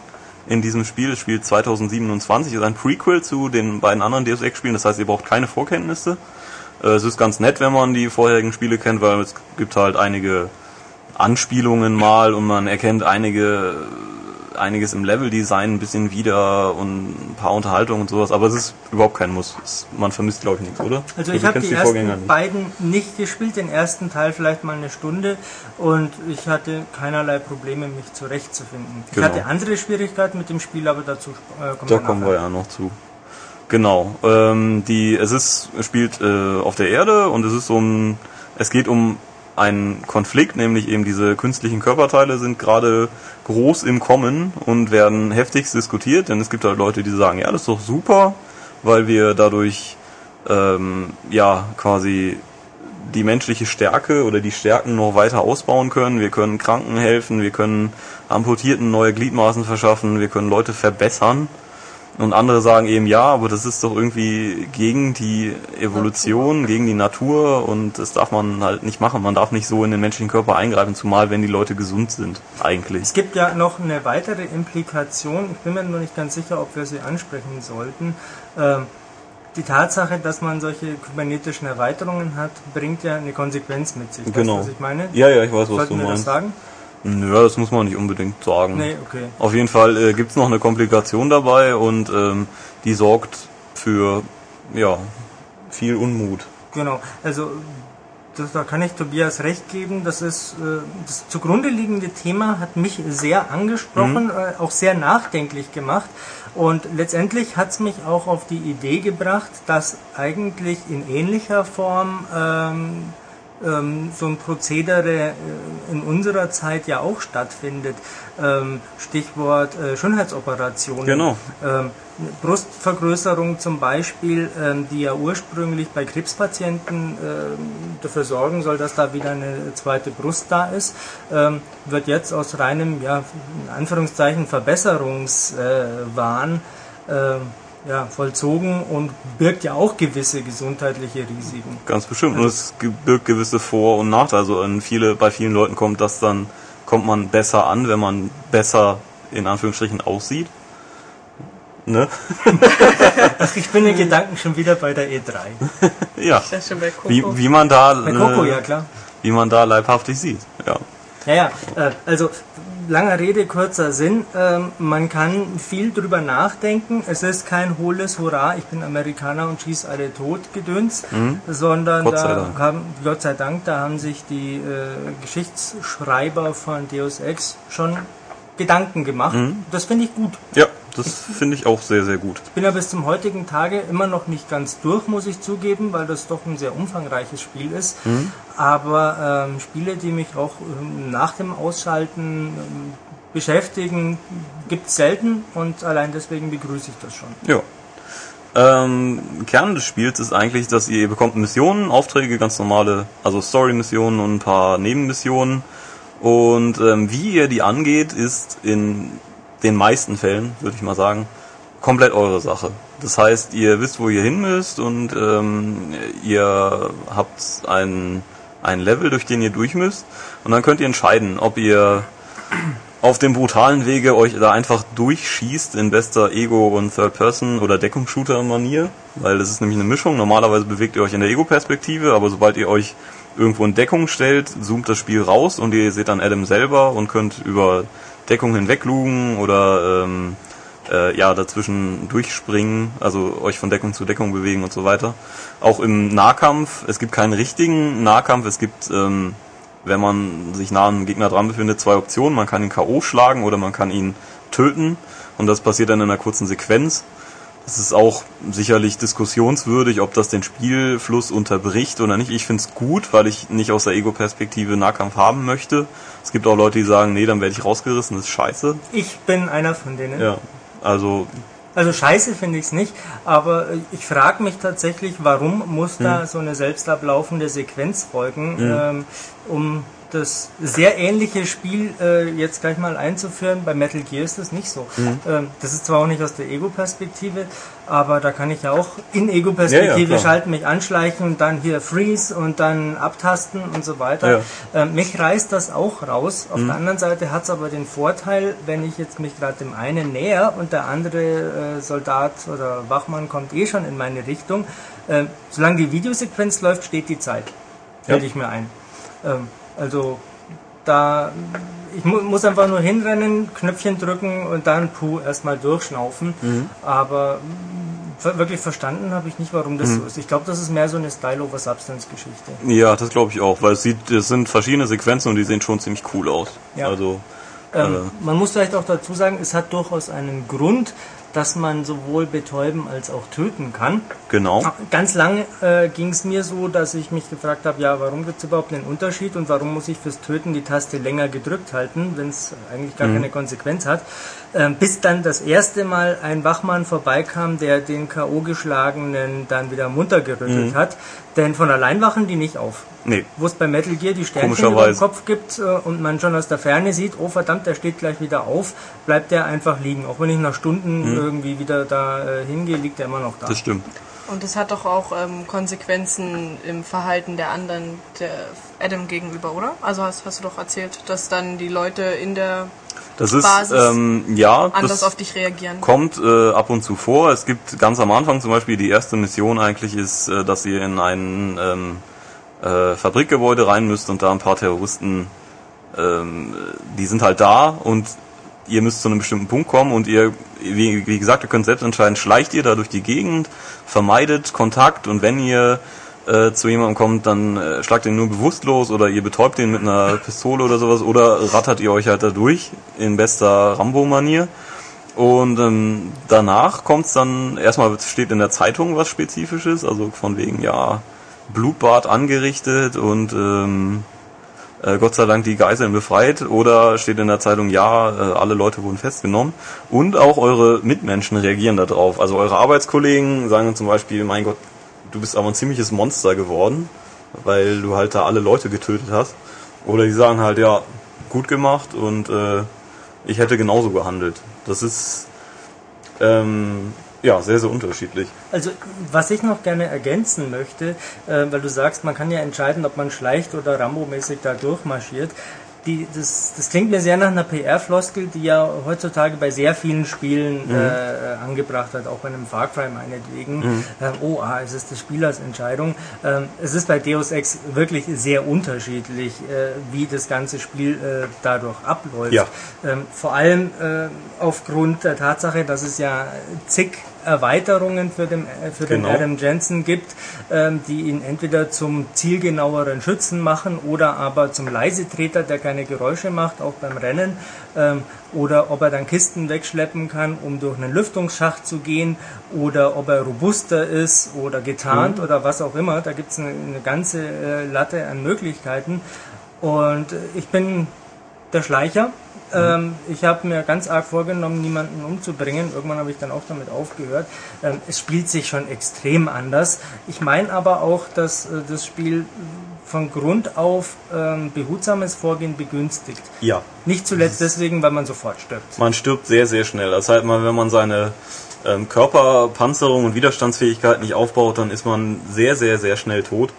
in diesem Spiel. Das Spiel 2027 ist ein Prequel zu den beiden anderen Deus Ex Spielen. Das heißt, ihr braucht keine Vorkenntnisse. Äh, es ist ganz nett, wenn man die vorherigen Spiele kennt, weil es gibt halt einige Anspielungen mal und man erkennt einige einiges im Leveldesign ein bisschen wieder und ein paar Unterhaltungen und sowas, aber es ist überhaupt kein Muss. Es, man vermisst, glaube ich, nichts, oder?
Also
Du
ich habe
kennst
die ersten beiden nicht gespielt, den ersten Teil vielleicht mal eine Stunde und ich hatte keinerlei Probleme, mich zurechtzufinden.
Genau.
Ich hatte andere Schwierigkeiten mit dem Spiel, aber dazu äh, kommen
Da
wir
kommen wir
nachher.
ja noch zu. Genau. Ähm, die, es ist, es spielt äh, auf der Erde und es ist so ein, es geht um einen Konflikt, nämlich eben diese künstlichen Körperteile sind gerade groß im Kommen und werden heftigst diskutiert, denn es gibt halt Leute, die sagen, ja, das ist doch super, weil wir dadurch ähm, ja quasi die menschliche Stärke oder die Stärken noch weiter ausbauen können. Wir können Kranken helfen, wir können Amputierten neue Gliedmaßen verschaffen, wir können Leute verbessern. Und andere sagen eben, ja, aber das ist doch irgendwie gegen die Evolution, gegen die Natur und das darf man halt nicht machen. Man darf nicht so in den menschlichen Körper eingreifen, zumal wenn die Leute gesund sind, eigentlich.
Es gibt ja noch eine weitere Implikation, ich bin mir nur nicht ganz sicher, ob wir sie ansprechen sollten. Ähm, die Tatsache, dass man solche kybernetischen Erweiterungen hat, bringt ja eine Konsequenz mit sich. Weißt du,
Genau.
was ich meine?
Ja, ja, ich weiß, was
Sollten
du
wir das
meinst.
sagen?
Nö, das muss man nicht unbedingt sagen.
Nee, okay.
Auf jeden Fall äh, gibt's noch eine Komplikation dabei und ähm, die sorgt für ja, viel Unmut.
Genau, also das, da kann ich Tobias recht geben. Das ist äh, das zugrunde liegende Thema hat mich sehr angesprochen, äh, auch sehr nachdenklich gemacht. Und letztendlich hat es mich auch auf die Idee gebracht, dass eigentlich in ähnlicher Form ähm, ähm, so ein Prozedere äh, in unserer Zeit ja auch stattfindet. Ähm, Stichwort äh, Schönheitsoperationen.
Genau.
Ähm, eine Brustvergrößerung zum Beispiel, ähm, die ja ursprünglich bei Krebspatienten ähm, dafür sorgen soll, dass da wieder eine zweite Brust da ist, ähm, wird jetzt aus reinem, ja, in Anführungszeichen Verbesserungswahn ähm, ja, vollzogen und birgt ja auch gewisse gesundheitliche Risiken.
Ganz bestimmt. Und es ge- birgt gewisse Vor- und Nachteile. Also an viele, bei vielen Leuten kommt das dann, kommt man besser an, wenn man besser in Anführungsstrichen aussieht. Ne?
Ich bin in Gedanken schon wieder bei der E E3.
Ja.
Das ist schon bei Coco.
Wie, wie man da
Bei Coco,
äh,
ja klar.
wie man da leibhaftig sieht. Ja.
Ja, ja, äh, also langer Rede, kurzer Sinn. Ähm, man kann viel drüber nachdenken. Es ist kein hohles Hurra, ich bin Amerikaner und schieß alle tot gedöns, sondern
Mhm. Gott sei
da
Dank.
haben, Gott sei Dank, da haben sich die äh, Geschichtsschreiber von Deus Ex schon Gedanken gemacht.
Mhm.
Das finde ich gut.
Ja, das finde ich auch sehr, sehr gut.
Ich bin ja bis zum heutigen Tage immer noch nicht ganz durch, muss ich zugeben, weil das doch ein sehr umfangreiches Spiel ist. Aber ähm, Spiele, die mich auch ähm, nach dem Ausschalten ähm, beschäftigen, gibt es selten und allein deswegen begrüße ich das schon.
Ja. Ähm, Kern des Spiels ist eigentlich, dass ihr, ihr bekommt Missionen, Aufträge, ganz normale, also Story-Missionen und ein paar Nebenmissionen. Und ähm, wie ihr die angeht, ist in den meisten Fällen, würde ich mal sagen, komplett eure Sache. Das heißt, ihr wisst, wo ihr hin müsst und ähm, ihr habt einen, einen Level, durch den ihr durch müsst. Und dann könnt ihr entscheiden, ob ihr auf dem brutalen Wege euch da einfach durchschießt in bester Ego- und Third-Person- oder Deckungsshooter-Manier, weil das ist nämlich eine Mischung. Normalerweise bewegt ihr euch in der Ego-Perspektive, aber sobald ihr euch irgendwo in Deckung stellt, zoomt das Spiel raus und ihr seht dann Adam selber und könnt über Deckung hinweglugen oder ähm, äh, ja dazwischen durchspringen, also euch von Deckung zu Deckung bewegen und so weiter. Auch im Nahkampf, es gibt keinen richtigen Nahkampf, es gibt ähm, wenn man sich nah am Gegner dran befindet, zwei Optionen. Man kann ihn K.O. schlagen oder man kann ihn töten. Und das passiert dann in einer kurzen Sequenz. Das ist auch sicherlich diskussionswürdig, ob das den Spielfluss unterbricht oder nicht. Ich finde es gut, weil ich nicht aus der Ego-Perspektive Nahkampf haben möchte. Es gibt auch Leute, die sagen, nee, dann werde ich rausgerissen, das ist scheiße.
Ich bin einer von denen.
Ja. Also,
Also scheiße finde ich es nicht, aber äh, ich frage mich tatsächlich, warum muss da so eine selbst ablaufende Sequenz folgen, ähm, um das sehr ähnliche Spiel äh, jetzt gleich mal einzuführen. Bei Metal Gear ist das nicht so. Ähm, das ist zwar auch nicht aus der Ego-Perspektive, aber da kann ich ja auch in
Ja, ja,
Ego-Perspektive
klar.
schalten, mich anschleichen und dann hier Freeze und dann abtasten und so weiter.
Ja. Mhm.
Ähm, mich reißt das auch raus. Auf der anderen Seite hat es aber den Vorteil, wenn ich jetzt mich gerade dem einen näher und der andere äh, Soldat oder Wachmann kommt eh schon in meine Richtung. Ähm, solange die Videosequenz läuft, steht die Zeit.
Ja.
Fällt ich mir ein. Ähm, also da ich mu muss einfach nur hinrennen, Knöpfchen drücken und dann puh erstmal durchschnaufen.
Mhm.
Aber mh, ver- wirklich verstanden habe ich nicht, warum das so ist. Ich glaube, das ist mehr so eine Style-over-Substance-Geschichte.
ja, das glaube ich auch, weil es sieht, es sind verschiedene Sequenzen und die sehen schon ziemlich cool aus.
Ja.
Also,
Ähm, man muss vielleicht auch dazu sagen, es hat durchaus einen Grund, dass man sowohl betäuben als auch töten kann.
genau.
Ganz lange äh, ging es mir so, dass ich mich gefragt habe, ja, warum gibt es überhaupt einen Unterschied und warum muss ich fürs Töten die Taste länger gedrückt halten, wenn es eigentlich gar keine Konsequenz hat. Ähm, bis dann das erste Mal ein Wachmann vorbeikam, der den K.O. geschlagenen dann wieder munter gerüttelt hat. Denn von allein wachen die nicht auf
Nee.
wo es bei Metal Gear die Sternchen über dem
Komischerweise.
Kopf gibt äh, und man schon aus der Ferne sieht, oh verdammt, der steht gleich wieder auf, bleibt der einfach liegen. Auch wenn ich nach Stunden irgendwie wieder da äh, hingehe, liegt er immer noch da.
Mhm. Das stimmt.
Und das hat doch auch ähm, Konsequenzen im Verhalten der anderen, der Adam gegenüber, oder? Also hast, hast du doch erzählt, dass dann die Leute in der
Das ist,
Basis
ähm, ja.
anders
das,
auf dich reagieren.
kommt äh, ab und zu vor. Es gibt ganz am Anfang zum Beispiel die erste Mission eigentlich ist, äh, dass ihr in ein ähm, äh, Fabrikgebäude rein müsst und da ein paar Terroristen, ähm, die sind halt da und ihr müsst zu einem bestimmten Punkt kommen und ihr, wie, wie gesagt, ihr könnt selbst entscheiden, schleicht ihr da durch die Gegend, vermeidet Kontakt und wenn ihr äh, zu jemandem kommt, dann äh, schlagt ihn nur bewusstlos oder ihr betäubt ihn mit einer Pistole oder sowas oder rattert ihr euch halt da durch in bester Rambo-Manier. Und ähm, danach kommt's dann, erstmal steht in der Zeitung was Spezifisches, also von wegen, ja, Blutbad angerichtet und ähm, äh, Gott sei Dank die Geiseln befreit. Oder steht in der Zeitung, ja, äh, alle Leute wurden festgenommen. Und auch eure Mitmenschen reagieren darauf. Also eure Arbeitskollegen sagen dann zum Beispiel, mein Gott, du bist aber ein ziemliches Monster geworden, weil du halt da alle Leute getötet hast. Oder die sagen halt, ja, gut gemacht und... Äh, ich hätte genauso gehandelt. Das ist ähm, ja sehr, sehr unterschiedlich.
Also was ich noch gerne ergänzen möchte, äh, weil du sagst, man kann ja entscheiden, ob man schleicht oder Rambo-mäßig da durchmarschiert. die, das, das klingt mir sehr nach einer PR-Floskel, die ja heutzutage bei sehr vielen Spielen äh, angebracht wird, auch bei einem Far Cry meinetwegen. Ähm, oh, ah, es ist des Spielers Entscheidung. Ähm, es ist bei Deus Ex wirklich sehr unterschiedlich, äh, wie das ganze Spiel äh, dadurch abläuft.
Ja.
Ähm, vor allem äh, aufgrund der Tatsache, dass es ja zig Erweiterungen für den, äh, für
Genau.
den Adam Jensen gibt, ähm, die ihn entweder zum zielgenaueren Schützen machen oder aber zum Leisetreter, der keine Geräusche macht, auch beim Rennen. Ähm, oder ob er dann Kisten wegschleppen kann, um durch einen Lüftungsschacht zu gehen. Oder ob er robuster ist oder getarnt oder was auch immer. Da gibt es eine, eine ganze äh, Latte an Möglichkeiten. Und äh, ich bin der Schleicher. Ähm, ich habe mir ganz arg vorgenommen, niemanden umzubringen. Irgendwann habe ich dann auch damit aufgehört. Ähm, es spielt sich schon extrem anders. Ich meine aber auch, dass äh, das Spiel von Grund auf ähm, behutsames Vorgehen begünstigt.
Ja.
Nicht zuletzt deswegen, weil man sofort stirbt.
Man stirbt sehr, sehr schnell. Das heißt, man, wenn man seine ähm, Körperpanzerung und Widerstandsfähigkeit nicht aufbaut, dann ist man sehr, sehr, sehr schnell tot.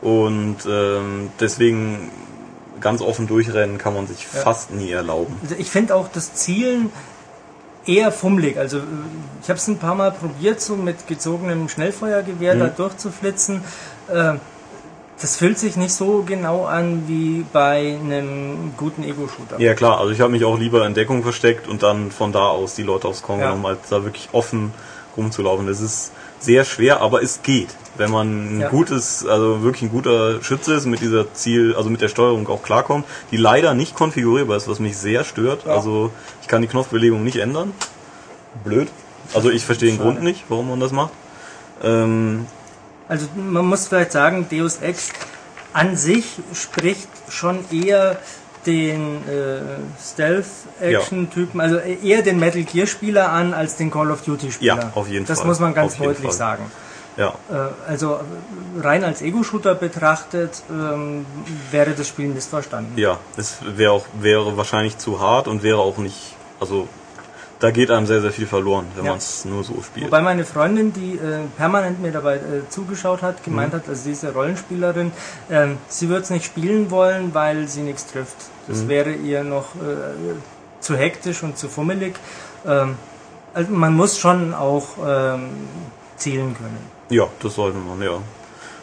Und ähm, deswegen ganz offen durchrennen kann man sich fast nie erlauben.
Also Ich finde auch das Zielen eher fummelig. Also äh, ich habe es ein paar Mal probiert, so mit gezogenem Schnellfeuergewehr
Mhm.
da durchzuflitzen. Äh, das fühlt sich nicht so genau an wie bei einem guten Ego-Shooter.
Ja klar, also ich habe mich auch lieber in Deckung versteckt und dann von da aus die Leute aufs Korn
Ja.
genommen, als da wirklich offen rumzulaufen. Das ist sehr schwer, aber es geht. Wenn man ein
Ja.
gutes, also wirklich ein guter Schütze ist, mit dieser Ziel, also mit der Steuerung auch klarkommt, die leider nicht konfigurierbar ist, was mich sehr stört.
Ja.
Also ich kann die Knopfbelegung nicht ändern. Blöd. Also ich verstehe den
Schade.
Grund nicht, warum man das macht. Ähm,
Also man muss vielleicht sagen, Deus Ex an sich spricht schon eher den äh, Stealth-Action-Typen, also eher den Metal Gear-Spieler an als den Call of Duty-Spieler.
Ja, auf jeden
das
Fall.
Das muss man ganz
Auf jeden
deutlich
Fall.
sagen.
ja,
Äh, also äh, rein als Ego-Shooter betrachtet ähm, wäre das Spiel missverstanden.
Ja, es wäre auch wäre wahrscheinlich zu hart und wäre auch nicht, also da geht einem sehr sehr viel verloren, wenn
Ja.
man es nur so spielt.
Wobei meine Freundin, die äh, permanent mir dabei äh, zugeschaut hat, gemeint hat, also sie ist ja Rollenspielerin, ähm, sie würde es nicht spielen wollen, weil sie nichts trifft. Das wäre ihr noch äh, zu hektisch und zu fummelig. Ähm, also man muss schon auch ähm, zielen können.
Ja, das sollte man, ja.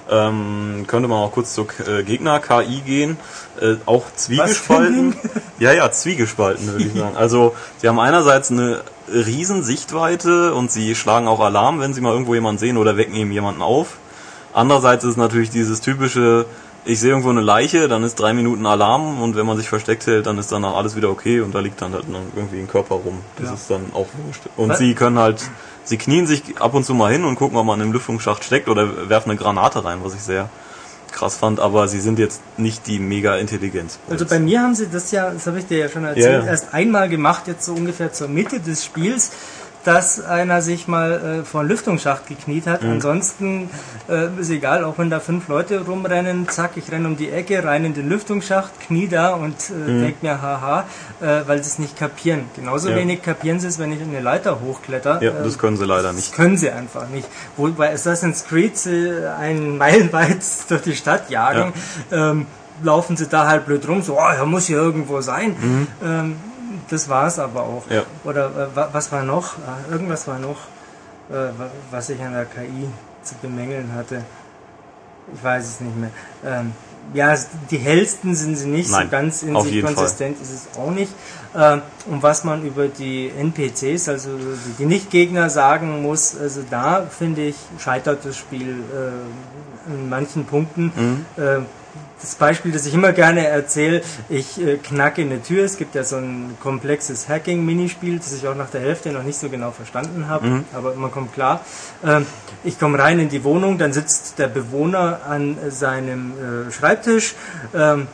Ähm, könnte man auch kurz zur äh, Gegner-KI gehen. Äh, auch zwiegespalten. Ja, ja, zwiegespalten würde ich sagen. Also sie haben einerseits eine riesen Sichtweite und sie schlagen auch Alarm, wenn sie mal irgendwo jemanden sehen oder wecken eben jemanden auf. Andererseits ist natürlich dieses typische, ich sehe irgendwo eine Leiche, dann ist drei Minuten Alarm und wenn man sich versteckt hält, dann ist danach alles wieder okay und da liegt dann halt noch irgendwie ein Körper rum. Das
Ja.
ist dann auch wurscht. Und
Was-
sie können halt, sie knien sich ab und zu mal hin und gucken, ob man im Lüftungsschacht steckt oder werfen eine Granate rein, was ich sehr krass fand, aber sie sind jetzt nicht die mega Intelligenz.
Also bei mir haben sie das ja, das habe ich dir ja schon erzählt,
ja.
erst einmal gemacht, jetzt so ungefähr zur Mitte des Spiels, dass einer sich mal äh, vor einen Lüftungsschacht gekniet
Mhm.
hat. Ansonsten äh, ist egal, auch wenn da fünf Leute rumrennen, zack, ich renne um die Ecke, rein in den Lüftungsschacht, knie da und äh, denk mir, haha, äh, weil sie es nicht kapieren. Genauso
Mhm. Ja.
wenig kapieren sie es, wenn ich eine Leiter hochkletter.
ja,
Ähm,
das können sie leider
das
nicht.
können sie einfach nicht. Wo bei Assassin's Creed sie einen meilenweit durch die Stadt jagen, ähm, laufen sie da halt blöd rum, so, oh, er muss hier irgendwo sein. Ähm, das war es aber auch.
Mhm. Ja.
Oder äh, wa- was war noch? Ah, Irgendwas war noch, äh, wa- was ich an der KI zu bemängeln hatte. Ich weiß es nicht mehr. Ähm, ja, es- die hellsten sind sie nicht,
Nein,
so ganz in
auf
sich
jeden Fall.
konsistent ist es auch nicht. Ähm, und was man über die NPCs, also die Nicht-Gegner, sagen muss, also da finde ich, scheitert das Spiel äh, in manchen Punkten.
Mhm.
Äh, das Beispiel, das ich immer gerne erzähle, ich äh, knacke eine Tür. Es gibt ja so ein komplexes Hacking-Minispiel, das ich auch nach der Hälfte noch nicht so genau verstanden habe, aber man kommt klar. Ähm, ich komme rein in die Wohnung, dann sitzt der Bewohner an äh, seinem äh, Schreibtisch. Ähm,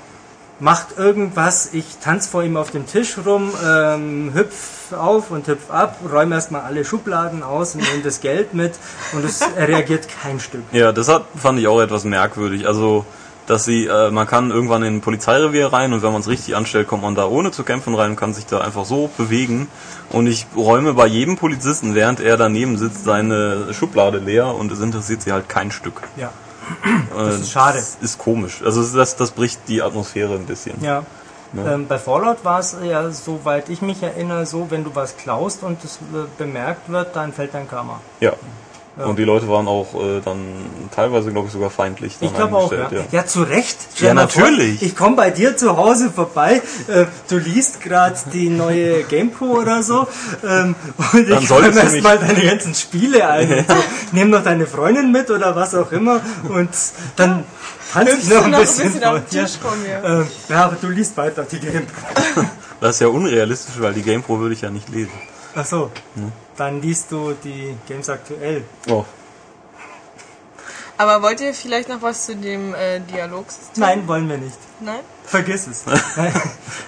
macht irgendwas, ich tanze vor ihm auf dem Tisch rum, ähm, hüpf auf und hüpf ab, räume erstmal alle Schubladen aus und nehme das Geld mit und es er reagiert kein Stück.
Ja, das hat, fand ich auch etwas merkwürdig. Also, dass sie, äh, man kann irgendwann in ein Polizeirevier rein und wenn man es richtig anstellt, kommt man da ohne zu kämpfen rein und kann sich da einfach so bewegen. Und ich räume bei jedem Polizisten, während er daneben sitzt, seine Schublade leer und es interessiert sie halt kein Stück. Äh,
Ja.
Das
ist schade.
Ist komisch. Also das, das bricht die Atmosphäre ein bisschen.
Ja.
Ja.
Ähm, bei Fallout war es ja, soweit ich mich erinnere, so, wenn du was klaust und es äh, bemerkt wird, dann fällt dein Karma.
Ja. Und die Leute waren auch äh, dann teilweise, glaube ich, sogar feindlich. Dann
Ich glaube auch, ja.
eingestellt,
ja. zu Recht. Stell
Ja,
mal vor,
natürlich.
ich komme bei dir zu Hause vorbei, äh, du liest gerade die neue GamePro oder so ähm, und ich
solltest
räume
du
erst
mich-
mal deine ganzen Spiele ein. und So, nimm noch deine Freundin mit oder was auch immer und dann tanze ich noch ein bisschen.
auf
vor
den
dir.
Tisch von mir.
Ähm, ja, aber du liest weiter die GamePro.
Das ist ja unrealistisch, weil die GamePro würde ich ja nicht lesen.
Ach so,
Hm?
dann liest du die Games aktuell.
Oh.
Aber wollt ihr vielleicht noch was zu dem äh, Dialogsystem?
Nein, wollen wir nicht.
Nein?
Vergiss es.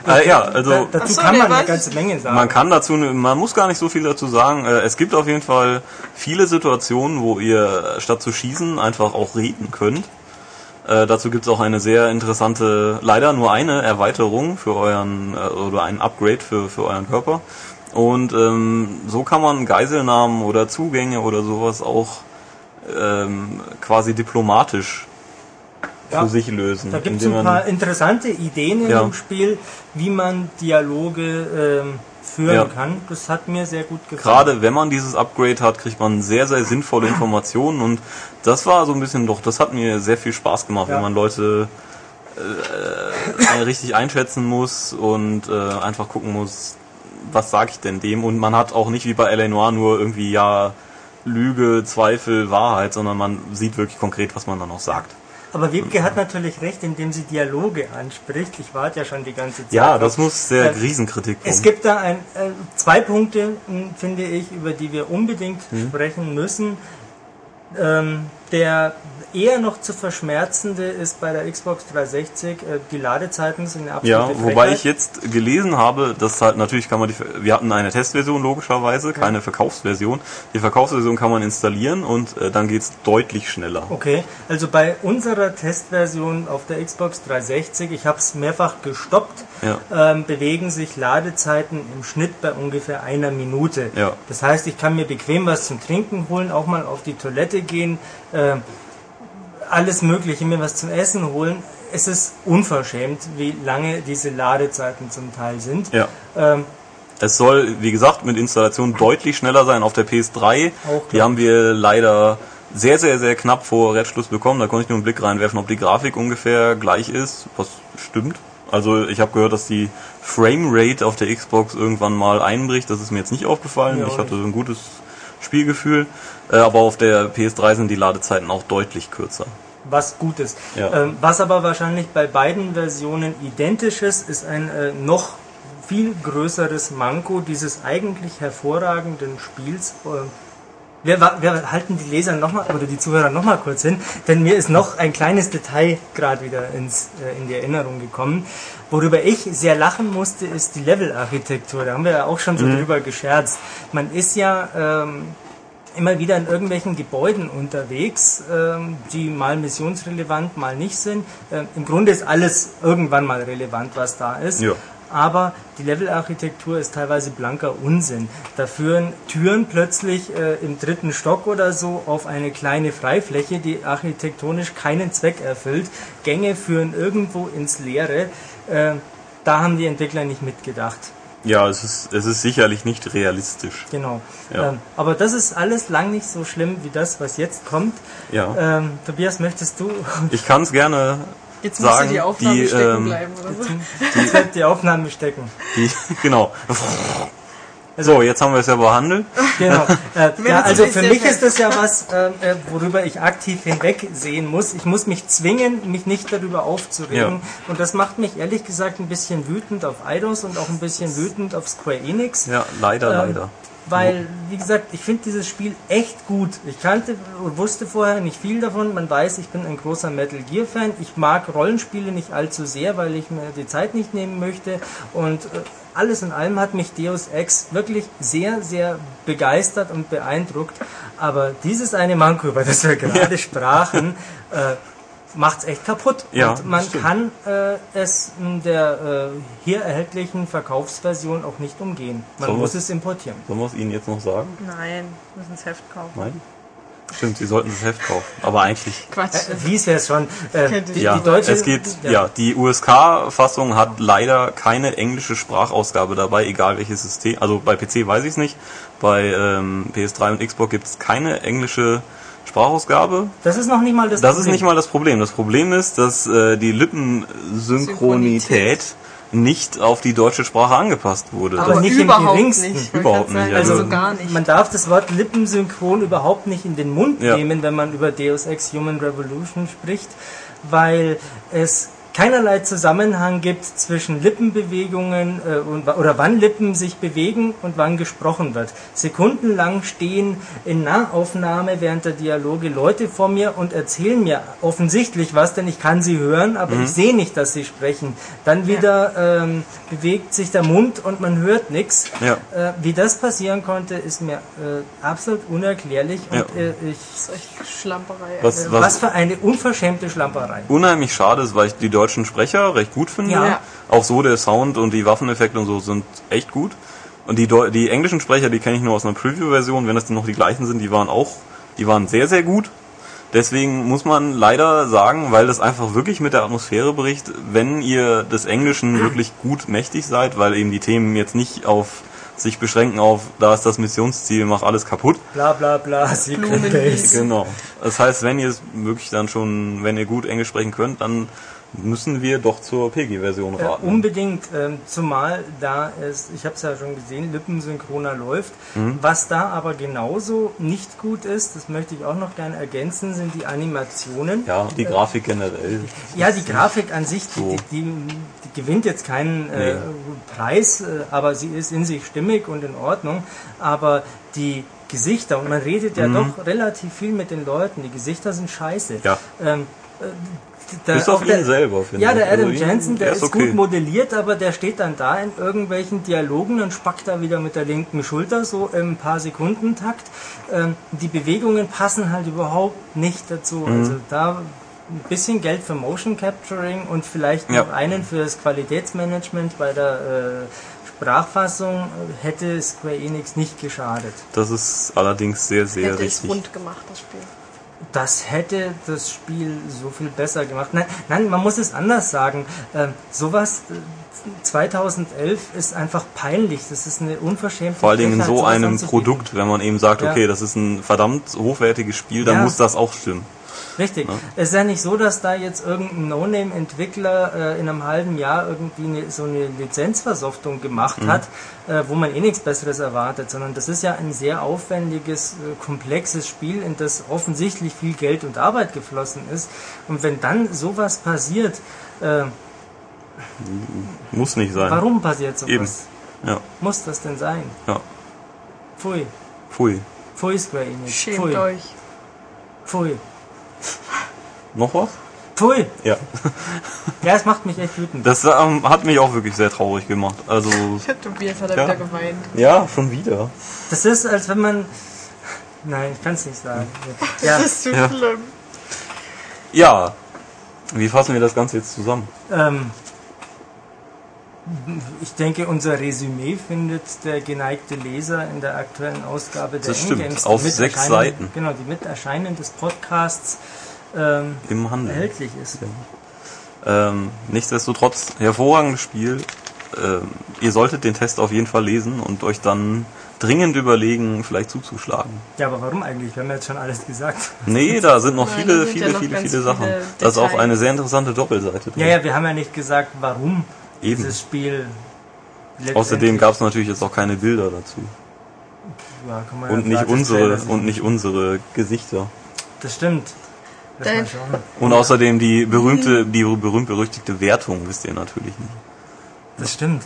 Äh, ja, also
Da, dazu
Ach so,
kann
nee,
man eine
warte.
ganze Menge sagen.
man kann dazu, man muss gar nicht so viel dazu sagen. Äh, Es gibt auf jeden Fall viele Situationen, wo ihr äh, statt zu schießen einfach auch reden könnt. Äh, dazu gibt es auch eine sehr interessante, leider nur eine Erweiterung für euren äh, oder ein Upgrade für, für euren Körper. Und ähm, so kann man Geiselnahmen oder Zugänge oder sowas auch ähm, quasi diplomatisch
Ja.
für sich lösen.
Da gibt es
indem man-
ein paar interessante Ideen in
Ja.
dem Spiel, wie man Dialoge ähm, führen
Ja.
kann. Das hat mir sehr gut gefallen.
gerade wenn man dieses Upgrade hat, kriegt man sehr, sehr sinnvolle Informationen und das war so ein bisschen doch, das hat mir sehr viel Spaß gemacht,
Ja.
wenn man Leute äh, äh, richtig einschätzen muss und äh, einfach gucken muss, was sage ich denn dem und man hat auch nicht wie bei L.A. Noir nur irgendwie ja Lüge, Zweifel, Wahrheit, sondern man sieht wirklich konkret, was man dann auch sagt.
Aber Wiebke hat natürlich recht, indem sie Dialoge anspricht. Ich warte ja schon die ganze Zeit.
Ja, das muss
Ja.
der Riesenkritikpunkt.
Es gibt da ein, äh, zwei Punkte, m, finde ich, über die wir unbedingt
Hm.
sprechen müssen. Ähm, der eher noch zu verschmerzende ist bei der Xbox 360. Äh, die Ladezeiten sind eine
Ja,
absolute
wobei
Frechheit.
ich jetzt gelesen habe, dass halt natürlich kann man die, wir hatten eine Testversion logischerweise, keine Verkaufsversion. Die Verkaufsversion kann man installieren und äh, dann geht's deutlich schneller.
Okay, also bei unserer Testversion auf der Xbox 360, ich habe es mehrfach gestoppt,
Ja.
ähm, bewegen sich Ladezeiten im Schnitt bei ungefähr einer Minute.
Ja.
Das heißt, ich kann mir bequem was zum Trinken holen, auch mal auf die Toilette gehen, ähm, alles Mögliche, mir was zum Essen holen. Es ist unverschämt, wie lange diese Ladezeiten zum Teil sind.
Ja.
Ähm,
Es soll, wie gesagt, mit Installation deutlich schneller sein auf der PS3.
Auch
die
klar.
haben wir leider sehr, sehr, sehr knapp vor Redschluss bekommen. Da konnte ich nur einen Blick reinwerfen, ob die Grafik ungefähr gleich ist, was stimmt. Also ich habe gehört, dass die Framerate auf der Xbox irgendwann mal einbricht. Das ist mir jetzt nicht aufgefallen.
Ja,
ich hatte
nicht.
so ein gutes Spielgefühl. Äh, Aber auf der PS3 sind die Ladezeiten auch deutlich kürzer.
was Gutes.
Ja.
Ähm, was aber wahrscheinlich bei beiden Versionen identisch ist, ist ein äh, noch viel größeres Manko dieses eigentlich hervorragenden Spiels. ähm, wir, wa- wir halten die Leser nochmal oder die Zuhörer nochmal kurz hin, denn mir ist noch ein kleines Detail gerade wieder ins, äh, in die Erinnerung gekommen. Worüber ich sehr lachen musste, ist die Levelarchitektur. Da haben wir ja auch schon so drüber gescherzt. Man ist ja ähm, immer wieder in irgendwelchen Gebäuden unterwegs, ähm, die mal missionsrelevant, mal nicht sind. Ähm, Im Grunde ist alles irgendwann mal relevant, was da ist.
Ja.
Aber die Levelarchitektur ist teilweise blanker Unsinn. Da führen Türen plötzlich äh, im dritten Stock oder so auf eine kleine Freifläche, die architektonisch keinen Zweck erfüllt. Gänge führen irgendwo ins Leere. Äh, da haben die Entwickler nicht mitgedacht.
Ja, es ist, es ist sicherlich nicht realistisch.
Genau.
Ja.
Ähm, aber das ist alles lang nicht so schlimm wie das, was jetzt kommt.
Ja.
Ähm, Tobias, möchtest du?
Ich kann es gerne
Jetzt musst
sagen.
du die Aufnahme stecken
ähm,
bleiben oder so.
Jetzt wird die Aufnahme stecken.
die, genau. So, jetzt haben wir es ja behandelt.
Genau. Äh, ja,
das
also
ist
für
sehr
mich
fair.
ist das ja was, äh, äh, worüber ich aktiv hinwegsehen muss. Ich muss mich zwingen, mich nicht darüber aufzuregen.
Ja.
Und das macht mich ehrlich gesagt ein bisschen wütend auf Eidos und auch ein bisschen wütend auf Square Enix.
Ja, leider,
Ähm,
leider.
Weil, wie gesagt, ich finde dieses Spiel echt gut. Ich kannte und wusste vorher nicht viel davon. Man weiß, ich bin ein großer Metal Gear Fan. Ich mag Rollenspiele nicht allzu sehr, weil ich mir die Zeit nicht nehmen möchte. Und äh, alles in allem hat mich Deus Ex wirklich sehr, sehr begeistert und beeindruckt. Aber dieses eine Manko, über das wir gerade sprachen, äh, macht's echt kaputt.
Ja,
und man
stimmt.
kann äh, es in der äh, hier erhältlichen Verkaufsversion auch nicht umgehen. Man
So.
muss es importieren.
Sollen wir es Ihnen jetzt noch sagen?
Nein, wir müssen das Heft kaufen.
Nein? Stimmt, sie sollten das Heft kaufen. Aber eigentlich.
Quatsch.
Äh, Dies wäre es schon. Äh,
Kennt
die,
Ja,
die deutsche,
es geht, ja, die USK-Fassung hat leider keine englische Sprachausgabe dabei, egal welches System. Also bei PC weiß ich es nicht. Bei ähm, PS3 und Xbox gibt es keine englische Sprachausgabe.
Das ist noch nicht mal das.
Das ist
Problem.
nicht mal das Problem. Das Problem ist, dass äh, die Lippensynchronität
Synchronität.
nicht auf die deutsche Sprache angepasst wurde.
Aber
Aber
nicht im
überhaupt
geringsten.
nicht. wollte ich
Überhaupt
grad sagen.
nicht,
Also,
also-
so gar nicht.
Man darf das Wort lippensynchron überhaupt nicht in den Mund
Ja.
nehmen, wenn man über Deus Ex Human Revolution spricht, weil es keinerlei Zusammenhang gibt zwischen Lippenbewegungen äh, und, oder wann Lippen sich bewegen und wann gesprochen wird. Sekundenlang stehen in Nahaufnahme während der Dialoge Leute vor mir und erzählen mir offensichtlich was, denn ich kann sie hören, aber
Mhm.
ich sehe nicht, dass sie sprechen. Dann wieder ähm, bewegt sich der Mund und man hört nichts.
Ja.
Äh, wie das passieren konnte, ist mir äh, absolut unerklärlich und
Ja.
äh, ich,
Das ist echt Schlamperei.
Was-
Alter.
was, für eine unverschämte Schlamperei.
unheimlich schade ist, weil ich die deutschen Sprecher recht gut finde.
Ja.
Auch so der Sound und die Waffeneffekte und so sind echt gut. Und die, Deu- die englischen Sprecher, die kenne ich nur aus einer Preview-Version, wenn das denn noch die gleichen sind, die waren auch, die waren sehr, sehr gut. Deswegen muss man leider sagen, weil das einfach wirklich mit der Atmosphäre bricht, wenn ihr des Englischen wirklich gut mächtig seid, weil eben die Themen jetzt nicht auf sich beschränken auf, da ist das Missionsziel, mach alles kaputt,
Bla bla bla, Secret
Blumen-
Base.
Genau. Das heißt, wenn ihr es wirklich dann schon, wenn ihr gut Englisch sprechen könnt, dann müssen wir doch zur PG-Version
Äh,
raten.
unbedingt, ähm, zumal da es, ich habe es ja schon gesehen, lippensynchroner läuft.
Mhm.
Was da aber genauso nicht gut ist, das möchte ich auch noch gerne ergänzen, sind die Animationen.
ja, die Grafik generell.
Ja, die Grafik an sich, die,
So.
die, die gewinnt jetzt keinen äh,
Nee.
Preis, äh, aber sie ist in sich stimmig und in Ordnung. Aber die Gesichter, und man redet
Mhm.
ja doch relativ viel mit den Leuten, die Gesichter sind scheiße.
Ja.
Ähm, äh, da-
Bis auf
auch
ihn
der-
selber, finde
Ja,
ich.
der
Also
Adam
ihn-
Jensen, der
der ist
ist,
okay.
gut modelliert, aber der steht dann da in irgendwelchen Dialogen und spackt da wieder mit der linken Schulter so im paar Sekunden Takt. Ähm, die Bewegungen passen halt überhaupt nicht dazu. Also da ein bisschen Geld für Motion Capturing und vielleicht
Ja.
noch einen für das Qualitätsmanagement bei der äh, Sprachfassung äh, hätte Square Enix nicht geschadet.
Das ist allerdings sehr, sehr
Hätte es
richtig.
rund gemacht, das Spiel.
Das hätte das Spiel so viel besser gemacht. Nein, nein man muss es anders sagen. Ähm, sowas äh, 2011 ist einfach peinlich. Das ist eine unverschämte
Vor allen Dingen in so
Frechheit, halt sowas
einem
anzubieten.
Produkt, wenn man eben sagt,
Ja.
okay, das ist ein verdammt hochwertiges Spiel, dann
Ja.
muss das auch stimmen.
Richtig. Es ist ja nicht so, dass da jetzt irgendein No-Name-Entwickler äh, in einem halben Jahr irgendwie ne, so eine Lizenzversoftung gemacht
Mhm.
hat, äh, wo man eh nichts Besseres erwartet, sondern das ist ja ein sehr aufwendiges, äh, komplexes Spiel, in das offensichtlich viel Geld und Arbeit geflossen ist. Und wenn dann sowas passiert, äh,
Muss nicht sein.
warum passiert sowas?
Eben. Ja,
Muss das denn sein?
ja.
Pfui.
Pfui.
Pfui Square Enix.
Schämt
Pfui.
euch.
Pfui.
Noch was?
Pfui.
Ja.
Ja, es macht mich echt wütend.
Das ähm, hat mich auch wirklich sehr traurig gemacht. Also,
Tobias hat
Ja.
ja. wieder geweint.
ja, schon wieder.
Das ist, als wenn man... Nein, ich kann es nicht sagen. Ja.
Das ist zu
Ja.
schlimm.
Ja. Wie fassen wir das Ganze jetzt zusammen?
Ähm, ich denke, unser Resümee findet der geneigte Leser in der aktuellen Ausgabe der
Das stimmt,
Endgames,
auf
die mit
sechs
Erscheinen-
Seiten.
Genau, die mit Erscheinen des Podcasts ähm,
Im Handel.
erhältlich ist.
Ähm, nichtsdestotrotz, hervorragendes Spiel. Ähm, ihr solltet den Test auf jeden Fall lesen und euch dann dringend überlegen, vielleicht zuzuschlagen.
Ja, aber warum eigentlich? Wir haben ja jetzt schon alles gesagt.
Nee, da sind noch
Nein,
viele,
da sind ja
viele,
noch
viele,
ganz
viele Sachen.
viele
Das ist auch
Details.
eine sehr interessante Doppelseite. drin.
Ja, ja, wir haben ja nicht gesagt, warum
Eben.
dieses Spiel letztendlich-
Außerdem gab es natürlich jetzt auch keine Bilder dazu.
ja, kann man
Und
ja
nicht
gratis
unsere,
Trailer
und nicht unsere Gesichter.
Das stimmt. Lass mal
Dein-
schauen.
Und außerdem die berühmte,
Mhm.
die berühmt-berüchtigte Wertung wisst ihr natürlich nicht.
Das stimmt.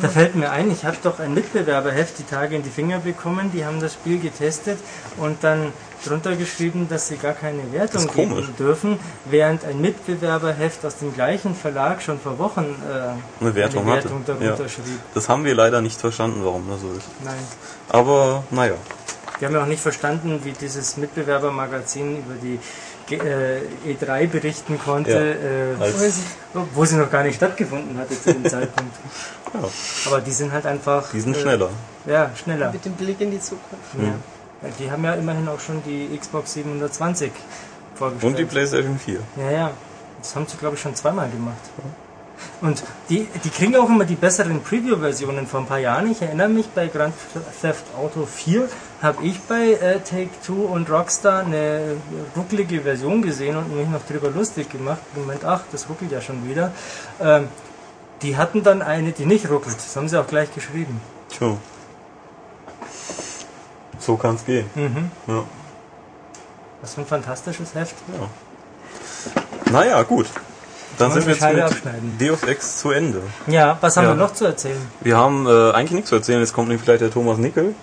Da fällt mir ein, ich habe doch ein Mitbewerberheft die Tage in die Finger bekommen, die haben das Spiel getestet und dann drunter geschrieben, dass sie gar keine Wertung
Das ist komisch.
geben dürfen, während ein Mitbewerberheft aus dem gleichen Verlag schon vor Wochen äh,
Eine Wertung
eine
hatte.
Wertung darunter
Ja.
schrieb.
Das haben wir leider nicht verstanden, warum das so ist.
Nein.
Aber naja.
Wir haben ja auch nicht verstanden, wie dieses Mitbewerbermagazin über die G- äh, E3 berichten konnte, äh,
Als-
wo sie noch gar nicht stattgefunden hatte zu dem Zeitpunkt.
Ja.
Aber die sind halt einfach.
Die sind
äh,
schneller.
Ja, schneller.
Mit dem Blick in die Zukunft.
Ja. Ja, die haben ja immerhin auch schon die Xbox 720 vorgestellt.
Und die PlayStation 4.
Ja, ja. Das haben sie, glaube ich, schon zweimal gemacht. Und die, die kriegen auch immer die besseren Preview-Versionen vor ein paar Jahren. Ich erinnere mich, bei Grand Theft Auto 4 habe ich bei äh, Take-Two und Rockstar eine rucklige Version gesehen und mich noch drüber lustig gemacht. Im Moment, ach, das ruckelt ja schon wieder. Ähm, die hatten dann eine, die nicht ruckelt. Das haben sie auch gleich geschrieben.
Tja. So kann's gehen.
Mhm.
Ja.
Was für ein fantastisches Heft.
Naja, gut. Dann
Kann man
sind wir
sich Scheibe
jetzt
abschneiden.
mit Deus Ex zu Ende.
Ja, was haben
Ja.
wir noch zu erzählen?
Wir haben äh, eigentlich nichts zu erzählen. Jetzt kommt nämlich gleich der Thomas Nickel.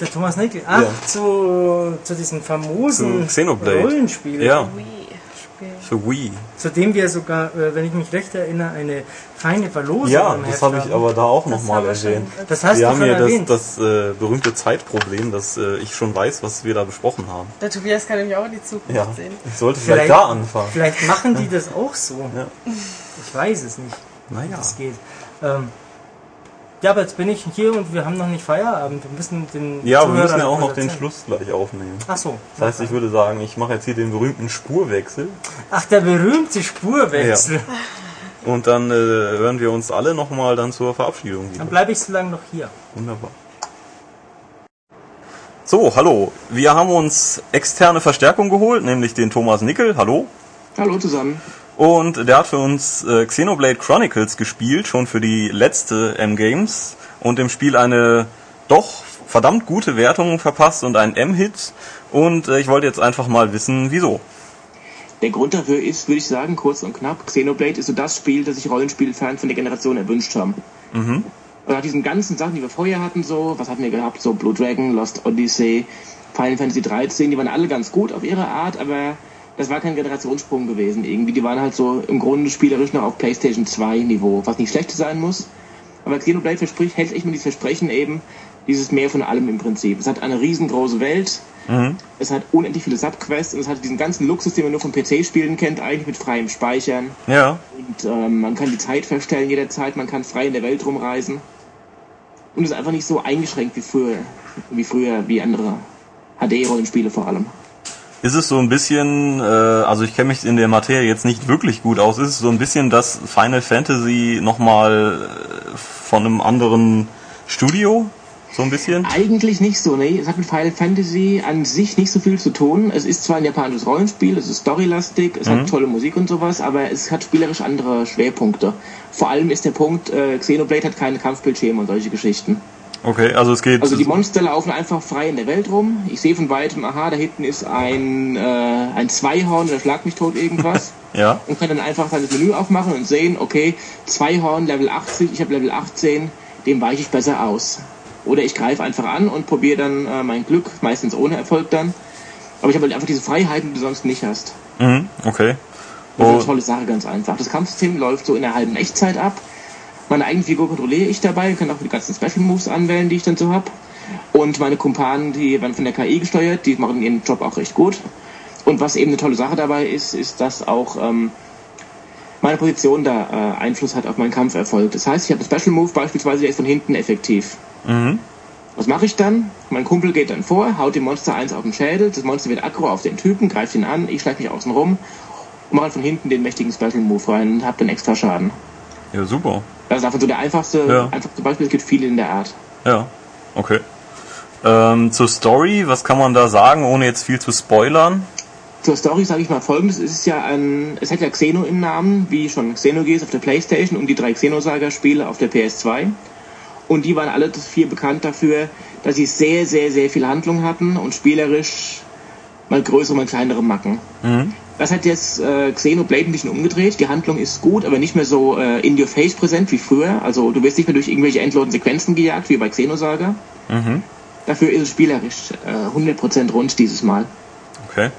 Der Thomas Nickel. Ach,
Ja.
zu, zu diesem famosen
Zu Xenoblade.
Rollenspiel.
Ja,
Wii Spiel.
für Wii.
Zu dem wir sogar, äh, wenn ich mich recht erinnere, eine feine Verlosung
Ja,
am
das
Heft
habe ich
haben.
aber da auch
Das
nochmal
haben wir
erwähnt.
schon-
Das hast
wir
du
haben
schon
ja das,
erwähnt.
das äh, berühmte Zeitproblem, dass äh, ich schon weiß, was wir da besprochen haben.
Der Tobias kann nämlich auch in die Zukunft
Ja,
sehen.
ich sollte vielleicht, da anfangen.
Vielleicht machen die das auch so.
Ja.
Ich weiß es nicht, wie
Naja,
das geht. Ähm, ja, aber jetzt bin ich hier und wir haben noch nicht Feierabend. Wir müssen den
ja, wir
Zuhörern
müssen ja auch noch
was
den
erzählen.
Schluss gleich aufnehmen.
Ach so.
Das heißt, ich würde sagen, ich mache jetzt hier den berühmten Spurwechsel
Ach, der berühmte Spurwechsel.
und dann äh, hören wir uns alle nochmal dann zur Verabschiedung wieder.
Dann bleibe ich so lange noch hier.
Wunderbar. So, hallo. Wir haben uns externe Verstärkung geholt, nämlich den Thomas Nickel. Hallo.
Hallo zusammen.
Und der hat für uns äh, Xenoblade Chronicles gespielt, schon für die letzte M-Games und dem Spiel eine doch verdammt gute Wertung verpasst und einen M-Hit. Und äh, ich wollte jetzt einfach mal wissen, wieso.
Der Grund dafür ist, würde ich sagen, kurz und knapp, Xenoblade ist so das Spiel, das sich Rollenspielfans von der Generation erwünscht haben. Und nach diesen ganzen Sachen, die wir vorher hatten, so, was hatten wir gehabt, so Blue Dragon, Lost Odyssey, Final Fantasy 13, die waren alle ganz gut auf ihre Art, aber das war kein Generationssprung gewesen irgendwie. Die waren halt so im Grunde spielerisch noch auf PlayStation 2 Niveau, was nicht schlecht sein muss. Aber Xenoblade verspricht, hält echt mal dieses Versprechen eben, dieses Mehr von allem im Prinzip. Es hat eine riesengroße Welt, es hat unendlich viele Subquests und es hat diesen ganzen Luxus, den man nur vom PC-Spielen kennt, eigentlich mit freiem Speichern.
Ja.
Und ähm, man kann die Zeit verstellen jederzeit, man kann frei in der Welt rumreisen. Und ist einfach nicht so eingeschränkt wie früher, wie früher, wie andere HD-Rollenspiele vor allem.
Ist es so ein bisschen, äh, also ich kenne mich in der Materie jetzt nicht wirklich gut aus, ist es so ein bisschen, dass Final Fantasy nochmal äh, von einem anderen Studio? So ein bisschen?
Eigentlich nicht so, nee. Es hat mit Final Fantasy an sich nicht so viel zu tun. Es ist zwar ein japanisches Rollenspiel, es ist storylastig, es hat tolle Musik und sowas, aber es hat spielerisch andere Schwerpunkte. Vor allem ist der Punkt, äh, Xenoblade hat keine Kampfbildschirme und solche Geschichten.
Okay, also es geht.
Also die Monster laufen einfach frei in der Welt rum. Ich sehe von weitem, aha, da hinten ist ein, äh, ein Zweihorn oder schlag mich tot irgendwas.
ja.
und kann dann einfach dann das Menü aufmachen und sehen, okay, Zweihorn Level 80, ich habe Level 18, dem weiche ich besser aus. Oder ich greife einfach an und probiere dann äh, mein Glück, meistens ohne Erfolg dann. Aber ich habe halt einfach diese Freiheiten, die du sonst nicht hast.
Mhm, okay.
Das
Oh,
ist eine tolle Sache, ganz einfach. Das Kampfsystem läuft so in der halben Echtzeit ab. Meine eigene Figur kontrolliere ich dabei, kann auch die ganzen Special Moves anwählen, die ich dann so habe. Und meine Kumpanen, die werden von der KI gesteuert, die machen ihren Job auch recht gut. Und was eben eine tolle Sache dabei ist, ist, dass auch ähm, meine Position da äh, Einfluss hat auf meinen Kampferfolg. Das heißt, ich habe einen Special Move beispielsweise, der ist von hinten effektiv. Was mache ich dann? Mein Kumpel geht dann vor, haut dem Monster eins auf den Schädel, das Monster wird aggro auf den Typen, greift ihn an, ich schlag mich außen rum und mache halt von hinten den mächtigen Special Move rein und hab dann extra Schaden.
ja, super.
Das ist einfach so der einfachste,
Ja.
einfachste Beispiel, es gibt viele in der Art.
Ja, okay. Ähm, zur Story, was kann man da sagen, ohne jetzt viel zu spoilern?
Zur Story sage ich mal folgendes, es ist ja ein, es hat ja Xeno im Namen, wie schon Xenogears auf der Playstation und die drei Xenosaga-Spiele auf der PS2. Und die waren alle das vier bekannt dafür, dass sie sehr, sehr, sehr viel Handlung hatten und spielerisch mal größere, mal kleinere Macken. Das hat jetzt äh, Xenoblade ein bisschen umgedreht. Die Handlung ist gut, aber nicht mehr so äh, in your face präsent wie früher. Also du wirst nicht mehr durch irgendwelche endlosen Sequenzen gejagt, wie bei Xenosaga. Dafür ist es spielerisch äh, 100% rund dieses Mal.
Okay.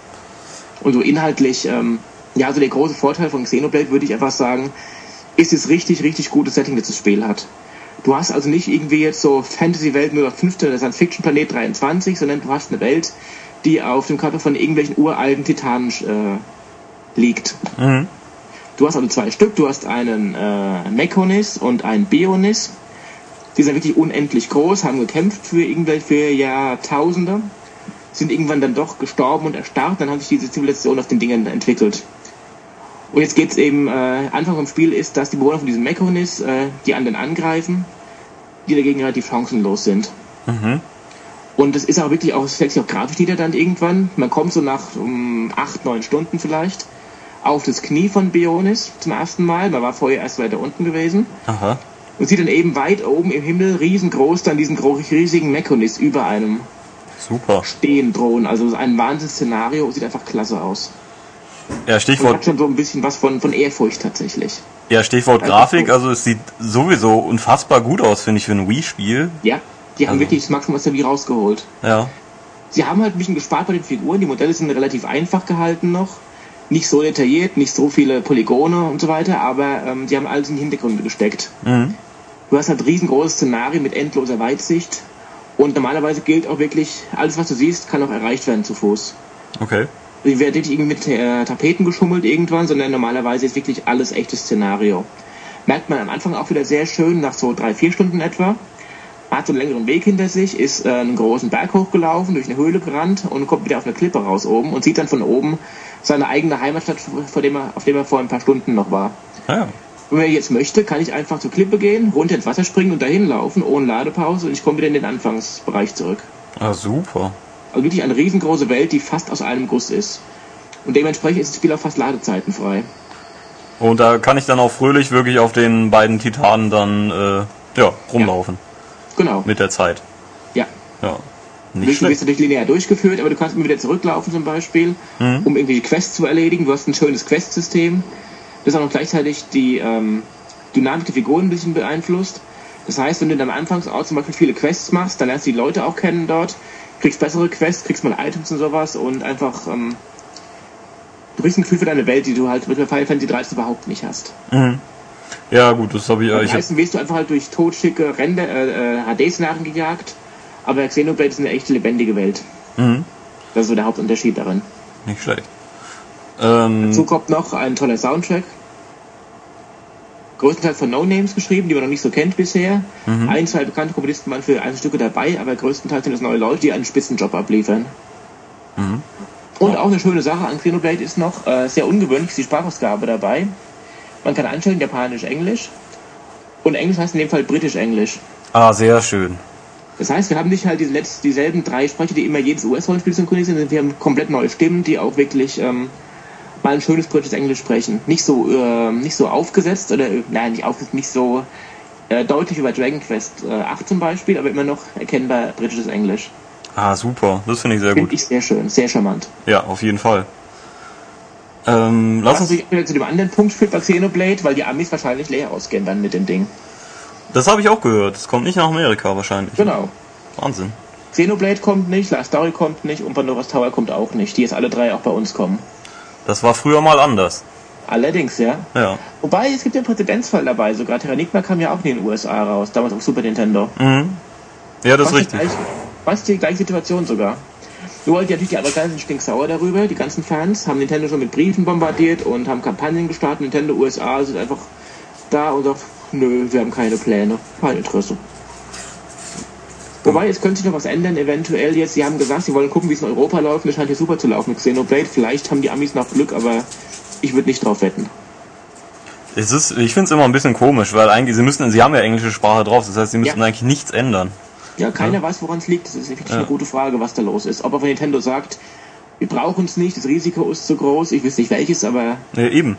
Und so inhaltlich, ähm, ja, also der große Vorteil von Xenoblade würde ich einfach sagen, ist das richtig, richtig gute Setting, das das Spiel hat. Du hast also nicht irgendwie jetzt so Fantasy-Welt 0815 oder Science-Fiction-Planet 23, sondern du hast eine Welt, die auf dem Körper von irgendwelchen uralten Titanen äh, liegt. Du hast also zwei Stück, du hast einen äh, Mechonis und einen Bionis. Die sind wirklich unendlich groß, haben gekämpft für irgendwelche für Jahrtausende sind irgendwann dann doch gestorben und erstarrt, dann hat sich diese Zivilisation aus den Dingen entwickelt. Und jetzt geht's eben, äh, Anfang vom Spiel ist, dass die Bewohner von diesem Mechonis äh, die anderen angreifen, die dagegen relativ chancenlos sind. Und es ist auch wirklich auch, es fällt sich auch grafisch nieder dann irgendwann. Man kommt so nach um acht, neun Stunden vielleicht auf das Knie von Bionis zum ersten Mal. Man war vorher erst weiter unten gewesen.
Aha.
Und sieht dann eben weit oben im Himmel riesengroß dann diesen gro- riesigen Mechonis über einem
Super.
stehen drohen. Also ein Wahnsinnsszenario, sieht einfach klasse aus.
Ja,
Und hat
Stichwort,
schon so ein bisschen was von, von Ehrfurcht tatsächlich.
ja, Stichwort
Also-
Grafik. Also es sieht sowieso unfassbar gut aus, finde ich, für ein Wii-Spiel.
Ja, die haben
Also-
wirklich das Maximum aus der Wii rausgeholt.
Ja.
Sie haben halt ein bisschen gespart bei den Figuren. Die Modelle sind relativ einfach gehalten noch. Nicht so detailliert, nicht so viele Polygone und so weiter, aber ähm, die haben alles in die Hintergründe gesteckt.
mhm.
Du hast halt riesengroßes Szenarien mit endloser Weitsicht. Und normalerweise gilt auch wirklich, alles was du siehst, kann auch erreicht werden zu Fuß.
Okay.
Die werden nicht irgendwie mit äh, Tapeten geschummelt irgendwann, sondern normalerweise ist wirklich alles echtes Szenario. Merkt man am Anfang auch wieder sehr schön, nach so drei, vier Stunden etwa. Man hat so einen längeren Weg hinter sich, ist äh, einen großen Berg hochgelaufen, durch eine Höhle gerannt und kommt wieder auf eine Klippe raus oben und sieht dann von oben seine eigene Heimatstadt, vor dem er, auf dem er vor ein paar Stunden noch war.
Ah Ja.
Und wenn ich jetzt möchte, kann ich einfach zur Klippe gehen, runter ins Wasser springen und dahin laufen, ohne Ladepause und ich komme wieder in den Anfangsbereich zurück.
Ah, super.
Also wirklich eine riesengroße Welt, die fast aus einem Guss ist. Und dementsprechend ist das Spiel auch fast Ladezeiten frei.
Und da kann ich dann auch fröhlich wirklich auf den beiden Titanen dann äh, ja, rumlaufen
Genau.
mit der Zeit.
Ja.
Ja. Nicht
Du wirst
schlecht.
natürlich linear durchgeführt, aber du kannst immer wieder zurücklaufen zum Beispiel,
Mhm.
um irgendwelche Quests zu erledigen. Du hast ein schönes Questsystem, das auch noch gleichzeitig die ähm, Dynamik der Figuren ein bisschen beeinflusst. Das heißt, wenn du dann am Anfangsort zum Beispiel viele Quests machst, dann lernst du die Leute auch kennen dort, kriegst bessere Quests, kriegst mal Items und sowas und einfach ähm, du kriegst ein Gefühl für deine Welt, die du halt mit Final Fantasy 13 überhaupt nicht hast.
Ja, gut, das habe ich. Äh,
Am
ich hab,
meisten wirst du einfach halt durch totschicke Render, äh, äh, HD-Szenarien gejagt, aber Xenoblade ist eine echte lebendige Welt.
Mhm.
Das ist so der Hauptunterschied darin.
nicht schlecht. Ähm,
Dazu kommt noch ein toller Soundtrack. Größtenteils von No-Names geschrieben, die man noch nicht so kennt bisher.
Mhm.
Ein, zwei bekannte Komponisten waren für einzelne Stücke dabei, aber größtenteils sind es neue Leute, die einen Spitzenjob abliefern.
Mhm.
Und auch eine schöne Sache an Xenoblade ist noch, äh, sehr ungewöhnlich ist die Sprachausgabe dabei. Man kann einstellen Japanisch, Englisch. Und Englisch heißt in dem Fall Britisch-Englisch.
ah, sehr schön.
Das heißt, wir haben nicht halt diese letzt, dieselben drei Sprecher, die immer jedes US-Rollenspiel synchronisieren, sondern wir haben komplett neue Stimmen, die auch wirklich ähm, mal ein schönes britisches Englisch sprechen. Nicht so, ähm, nicht so aufgesetzt oder, äh, nein, nicht aufgesetzt, nicht so äh, deutlich über Dragon Quest äh, 8 zum Beispiel, aber immer noch erkennbar britisches Englisch.
Ah, super. Das finde ich sehr
Finde
gut.
ich sehr schön, sehr charmant.
Ja, auf jeden Fall. Ähm, lass
Was
uns.
natürlich auch wieder zu dem anderen Punkt führt bei Xenoblade, weil die Amis wahrscheinlich leer ausgehen werden mit dem Ding.
Das habe ich auch gehört. Das kommt nicht nach Amerika wahrscheinlich.
Genau.
Wahnsinn.
Xenoblade kommt nicht, Last Story kommt nicht und Pandora's Tower kommt auch nicht, die jetzt alle drei auch bei uns kommen.
Das war früher mal anders.
Allerdings, ja.
Ja.
Wobei, es gibt ja einen Präzedenzfall dabei. Sogar Terranigma kam ja auch in den USA raus, damals auf Super Nintendo.
Ja, das ist
Fast die
richtig.
gleiche- Fast die gleiche Situation sogar. Nur halt natürlich die Amerikaner sind stinksauer darüber, die ganzen Fans, haben Nintendo schon mit Briefen bombardiert und haben Kampagnen gestartet. Nintendo USA sind einfach da und sagt, nö, wir haben keine Pläne, kein Interesse. Wobei, es könnte sich noch was ändern, eventuell jetzt. Sie haben gesagt, sie wollen gucken, wie es in Europa läuft. Das scheint hier super zu laufen mit Xenoblade. Vielleicht haben die Amis noch Glück, aber ich würde nicht drauf wetten.
Es ist, ich finde es immer ein bisschen komisch, weil eigentlich, sie müssen, sie haben ja englische Sprache drauf, das heißt, sie müssen
Ja.
eigentlich nichts ändern.
Ja, keiner weiß, woran es liegt. Das ist wirklich eine gute Frage, was da los ist. Ob aber Nintendo sagt, wir brauchen es nicht, das Risiko ist zu groß, ich weiß nicht welches, aber
Ja, eben.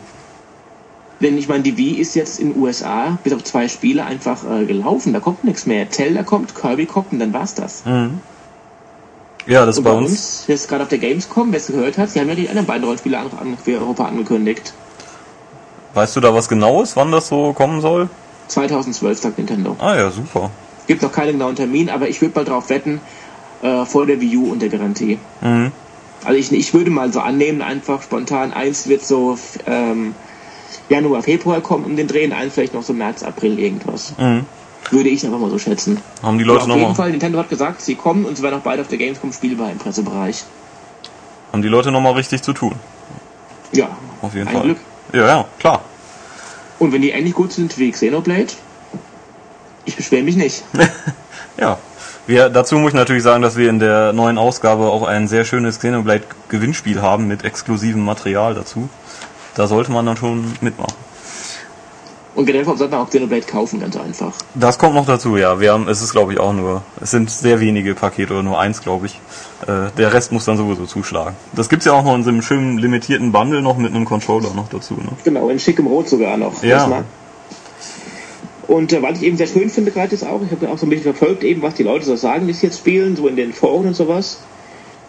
denn ich meine, die Wii ist jetzt in den USA bis auf zwei Spiele einfach äh, gelaufen, da kommt nichts mehr. Zelda kommt, Kirby kommt und dann war's das.
Ja, das
und
bei uns.
jetzt gerade auf der Gamescom, wer es gehört hat, sie haben ja die anderen beiden Rollenspiele an, an, für Europa angekündigt.
Weißt du da was genaues, wann das so kommen soll?
2012 sagt Nintendo.
Ah ja, super.
Gibt noch keinen genauen Termin, aber ich würde mal drauf wetten, äh, vor der Wii U unter Garantie.
Mhm.
Also ich, ich würde mal so annehmen, einfach spontan, eins wird so f- ähm, Januar, Februar kommen um den Drehen, eins vielleicht noch so März, April irgendwas.
Mhm.
Würde ich einfach mal so schätzen.
Haben die
Und
Leute
auf jeden
nochmal
Fall, Nintendo hat gesagt, sie kommen und sie werden auch beide auf der Gamescom spielbar im Pressebereich.
haben die Leute noch mal richtig zu tun.
Ja,
Auf jeden
ein
Fall.
Glück.
Ja, ja, klar.
Und wenn die ähnlich gut sind wie Xenoblade, ich beschwere mich nicht.
Ja. Wir, dazu muss ich natürlich sagen, dass wir in der neuen Ausgabe auch ein sehr schönes Xenoblade-Gewinnspiel haben mit exklusivem Material dazu. Da sollte man dann schon mitmachen.
Und generell sollte man auch Xenoblade kaufen, ganz einfach.
Das kommt noch dazu, ja. Wir haben, es ist glaube ich auch nur, es sind sehr wenige Pakete oder nur eins, glaube ich. Äh, der Rest muss dann sowieso zuschlagen. Das gibt's ja auch noch in so einem schönen limitierten Bundle noch mit einem Controller noch dazu, ne?
Genau, in schickem Rot sogar noch.
Ja.
Das mag- Und äh, was ich eben sehr schön finde gerade ist auch, ich habe auch so ein bisschen verfolgt, eben was die Leute so sagen, die es jetzt spielen, so in den Foren und sowas.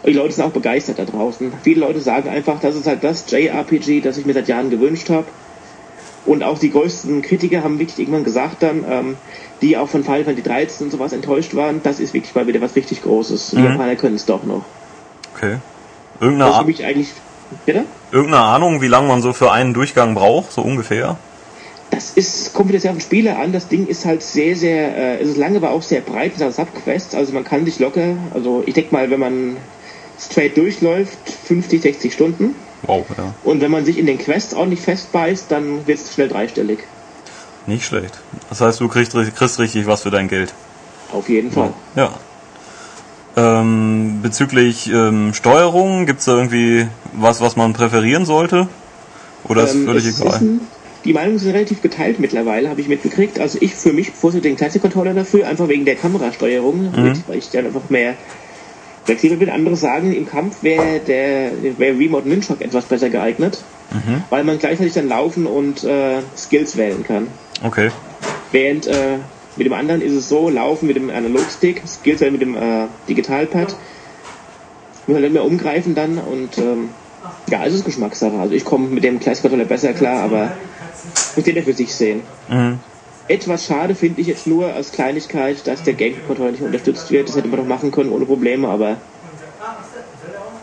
Und Die Leute sind auch begeistert da draußen. Viele Leute sagen einfach, das ist halt das JRPG, das ich mir seit Jahren gewünscht habe. Und auch die größten Kritiker haben wirklich irgendwann gesagt dann, ähm, die auch von Final Fantasy 13 und sowas enttäuscht waren, das ist wirklich mal wieder was richtig Großes. Die Japaner können es doch noch.
Okay.
Das
Irgendeine,
ist für
Ah-
mich eigentlich... Bitte?
irgendeine Ahnung, wie lange man so für einen Durchgang braucht, so ungefähr.
Das ist, kommt wieder sehr auf den Spieler an. Das Ding ist halt sehr, sehr, äh, es ist lange, aber auch sehr breit mit seinen Subquests. Also man kann sich locker, also ich denke mal, wenn man straight durchläuft, 50, 60 Stunden.
Wow, ja.
Und wenn man sich in den Quests ordentlich festbeißt, dann wird es schnell dreistellig.
Nicht schlecht. Das heißt, du kriegst, ri- kriegst richtig was für dein Geld.
Auf jeden Fall.
Ja. Ähm, bezüglich ähm, Steuerung, gibt's da irgendwie was, was man präferieren sollte? Oder ist
Ähm,
völlig
es
egal?
ist ein- die Meinungen sind relativ geteilt mittlerweile, habe ich mitgekriegt. Also ich für mich bevorzuge den Classic Controller dafür, einfach wegen der
Mhm.
Kamerasteuerung, mit, weil ich dann einfach mehr flexibel bin. Andere sagen, im Kampf wäre der wäre Remote Nunchuck etwas besser geeignet,
Mhm.
weil man gleichzeitig dann laufen und äh, Skills wählen kann.
Okay.
Während äh, mit dem anderen ist es so, laufen mit dem Analogstick, Skills wählen mit dem äh, Digitalpad, muss man dann mehr umgreifen dann und ähm, ja, es ist Geschmackssache. Also ich komme mit dem Classic Controller besser klar, aber muss jeder für sich sehen. Etwas schade finde ich jetzt nur als Kleinigkeit, dass der Gamecube-Controller nicht unterstützt wird. Das hätte man doch machen können ohne Probleme, aber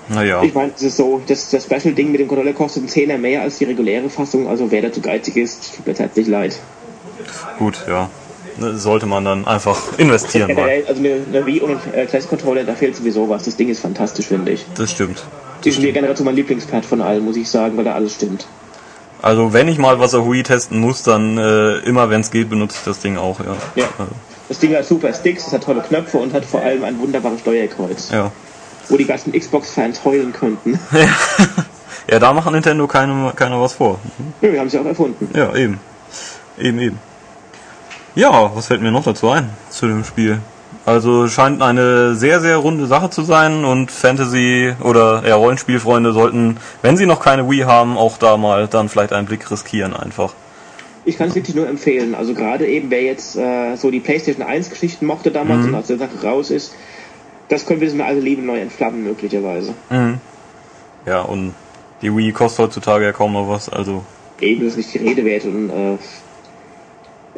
Naja.
ich meine, es ist so, das, das Special-Ding mit dem Controller kostet einen Zehner mehr als die reguläre Fassung, also wer dazu geizig ist, tut mir tatsächlich leid.
Gut, ja. Ne, Sollte man dann einfach investieren mal.
Generell, also eine, eine Wii und ein äh, Classic Controller, da fehlt sowieso was. Das Ding ist fantastisch, finde ich.
Das stimmt.
Die ist mir generell so mein Lieblingspad von allen, muss ich sagen, weil da alles stimmt.
Also wenn ich mal was auf Wii testen muss, dann äh, immer wenn es geht, benutze ich das Ding auch, ja.
Ja. Das Ding hat super Sticks, es hat tolle Knöpfe und hat vor allem ein wunderbares Steuerkreuz,
Ja.
wo die ganzen Xbox-Fans heulen könnten.
Ja, da macht Nintendo keine, keiner was vor.
Nö, wir haben sie auch erfunden.
Ja, eben. Eben, eben. Ja, was fällt mir noch dazu ein zu dem Spiel? Also scheint eine sehr, sehr runde Sache zu sein und Fantasy oder ja, Rollenspielfreunde sollten, wenn sie noch keine Wii haben, auch da mal dann vielleicht einen Blick riskieren einfach.
Ich kann es wirklich nur empfehlen. Also gerade eben, wer jetzt äh, so die PlayStation 1-Geschichten mochte damals und aus der Sache raus ist, das können wir so eine alte Liebe neu entflammen, möglicherweise.
Ja, und die Wii kostet heutzutage ja kaum noch was, also
Eben, das ist nicht die Rede wert und äh,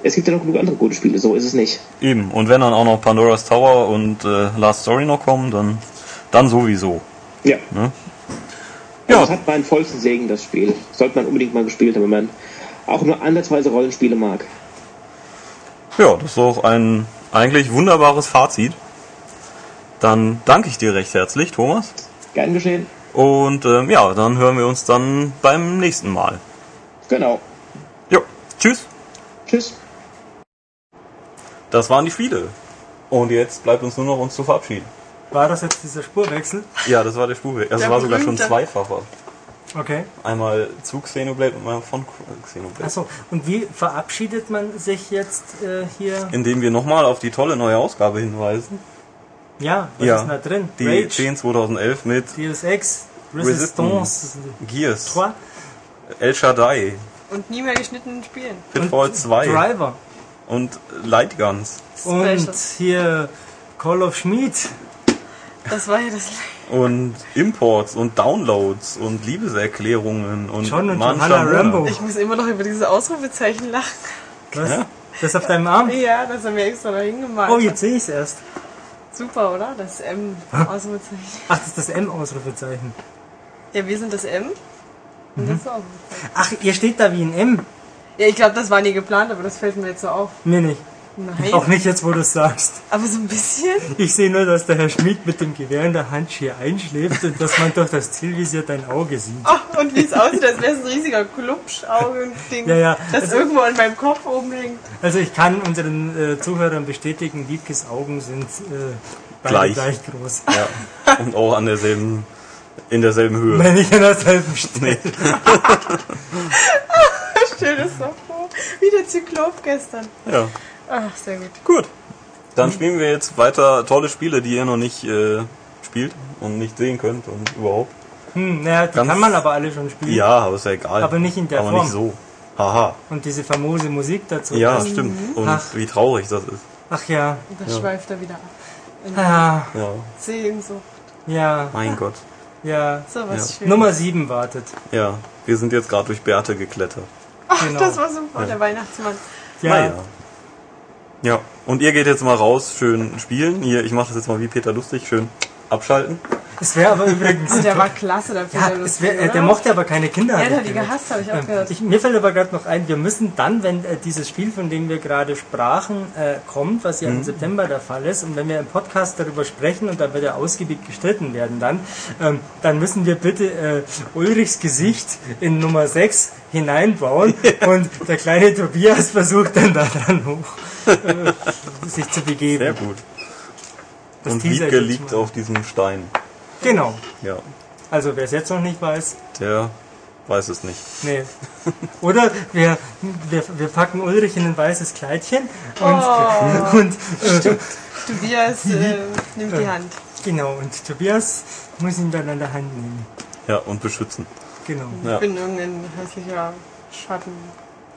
es gibt ja noch genug andere gute Spiele, so ist es nicht.
eben. Und wenn dann auch noch Pandora's Tower und äh, Last Story noch kommen, dann, dann sowieso.
Ja.
Ja.
Ja. Das hat meinen vollsten Segen, das Spiel. Sollte man unbedingt mal gespielt haben, wenn man auch nur andersweise Rollenspiele mag.
Ja, das ist auch ein eigentlich wunderbares Fazit. Dann danke ich dir recht herzlich, Thomas.
Gern geschehen.
Und ähm, ja, dann hören wir uns dann beim nächsten Mal.
Genau.
Jo, tschüss.
Tschüss.
Das waren die Spiele. Und jetzt bleibt uns nur noch uns zu verabschieden.
War das jetzt dieser Spurwechsel?
Ja, das war der Spurweg. Also
Der
es war sogar schon
berühmte.
zweifacher.
Okay.
Einmal zu Xenoblade und einmal von Xenoblade.
Achso, und wie verabschiedet man sich jetzt äh, hier?
Indem wir nochmal auf die tolle neue Ausgabe hinweisen.
Ja, was
Ja.
ist denn da drin?
Die
Rage,
10 2011 mit
Deus Ex, Resistance
Gears,
3,
El Shaddai,
Und nie mehr geschnittenen Spielen.
Pitfall 2
Driver
und Lightguns.
und
Specials.
hier Call of Schmied.
Das war ja das.
und Imports und Downloads und Liebeserklärungen und
John und
Mann,
Johanna
Schamona.
Rambo.
Ich muss immer noch über dieses Ausrufezeichen lachen.
Was?
Ja.
Das auf deinem Arm?
Ja, das haben wir extra dahin gemalt.
Oh, jetzt sehe ich es erst.
Super, oder? Das M. Ausrufezeichen.
Ach, das ist das M-Ausrufezeichen.
Ja, wir sind das M. Und das Ausrufezeichen.
Ach, ihr steht da wie ein M.
Ja, ich glaube, das war nie geplant, aber das fällt mir jetzt so auf.
Mir nicht.
Nein.
Auch nicht jetzt, wo du es sagst.
Aber so ein bisschen.
Ich sehe nur, dass der Herr Schmidt mit dem Gewehr in der Hand hier einschläft und dass man durch das Zielvisier dein Auge sieht.
Oh, und wie es aussieht, als wäre es ein riesiger Klubschaugending,
Ja, Also- ja.
das irgendwo an meinem Kopf oben hängt.
Also ich kann unseren äh, Zuhörern bestätigen, Wiebkes Augen sind äh, beide
Gleich.
gleich. groß.
Ja. Und auch an derselben, in derselben Höhe.
Wenn ich in derselben stehe.
Schönes Sopo. Wie der Zyklop gestern.
Ja.
Ach, sehr gut.
Gut. Dann spielen wir jetzt weiter tolle Spiele, die ihr noch nicht äh, spielt und nicht sehen könnt und überhaupt.
Hm, naja, die
Ganz-
kann man aber alle schon spielen.
Ja, aber ist ja egal.
Mhm. Aber nicht in der
Aber
Form.
nicht so. Haha.
Und diese famose Musik dazu.
Ja,
das-
stimmt. Und
Ach.
wie traurig das ist.
Ach ja.
Und das schweift er wieder ab.
Ja,
Ja.
Sehnsucht.
ja,
Mein Gott.
ja.
So
Ja.
was Schönes.
Nummer 7 wartet.
Ja. Wir sind jetzt gerade durch Bärte geklettert.
Ach,
genau.
das war super, der Weihnachtsmann.
Ja,
Naja. Ja. Und ihr geht jetzt mal raus, schön spielen. Hier, ich mache das jetzt mal wie Peter lustig, schön abschalten.
es wäre aber übrigens...
Und Also der war klasse, der Peter
Ja, es wär, äh, der mochte aber keine Kinder.
Ja,
hab
der
ich
hat die
gehört.
gehasst, habe ich auch
Ähm,
gehört.
Ich, mir fällt aber gerade noch ein, wir müssen dann, wenn äh, dieses Spiel, von dem wir gerade sprachen, äh, kommt, was ja im September der Fall ist, und wenn wir im Podcast darüber sprechen und da wird ja ausgiebig gestritten werden dann, ähm, dann müssen wir bitte äh, Ulrichs Gesicht in Nummer 6 hineinbauen und der kleine Tobias versucht dann da dran hoch äh, sich zu begeben.
Sehr gut.
Das
und
Teaser
Wiebke
gibt's
liegt
mal.
auf diesem Stein.
Genau.
Ja.
Also wer es jetzt noch nicht weiß,
Der weiß es nicht.
Nee. Oder wir, wir, wir packen Ulrich in ein weißes Kleidchen und,
Oh.
und äh,
Tobias äh, nimmt die Hand.
genau, und Tobias muss ihn dann an der Hand nehmen.
Ja, und beschützen.
Genau.
Ja.
Ich bin irgendein hässlicher Schatten.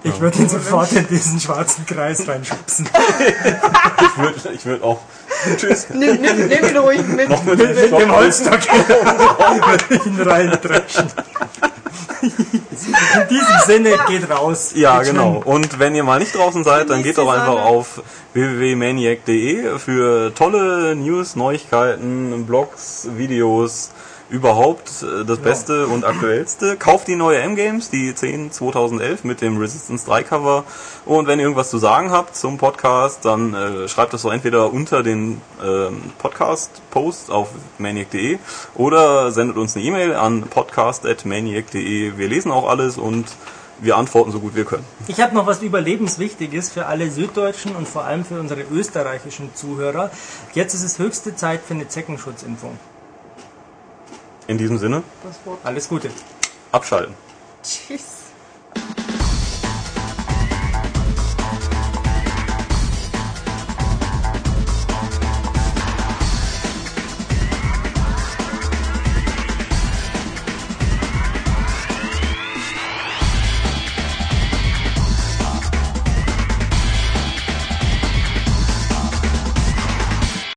Ich würde ihn sofort in diesen schwarzen Kreis reinschubsen.
Ich würde ich würd auch. Tschüss.
Nimm, nimm, nimm ihn ruhig mit.
Noch mit
Mit dem
Stock-
Holzstock würde ich ihn reindreschen. In diesem Sinne geht raus.
Ja,
Geht
genau. Und wenn ihr mal nicht draußen seid, dann geht doch einfach auf www.maniac.de für tolle News, Neuigkeiten, Blogs, Videos, überhaupt äh, das Beste und Aktuellste. Kauft die neue M-Games, die 10 2011 mit dem Resistance 3 Cover. Und wenn ihr irgendwas zu sagen habt zum Podcast, dann äh, schreibt das so entweder unter den ähm, Podcast-Post auf maniac.de oder sendet uns eine E-Mail an podcast.maniac.de. Wir lesen auch alles und wir antworten so gut wir können.
Ich habe noch was Überlebenswichtiges für alle süddeutschen und vor allem für unsere österreichischen Zuhörer. Jetzt ist es höchste Zeit für eine Zeckenschutzimpfung.
In diesem Sinne,
Das Wort.
Alles Gute.
abschalten.
Tschüss.